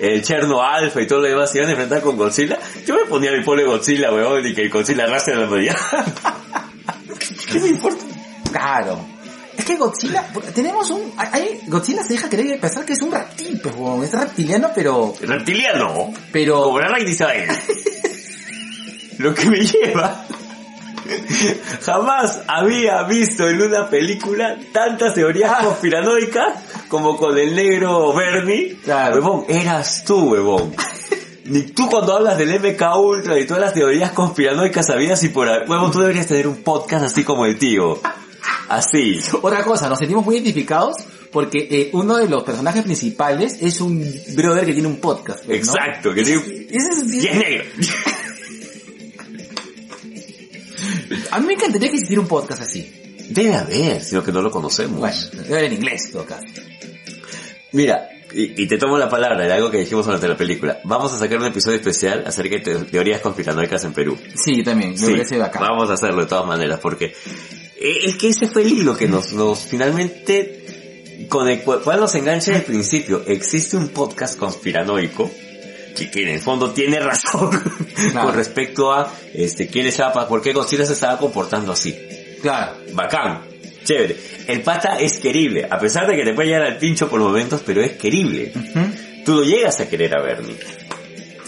Speaker 4: el Cherno Alpha y todo lo demás se iban a enfrentar con Godzilla, yo me ponía mi pobre Godzilla, weón, y que el Godzilla arrastre la mayoría. ¿Qué me importa?
Speaker 5: Claro. Es que Godzilla, porque tenemos un, hay, Godzilla se deja creer pensar que es un reptil, pues, huevón, es reptiliano, pero,
Speaker 4: Reptiliano.
Speaker 5: pero,
Speaker 4: Cobra Kai Design. Lo que me lleva. Jamás había visto en una película tantas teorías conspiranoicas como con el negro Bernie.
Speaker 5: Claro.
Speaker 4: Huevón, eras tú, huevón. Ni tú cuando hablas del MK Ultra y todas las teorías conspiranoicas sabías y por ahí. Huevón, tú deberías tener un podcast así como el tío. Así.
Speaker 5: otra cosa, nos sentimos muy identificados porque eh, uno de los personajes principales es un brother que tiene un podcast. pues, ¿no?
Speaker 4: Exacto. Que tiene-
Speaker 5: Ese
Speaker 4: Y es
Speaker 5: es-
Speaker 4: negro.
Speaker 5: a mí me encantaría que existiera un podcast así.
Speaker 4: Debe haber, sino que no lo conocemos.
Speaker 5: Bueno, era en inglés, en todo caso.
Speaker 4: Mira, y, y te tomo la palabra de algo que dijimos durante la película. Vamos a sacar un episodio especial acerca de te- teorías conspiranoicas en Perú.
Speaker 5: Sí, también, me
Speaker 4: Sí,
Speaker 5: parece bacán.
Speaker 4: vamos a hacerlo de todas maneras, porque eh, es que ese fue el hilo que nos, nos finalmente, con el cu- cual nos engancha al principio. Existe un podcast conspiranoico que, que en el fondo tiene razón
Speaker 5: Claro.
Speaker 4: con respecto a este, quién estaba, pa- por qué Godzilla se estaba comportando así
Speaker 5: Claro.
Speaker 4: bacán, chévere. El pata es querible, a pesar de que
Speaker 5: ¿Mm?
Speaker 4: te puede llegar al pincho por momentos, pero es querible.
Speaker 5: Ujú.
Speaker 4: Tú lo llegas a querer a Bernie.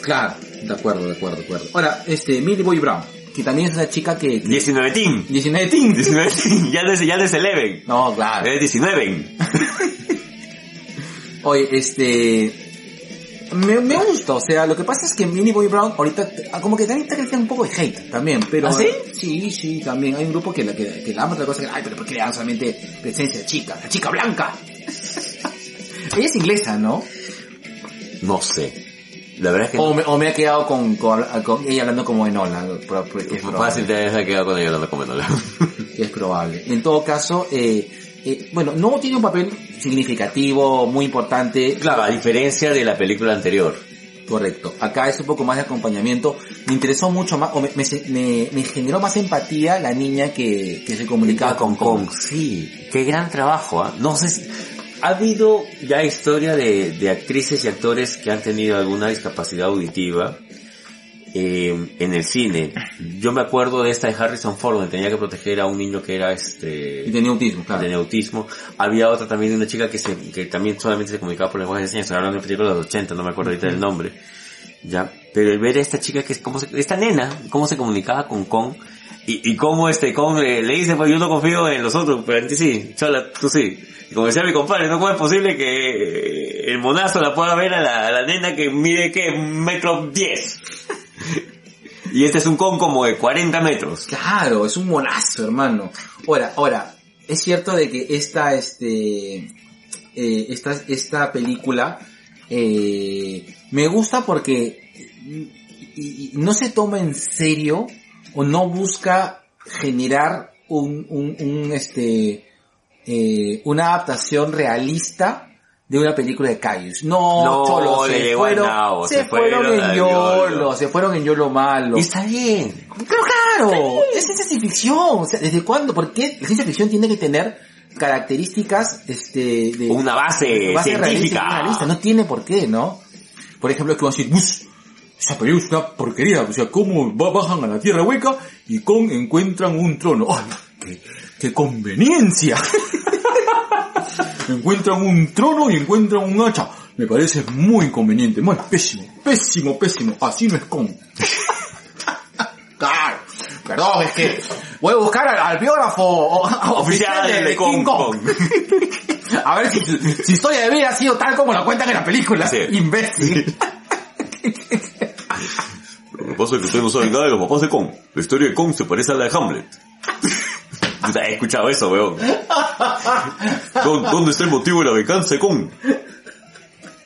Speaker 5: Claro, de acuerdo, de acuerdo, de acuerdo. Ahora, este, Millie Boy Brown, que también es una chica que...
Speaker 4: 19 team.
Speaker 5: 19 teen.
Speaker 4: 19 team. Ya no es, ya no es 11.
Speaker 5: No, claro.
Speaker 4: Es 19.
Speaker 5: Oye, este... Me, me gusta, o sea, lo que pasa es que Millie Boy Brown ahorita t- ah, como que también está creciendo un poco de hate también, pero...
Speaker 4: ¿Ah, sí?
Speaker 5: Sí, sí, también. Hay un grupo que la, que, que la ama, otra cosa que... Ay, pero ¿por qué le dan solamente presencia de chica? La chica blanca. Ella es inglesa, ¿no?
Speaker 4: No sé. La verdad es que
Speaker 5: O me, o me ha quedado con, con, con ella hablando como en Ola, pro- pro- que es
Speaker 4: no.
Speaker 5: probable.
Speaker 4: Fácil te has quedado con ella hablando como no.
Speaker 5: que es probable. En todo caso, eh, eh, bueno, no tiene un papel significativo, muy importante,
Speaker 4: Claro, a diferencia de la película anterior.
Speaker 5: correcto. Acá es un poco más de acompañamiento. Me interesó mucho más, o me, me se- me- me generó más empatía la niña que, que se comunicaba con Kong.
Speaker 4: sí. Qué gran trabajo, ¿ah? No sé si... Ha habido ya historia de, de actrices y actores que han tenido alguna discapacidad auditiva eh, en el cine. Yo me acuerdo de esta de Harrison Ford, donde tenía que proteger a un niño que era este...
Speaker 5: Y tenía autismo, claro.
Speaker 4: tenía autismo. Había otra también de una chica que se, que también solamente se comunicaba por lenguaje de señas, estoy hablando de películas de los 80, no me acuerdo ahorita del nombre. Ya, pero el ver a esta chica que es como se- esta nena, cómo se comunicaba con Kong, y, y cómo este Kong le, le dice, pues yo no confío en los otros, pero en ti sí, chola, tú sí. Y como decía mi compadre, no cómo es posible que el monazo la pueda ver a la, a la nena que mide que un metro diez. y este es un Kong como de 40 metros.
Speaker 5: Claro, es un monazo, hermano. Ahora, ahora, es cierto de que esta, este, eh, esta, esta película eh, me gusta porque mm, y- y no se toma en serio o no busca generar un, un, un, este, eh, una adaptación realista de una película de Cayus. No,
Speaker 4: No,
Speaker 5: cholo,
Speaker 4: le
Speaker 5: se,
Speaker 4: llegó al
Speaker 5: fueron,
Speaker 4: nabo,
Speaker 5: se,
Speaker 4: se
Speaker 5: fueron,
Speaker 4: fueron
Speaker 5: en
Speaker 4: al
Speaker 5: Yolo,
Speaker 4: Yolo.
Speaker 5: se fueron en Yolo malo.
Speaker 4: Y está bien,
Speaker 5: Pero claro, es ciencia ficción. O sea, ¿desde cuándo? ¿Por qué la ciencia ficción tiene que tener características este, de
Speaker 4: una base,
Speaker 5: base
Speaker 4: científica.
Speaker 5: realista, realista? No tiene por qué, ¿no? Por ejemplo, que van a decir, "Bus, esa película es una porquería. O sea, ¿cómo ba- bajan a la Tierra Hueca y con encuentran un trono? ¡Ay, qué, qué conveniencia! encuentran un trono y encuentran un hacha. Me parece muy conveniente. Muy pésimo, pésimo, pésimo. Así no es con. Claro. Perdón, es que voy a buscar al, al biógrafo o- o- oficial de, de King Kong. A ver si su historia de vida ha sido tal como la cuentan en la película.
Speaker 4: Sí.
Speaker 5: Imbécil.
Speaker 4: Lo que pasa es que usted no sabe nada de los papás de Kong. La historia de Kong se parece a la de Hamlet. Puta, He escuchado eso, weón. ¿Dó- ¿Dónde está el motivo de la venganza de Kong?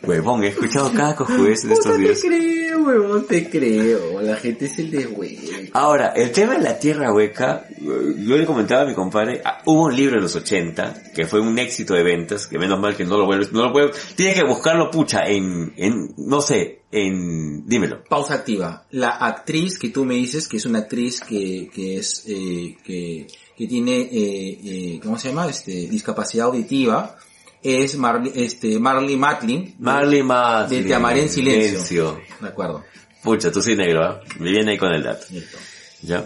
Speaker 4: Huevón, he escuchado cada cojudez en estos días.
Speaker 5: creo, huevón, te creo. La gente es el de güey.
Speaker 4: Ahora, el tema de la tierra hueca, eh, yo le comentaba a mi compadre, ah, hubo un libro en los 80 que fue un éxito de ventas, que menos mal que no lo vuelves, no lo puedes, tienes que buscarlo pucha en, en, no sé, en, dímelo.
Speaker 5: Pausa activa. La actriz que tú me dices que es una actriz que, que es, eh, que, que tiene, eh, eh, ¿cómo se llama? Este, discapacidad auditiva, es Marley, este, Marley Matlin.
Speaker 4: Marley más.
Speaker 5: De Te amaré en silencio. De acuerdo.
Speaker 4: Pucha, tú sí negro, ¿ah? Me viene ahí con el dato.
Speaker 5: Listo.
Speaker 4: ¿Ya?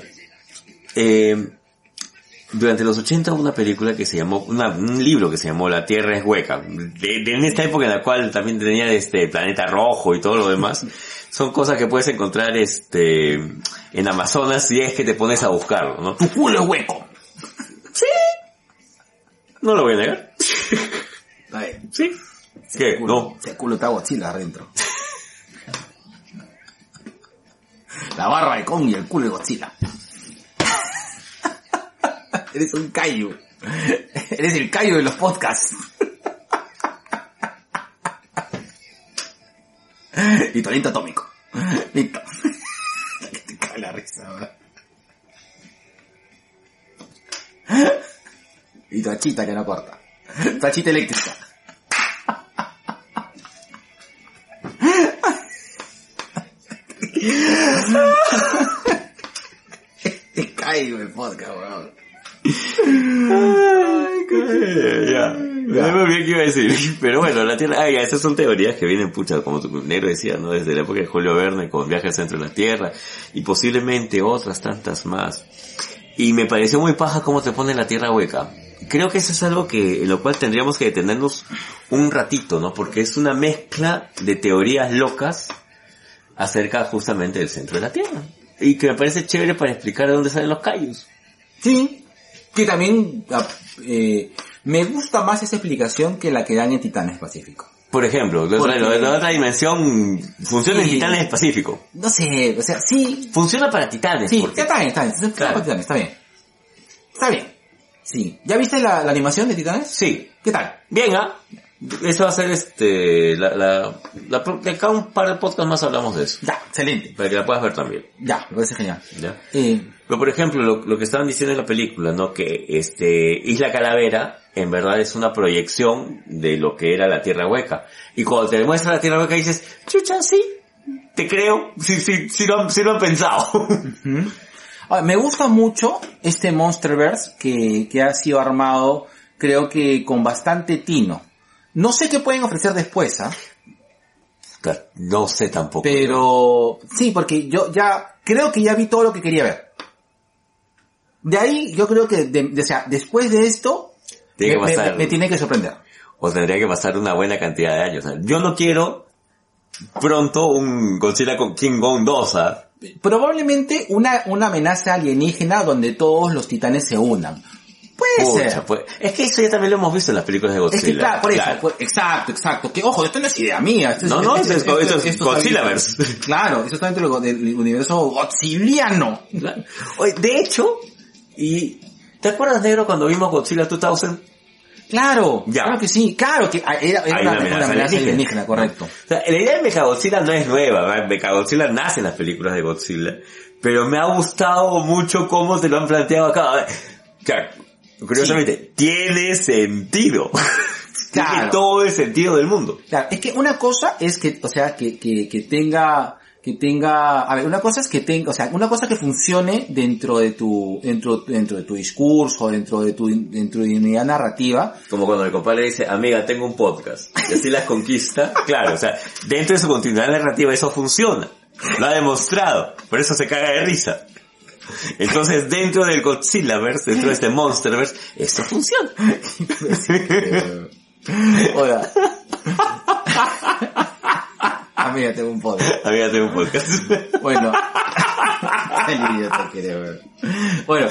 Speaker 4: Eh, durante los 80 hubo una película que se llamó, una- un libro que se llamó La Tierra es Hueca. De, de- en esta época en la cual también tenía este Planeta Rojo y todo lo demás. Son cosas que puedes encontrar este en Amazonas si es que te pones a buscarlo, ¿no?
Speaker 5: Tu culo es hueco.
Speaker 4: No lo voy a negar.
Speaker 5: A ver.
Speaker 4: Sí. ¿Qué? No.
Speaker 5: Ese culo está Godzilla adentro. La barba de Kong y el culo de Godzilla. Eres un callo. Eres el callo de los podcasts. Y talento atómico. Listo. Que te cae la risa ahora. Y tu hachita que no corta. Tu hachita eléctrica. Te caigo el podcast, weón.
Speaker 4: Ya. No me olvidé qué iba a decir. Pero bueno, la Tierra... Ah, ya, esas son teorías que vienen, pucha, como tu negro decía, ¿no? Desde la época de Julio Verne con Viaje al Centro de la Tierra y posiblemente otras tantas más. Y me pareció muy paja cómo te pone la Tierra hueca. Creo que eso es algo que, en lo cual tendríamos que detenernos un ratito, ¿no? Porque es una mezcla de teorías locas acerca justamente del centro de la Tierra. Y que me parece chévere para explicar de dónde salen los callos.
Speaker 5: Sí, que también ah, eh, me gusta más esa explicación que la que dan en Titanes Pacífico.
Speaker 4: Por ejemplo, lo
Speaker 5: Porque-
Speaker 4: de lo de la otra dimensión funciona en
Speaker 5: Sí.
Speaker 4: Titanes Pacífico.
Speaker 5: No sé, o sea, sí,
Speaker 4: Funciona para Titanes.
Speaker 5: sí,
Speaker 4: porque-
Speaker 5: ya está bien, está bien, se- se-
Speaker 4: Claro.
Speaker 5: con Titanes, está bien. Está bien, sí. ¿Ya viste la, la animación de Titanes?
Speaker 4: sí.
Speaker 5: ¿Qué tal?
Speaker 4: Bien, ¿ah? Eso va a ser este, la, la, la pro- de acá un par de podcasts más hablamos de eso.
Speaker 5: Ya, excelente.
Speaker 4: Para que la puedas ver también,
Speaker 5: Ya, me parece genial.
Speaker 4: ¿ya?
Speaker 5: Eh,
Speaker 4: Pero por ejemplo, lo, lo que estaban diciendo en la película, ¿no? Que este Isla Calavera en verdad es una proyección de lo que era la Tierra Hueca. Y cuando te demuestra la Tierra Hueca dices, chucha, sí, te creo, sí, sí, sí lo han, sí lo han pensado.
Speaker 5: ah, me gusta mucho este Monsterverse que, que ha sido armado, creo que con bastante tino. No sé qué pueden ofrecer después, ¿ah?
Speaker 4: Claro, no sé tampoco.
Speaker 5: Pero sí, porque yo ya creo que ya vi todo lo que quería ver. De ahí yo creo que, de- de- o sea, después de esto,
Speaker 4: Tiene que
Speaker 5: me, me-
Speaker 4: pasar.
Speaker 5: me tiene que sorprender.
Speaker 4: O tendría que pasar una buena cantidad de años. O sea, Yo no quiero pronto un Godzilla con King Kong 2, ¿ah?
Speaker 5: Probablemente una, una amenaza alienígena donde todos los titanes se unan. Puede
Speaker 4: Pucha,
Speaker 5: ser.
Speaker 4: pues, es que eso ya también lo hemos visto en las películas de
Speaker 5: Es
Speaker 4: Godzilla.
Speaker 5: que claro, por eso,
Speaker 4: Claro.
Speaker 5: pues, exacto, exacto. Que ojo, esto no es idea mía. esto
Speaker 4: No, no, esto es- esto es
Speaker 5: está dentro-
Speaker 4: Godzillaverse.
Speaker 5: Claro, eso está dentro del go- del universo godzilliano.
Speaker 4: Claro. pues. Oye, de hecho, y ¿te acuerdas, negro, cuando vimos Godzilla 2000?
Speaker 5: Claro,
Speaker 4: Ya.
Speaker 5: claro que sí, claro que ah, era, era
Speaker 4: Hay
Speaker 5: una, una amenaza alienígena,
Speaker 4: alienígena,
Speaker 5: correcto.
Speaker 4: O sea, la idea de Mechagodzilla no es nueva, ¿verdad? Mechagodzilla nace en las películas de Godzilla, pero me ha gustado mucho cómo te lo han planteado acá. A ver, Claro, curiosamente, tiene sentido.
Speaker 5: Claro.
Speaker 4: Tiene todo el sentido del mundo.
Speaker 5: Claro, es que una cosa es que, o sea, que, que, que tenga, que tenga, a ver, una cosa es que tenga, o sea, una cosa que funcione dentro de tu, dentro, dentro de tu discurso, dentro de tu, dentro de unidad narrativa.
Speaker 4: Como cuando el compadre dice, amiga, tengo un podcast, y así las conquista. Claro, o sea, dentro de su continuidad narrativa eso funciona. Lo ha demostrado, por eso se caga de risa. Entonces, dentro del Godzillaverse, dentro de este Monsterverse, esto funciona.
Speaker 5: Ahora. ah, mira, tengo un poder.
Speaker 4: Amiga, tengo un podcast.
Speaker 5: Bueno. El idiota quiere ver. Bueno.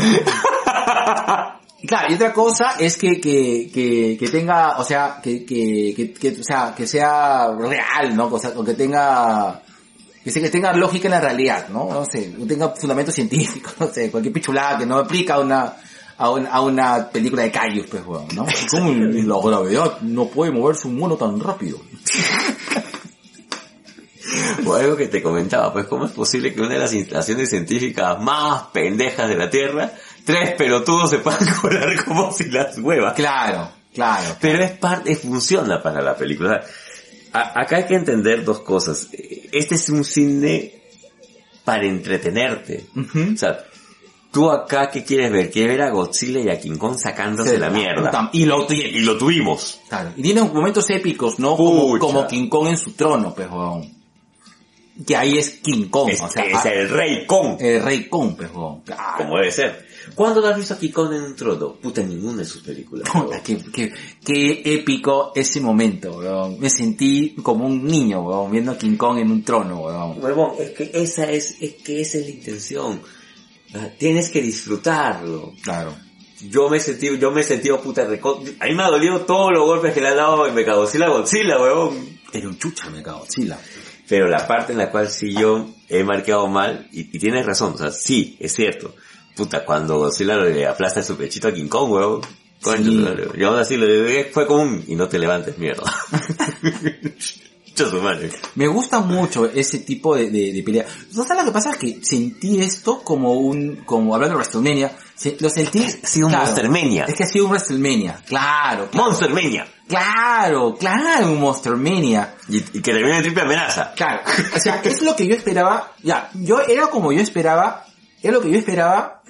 Speaker 5: Claro, y otra cosa es que, que, que, que tenga, o sea, que, que, que, que- o sea, que sea real, ¿no? O sea, o que tenga, que sea- que tenga lógica en la realidad, ¿no? No sé, que tenga fundamento científico, no sé, cualquier pichulada que no aplica a una, a, un- a una película de callos, pues, weón, ¿no? ¿Cómo la gravedad no puede moverse un mono tan rápido?
Speaker 4: O algo que te comentaba, pues cómo es posible que una de las instalaciones científicas más pendejas de la Tierra, tres pelotudos se puedan colar como si las huevas.
Speaker 5: Claro, claro.
Speaker 4: Pero es parte, funciona para la película. A- acá hay que entender dos cosas. Este es un cine para entretenerte.
Speaker 5: Ujú.
Speaker 4: O sea, tú acá, ¿qué quieres ver? Quieres ver a Godzilla y a King Kong sacándose la mierda.
Speaker 5: Puta, Y lo, y-
Speaker 4: Y lo tuvimos.
Speaker 5: Claro, Y tiene momentos épicos, ¿no? Como,
Speaker 4: Pucha.
Speaker 5: como King Kong en su trono, pues, weón. Que ahí es King Kong,
Speaker 4: Es,
Speaker 5: o sea,
Speaker 4: es
Speaker 5: ah,
Speaker 4: el Rey Kong,
Speaker 5: el rey Kong, pues, weón. Claro.
Speaker 4: como debe ser. ¿Cuándo lo has visto a King Kong en un trono? Puta, en ninguna de sus películas.
Speaker 5: Puta, qué, qué- qué épico ese momento, weón. Me sentí como un niño, weón, viendo a King Kong en un trono, weón.
Speaker 4: Huevón, es que esa es, es que esa es la intención. Ah, Tienes que disfrutarlo.
Speaker 5: Claro.
Speaker 4: Yo me he sentido, yo me he sentido puta reco... A mí me ha dolido todos los golpes que le han dado en Mechagodzilla Godzilla, huevón.
Speaker 5: Era un chucha, me cago, chila.
Speaker 4: Pero la parte en la cual sí yo he marcado mal, y, y tienes razón, o sea, sí, es cierto. Puta, cuando Godzilla le aplasta su pechito a King Kong, huevón. Coño,
Speaker 5: Sí.
Speaker 4: lo- y aún así le "Eh, fue como un, y no te levantes, mierda. Yo su madre.
Speaker 5: Me gusta mucho ese tipo de, de, de pelea. ¿No sabes lo que pasa? Es que sentí esto como un, como hablando de WrestleMania, se- lo sentí... Ha
Speaker 4: sido un Monstermania.
Speaker 5: Es que ha sido un WrestleMania, claro. claro.
Speaker 4: Monster Mania.
Speaker 5: Claro, claro, un Monstermania.
Speaker 4: Y, y que termina en triple amenaza.
Speaker 5: Claro, o sea, es lo que yo esperaba. Ya, yo era como yo esperaba, era lo que yo esperaba.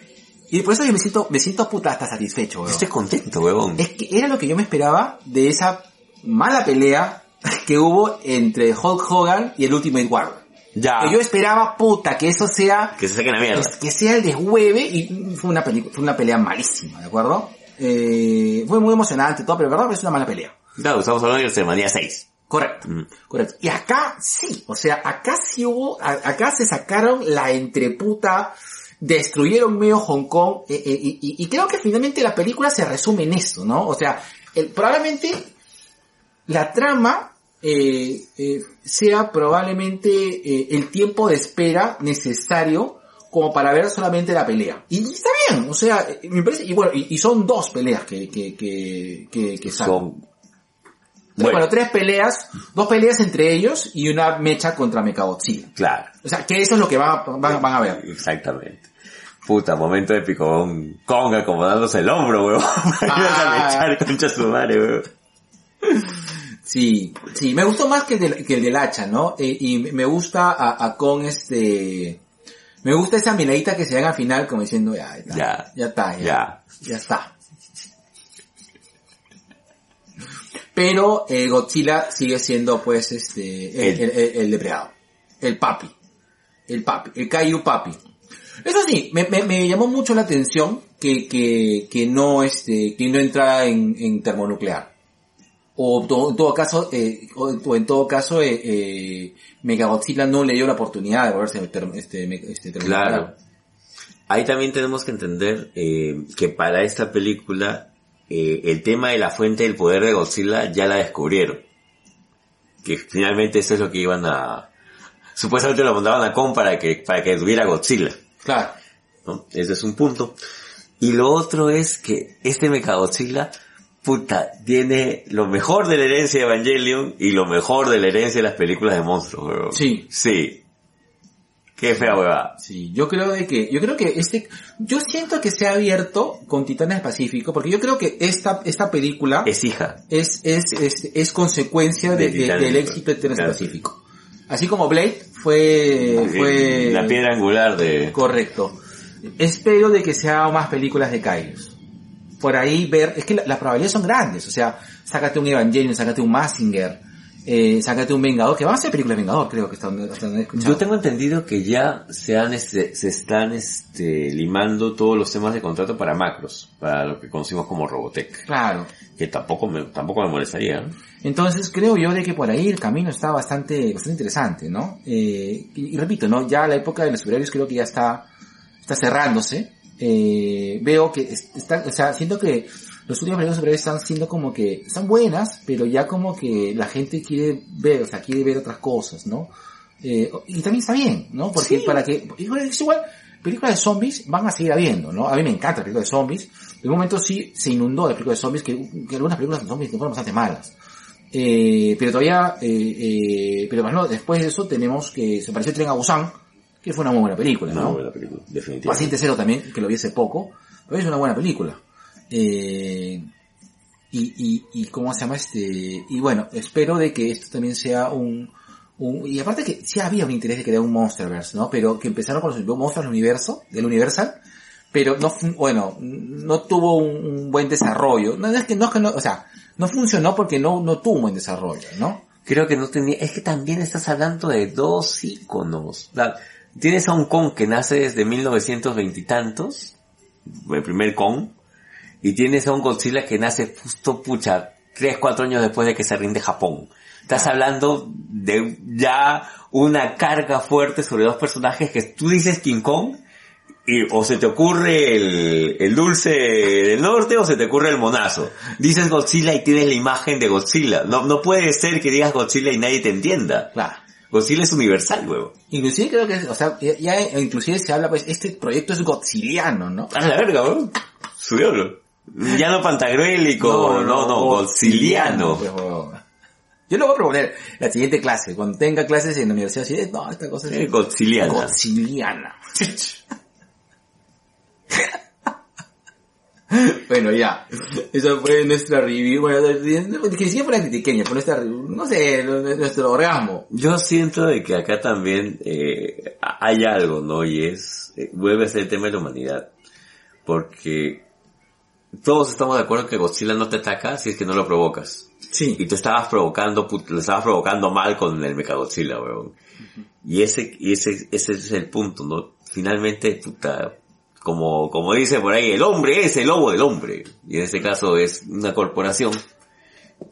Speaker 5: Y por eso yo me siento, me siento puta hasta satisfecho,
Speaker 4: Yo
Speaker 5: weón.
Speaker 4: estoy contento, huevón.
Speaker 5: Es que era lo que yo me esperaba de esa mala pelea que hubo entre Hulk Hogan y el Ultimate Warrior.
Speaker 4: Ya.
Speaker 5: Que yo esperaba, puta, que eso sea,
Speaker 4: Que se saquen la mierda.
Speaker 5: pues, que sea el deshueve y fue una, peli- fue una pelea malísima, ¿de acuerdo? Eh, fue muy emocionante y todo, pero de verdad es una mala pelea.
Speaker 4: Claro, estamos hablando de Manía 6.
Speaker 5: Correcto,
Speaker 4: Mm.
Speaker 5: correcto. Y acá sí, o sea, acá sí hubo, a- acá se sacaron la entreputa, destruyeron medio Hong Kong, eh, eh, y, y- y creo que finalmente la película se resume en eso, ¿no? O sea, el- probablemente la trama eh, eh, sea probablemente eh, el tiempo de espera necesario como para ver solamente la pelea. Y, y está bien, o sea, eh, me parece, y bueno, y, y son dos peleas que, que, que, que, que salen.
Speaker 4: Son...
Speaker 5: Ah. Bueno,
Speaker 4: Bueno,
Speaker 5: tres peleas, dos peleas entre ellos y una mecha contra Mechagodzilla.
Speaker 4: claro.
Speaker 5: O sea, que eso es lo que van a, van, van a ver.
Speaker 4: Exactamente. Puta, momento épico. Un Kong acomodándose el hombro, weón. Para ir
Speaker 5: Ah.
Speaker 4: a mechar concha su madre, weón.
Speaker 5: Sí, sí, me gustó más que el del, que el del hacha, ¿no? Eh, y me gusta a, a con este... Me gusta esa miradita que se dan al final como diciendo, ya, ya,
Speaker 4: Ya.
Speaker 5: ya, está, ya,
Speaker 4: Ya.
Speaker 5: ya está. Pero eh, Godzilla sigue siendo pues este el,
Speaker 4: El-
Speaker 5: el, el- el depredado. El papi. El papi. El Kaiju papi. Eso sí, me, me- me llamó mucho la atención que, que, que no este, que no entrara en, en termonuclear. O to- en todo caso, eh, o, o en todo caso, eh, eh, Megagodzilla no le dio la oportunidad de volverse ter- este, me- este, termonuclear.
Speaker 4: Claro. Ahí también tenemos que entender eh, que para esta película eh, el tema de la fuente del poder de Godzilla ya la descubrieron. Que finalmente eso es lo que iban a... Supuestamente lo mandaban a Kong para que, para que tuviera Godzilla.
Speaker 5: Claro.
Speaker 4: ¿no? Ese es un punto. Y lo otro es que este Mechagodzilla, puta, tiene lo mejor de la herencia de Evangelion y lo mejor de la herencia de las películas de monstruos, weón.
Speaker 5: Sí.
Speaker 4: Sí. Qué fea huevada.
Speaker 5: Sí, yo creo de que, yo creo que este, yo siento que se ha abierto con Titanes del Pacífico, porque yo creo que esta, esta película es,
Speaker 4: Es hija.
Speaker 5: es, es, es consecuencia de-
Speaker 4: De
Speaker 5: de-
Speaker 4: Titanes,
Speaker 5: del éxito de Titanes del
Speaker 4: claro.
Speaker 5: Pacífico. Así como Blade
Speaker 4: Eh,
Speaker 5: fue, fue,
Speaker 4: La piedra angular de...
Speaker 5: correcto. Espero de que se hagan más películas de Kaijus. Por ahí ver, es que la- las probabilidades son grandes, o sea, sácate un Evangelion, sácate un Massinger, eh, sácate un Vengador, que van a ser películas de Vengador, creo que hasta donde, hasta donde he escuchado.
Speaker 4: Yo tengo entendido que ya se, han, este, se están este, limando todos los temas de contrato para macros, para lo que conocimos como Robotech,
Speaker 5: Claro.
Speaker 4: que tampoco me, tampoco me molestaría. ¿no?
Speaker 5: Entonces creo yo de que por ahí el camino está bastante, bastante interesante, ¿no? Eh, y, y repito, ¿no? Ya la época de los superhéroes creo que ya está, está cerrándose. Eh, veo que es- están, o sea, siento que los últimos películas de superhéroes están siendo como que, están buenas, pero ya como que la gente quiere ver, o sea, quiere ver otras cosas, ¿no? Eh, y también está bien, ¿no? Porque para que, igual, es igual, películas de zombies van a seguir habiendo, ¿no? A mí me encanta la película de zombies. En un momento sí se inundó de películas de zombies, que, que algunas películas de zombies fueron bastante malas. Eh, pero todavía, eh, eh, pero bueno, después de eso tenemos que se apareció Tren a Busan, que fue una muy buena película,
Speaker 4: Una
Speaker 5: ¿no?
Speaker 4: buena película, definitivamente.
Speaker 5: Paciente Cero también, que lo vi hace poco, pero es una buena película. Eh, y, y, y cómo se llama este, y bueno, espero de que esto también sea un, un- y aparte que sí había un interés de crear un Monsterverse, ¿no? Pero que empezaron con los monstruos del universo, del Universal, pero no, fun- bueno, no tuvo un, un buen desarrollo. No, no es que, no es que no, o sea, no funcionó porque no, no tuvo un buen desarrollo, ¿no?
Speaker 4: Creo que no tenía, es que también estás hablando de dos íconos. O sea, tienes a un Kong que nace desde 1920 y tantos, el primer Kong, y tienes a un Godzilla que nace justo, pucha, tres, cuatro años después de que se rinde Japón. Estás hablando de ya una carga fuerte sobre dos personajes que tú dices King Kong, y o se te ocurre el, el dulce del norte o se te ocurre el monazo. Dices Godzilla y tienes la imagen de Godzilla. No, no puede ser que digas Godzilla y nadie te entienda.
Speaker 5: Claro.
Speaker 4: Godzilla es universal, huevo.
Speaker 5: Inclusive creo que, o sea, ya, ya inclusive se habla, pues, este proyecto es godziliano, ¿no?
Speaker 4: A la verga, huevo. Subiólo. Ya no pantagruélico, no, no, godziliano.
Speaker 5: pues, huevón. Yo lo voy a proponer la siguiente clase, cuando tenga clases en la universidad, así, eh, no, esta cosa
Speaker 4: Eh,
Speaker 5: es
Speaker 4: Godziliana.
Speaker 5: godziliana. bueno, ya. Esa fue nuestra review, bueno, que si fuera critiqueña, fue nuestra, no sé, nuestro orgasmo.
Speaker 4: Yo siento de que acá también eh, hay algo, ¿no? Y es, eh, vuelve a ser el tema de la humanidad. Porque todos estamos de acuerdo que Godzilla no te ataca si es que no lo provocas. Y
Speaker 5: Sí.
Speaker 4: tú estabas provocando, put- lo estabas provocando mal con el Mechagodzilla, weón. Y ese, y ese, ese es el punto, ¿no? Finalmente, puta, como, como dice por ahí, el hombre es el lobo del hombre. Y en este caso es una corporación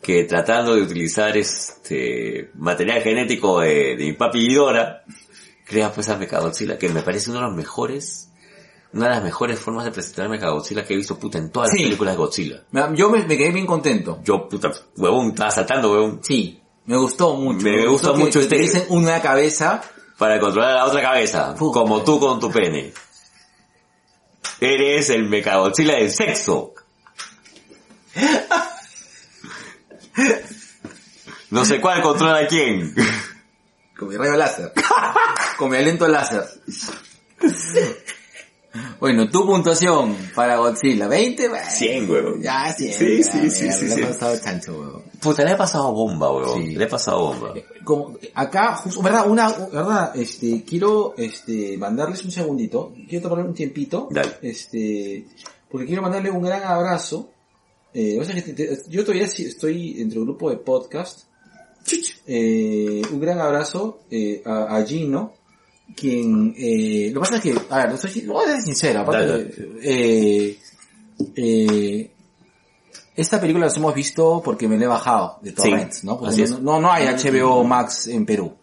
Speaker 4: que tratando de utilizar este material genético de, de mi papi Ghidorah, crea pues a Mechagodzilla, que me parece uno de los mejores, una de las mejores formas de presentar a Mechagodzilla que he visto puta en todas las
Speaker 5: Sí.
Speaker 4: películas de Godzilla.
Speaker 5: Me- Yo me, me quedé bien contento.
Speaker 4: Yo puta, huevón, estaba saltando huevón,
Speaker 5: Sí, me gustó mucho.
Speaker 4: Me gusta
Speaker 5: que-
Speaker 4: mucho
Speaker 5: que
Speaker 4: este-
Speaker 5: te dicen una cabeza.
Speaker 4: para controlar a la otra cabeza,
Speaker 5: Puta.
Speaker 4: como tú con tu pene. Eres el Mechagodzilla del sexo. No sé cuál controla a quién.
Speaker 5: Con mi rayo láser. Con mi aliento láser. Bueno, tu puntuación para Godzilla, 20, bueno,
Speaker 4: 100, huevón.
Speaker 5: Ya, 100.
Speaker 4: Sí,
Speaker 5: ya,
Speaker 4: sí,
Speaker 5: mira,
Speaker 4: sí,
Speaker 5: me
Speaker 4: sí,
Speaker 5: la he
Speaker 4: sí.
Speaker 5: pasado chancho, huevón.
Speaker 4: Puta, le he pasado bomba, weón.
Speaker 5: Sí.
Speaker 4: Le he pasado bomba.
Speaker 5: Como, acá, justo, verdad, una, verdad, este, quiero, este, mandarles un segundito, quiero tomarle un tiempito,
Speaker 4: Dale.
Speaker 5: este, porque quiero mandarle un gran abrazo, eh, o sea que te- te- yo todavía sí estoy dentro del grupo de podcast, eh, un gran abrazo eh, a, a Gino, quien, eh, lo que pasa es que, a ver, no soy, voy a ser sincero, aparte,
Speaker 4: Dale,
Speaker 5: eh, eh, esta película la hemos visto porque me la he bajado de torrents, ¿no? Porque
Speaker 4: así es. Ah,
Speaker 5: no, no, no hay HBO Max en Perú,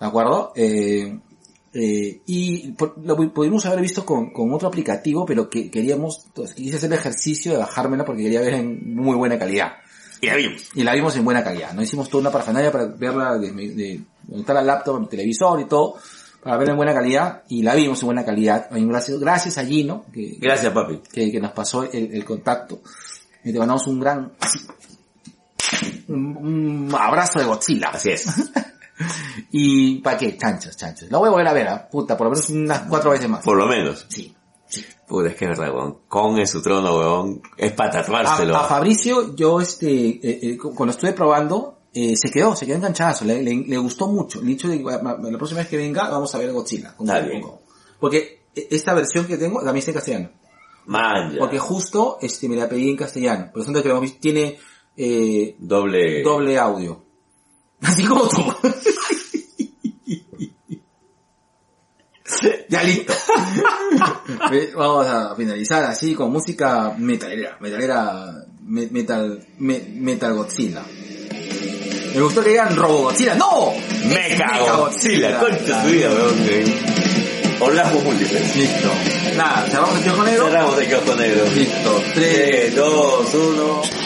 Speaker 5: ¿de acuerdo? Eh, eh, y por- lo pu- pudimos haber visto con, con otro aplicativo, pero que queríamos, pues, quise hacer el ejercicio de bajármela porque quería ver en muy buena calidad
Speaker 4: Y la vimos.
Speaker 5: y la vimos en buena calidad. No hicimos toda una parafernalia para verla de, de montar la laptop, el televisor y todo, para verla en buena calidad y la vimos en buena calidad. Ay, Gracias, gracias a Gino que,
Speaker 4: Gracias, papi.
Speaker 5: que, que nos pasó el, el contacto. Y te mandamos un gran un, un abrazo de Godzilla.
Speaker 4: Así es.
Speaker 5: Y para qué, chanchos, chanchos. La voy a volver a ver, ah, puta, por lo menos unas cuatro veces más.
Speaker 4: Por lo menos.
Speaker 5: Sí.
Speaker 4: Puta, es que es verdad, weón. Con en su trono, weón. Es para
Speaker 5: A,
Speaker 4: tatuárselo.
Speaker 5: a Fabricio, yo este, eh, eh, cu- cuando estuve probando, eh, se quedó, se quedó enganchado, le, le- le gustó mucho. El hecho de que va- va- la próxima vez que venga, vamos a ver Godzilla. con-
Speaker 4: Está
Speaker 5: con-
Speaker 4: bien.
Speaker 5: con- Porque eh, esta versión que tengo, también está en castellano.
Speaker 4: Man, ya.
Speaker 5: Porque justo, este, me la pedí en castellano. Por lo tanto, que lo hemos visto, tiene, eh,
Speaker 4: Doble...
Speaker 5: doble audio. Así como tú. ya listo. Ve, Vamos a finalizar así con música metalera, metalera, me- metal, me- metal Godzilla. Me gustó que digan Robo Godzilla. ¡No!
Speaker 4: Mecha Godzilla.
Speaker 5: Mechagodzilla.
Speaker 4: Concha su vida, weón. que- Orgasmos múltiples.
Speaker 5: Listo. Nada, cerramos el tío con negro.
Speaker 4: Cerramos el kiosco negro.
Speaker 5: Listo. Tres.
Speaker 4: 3, 2, 1...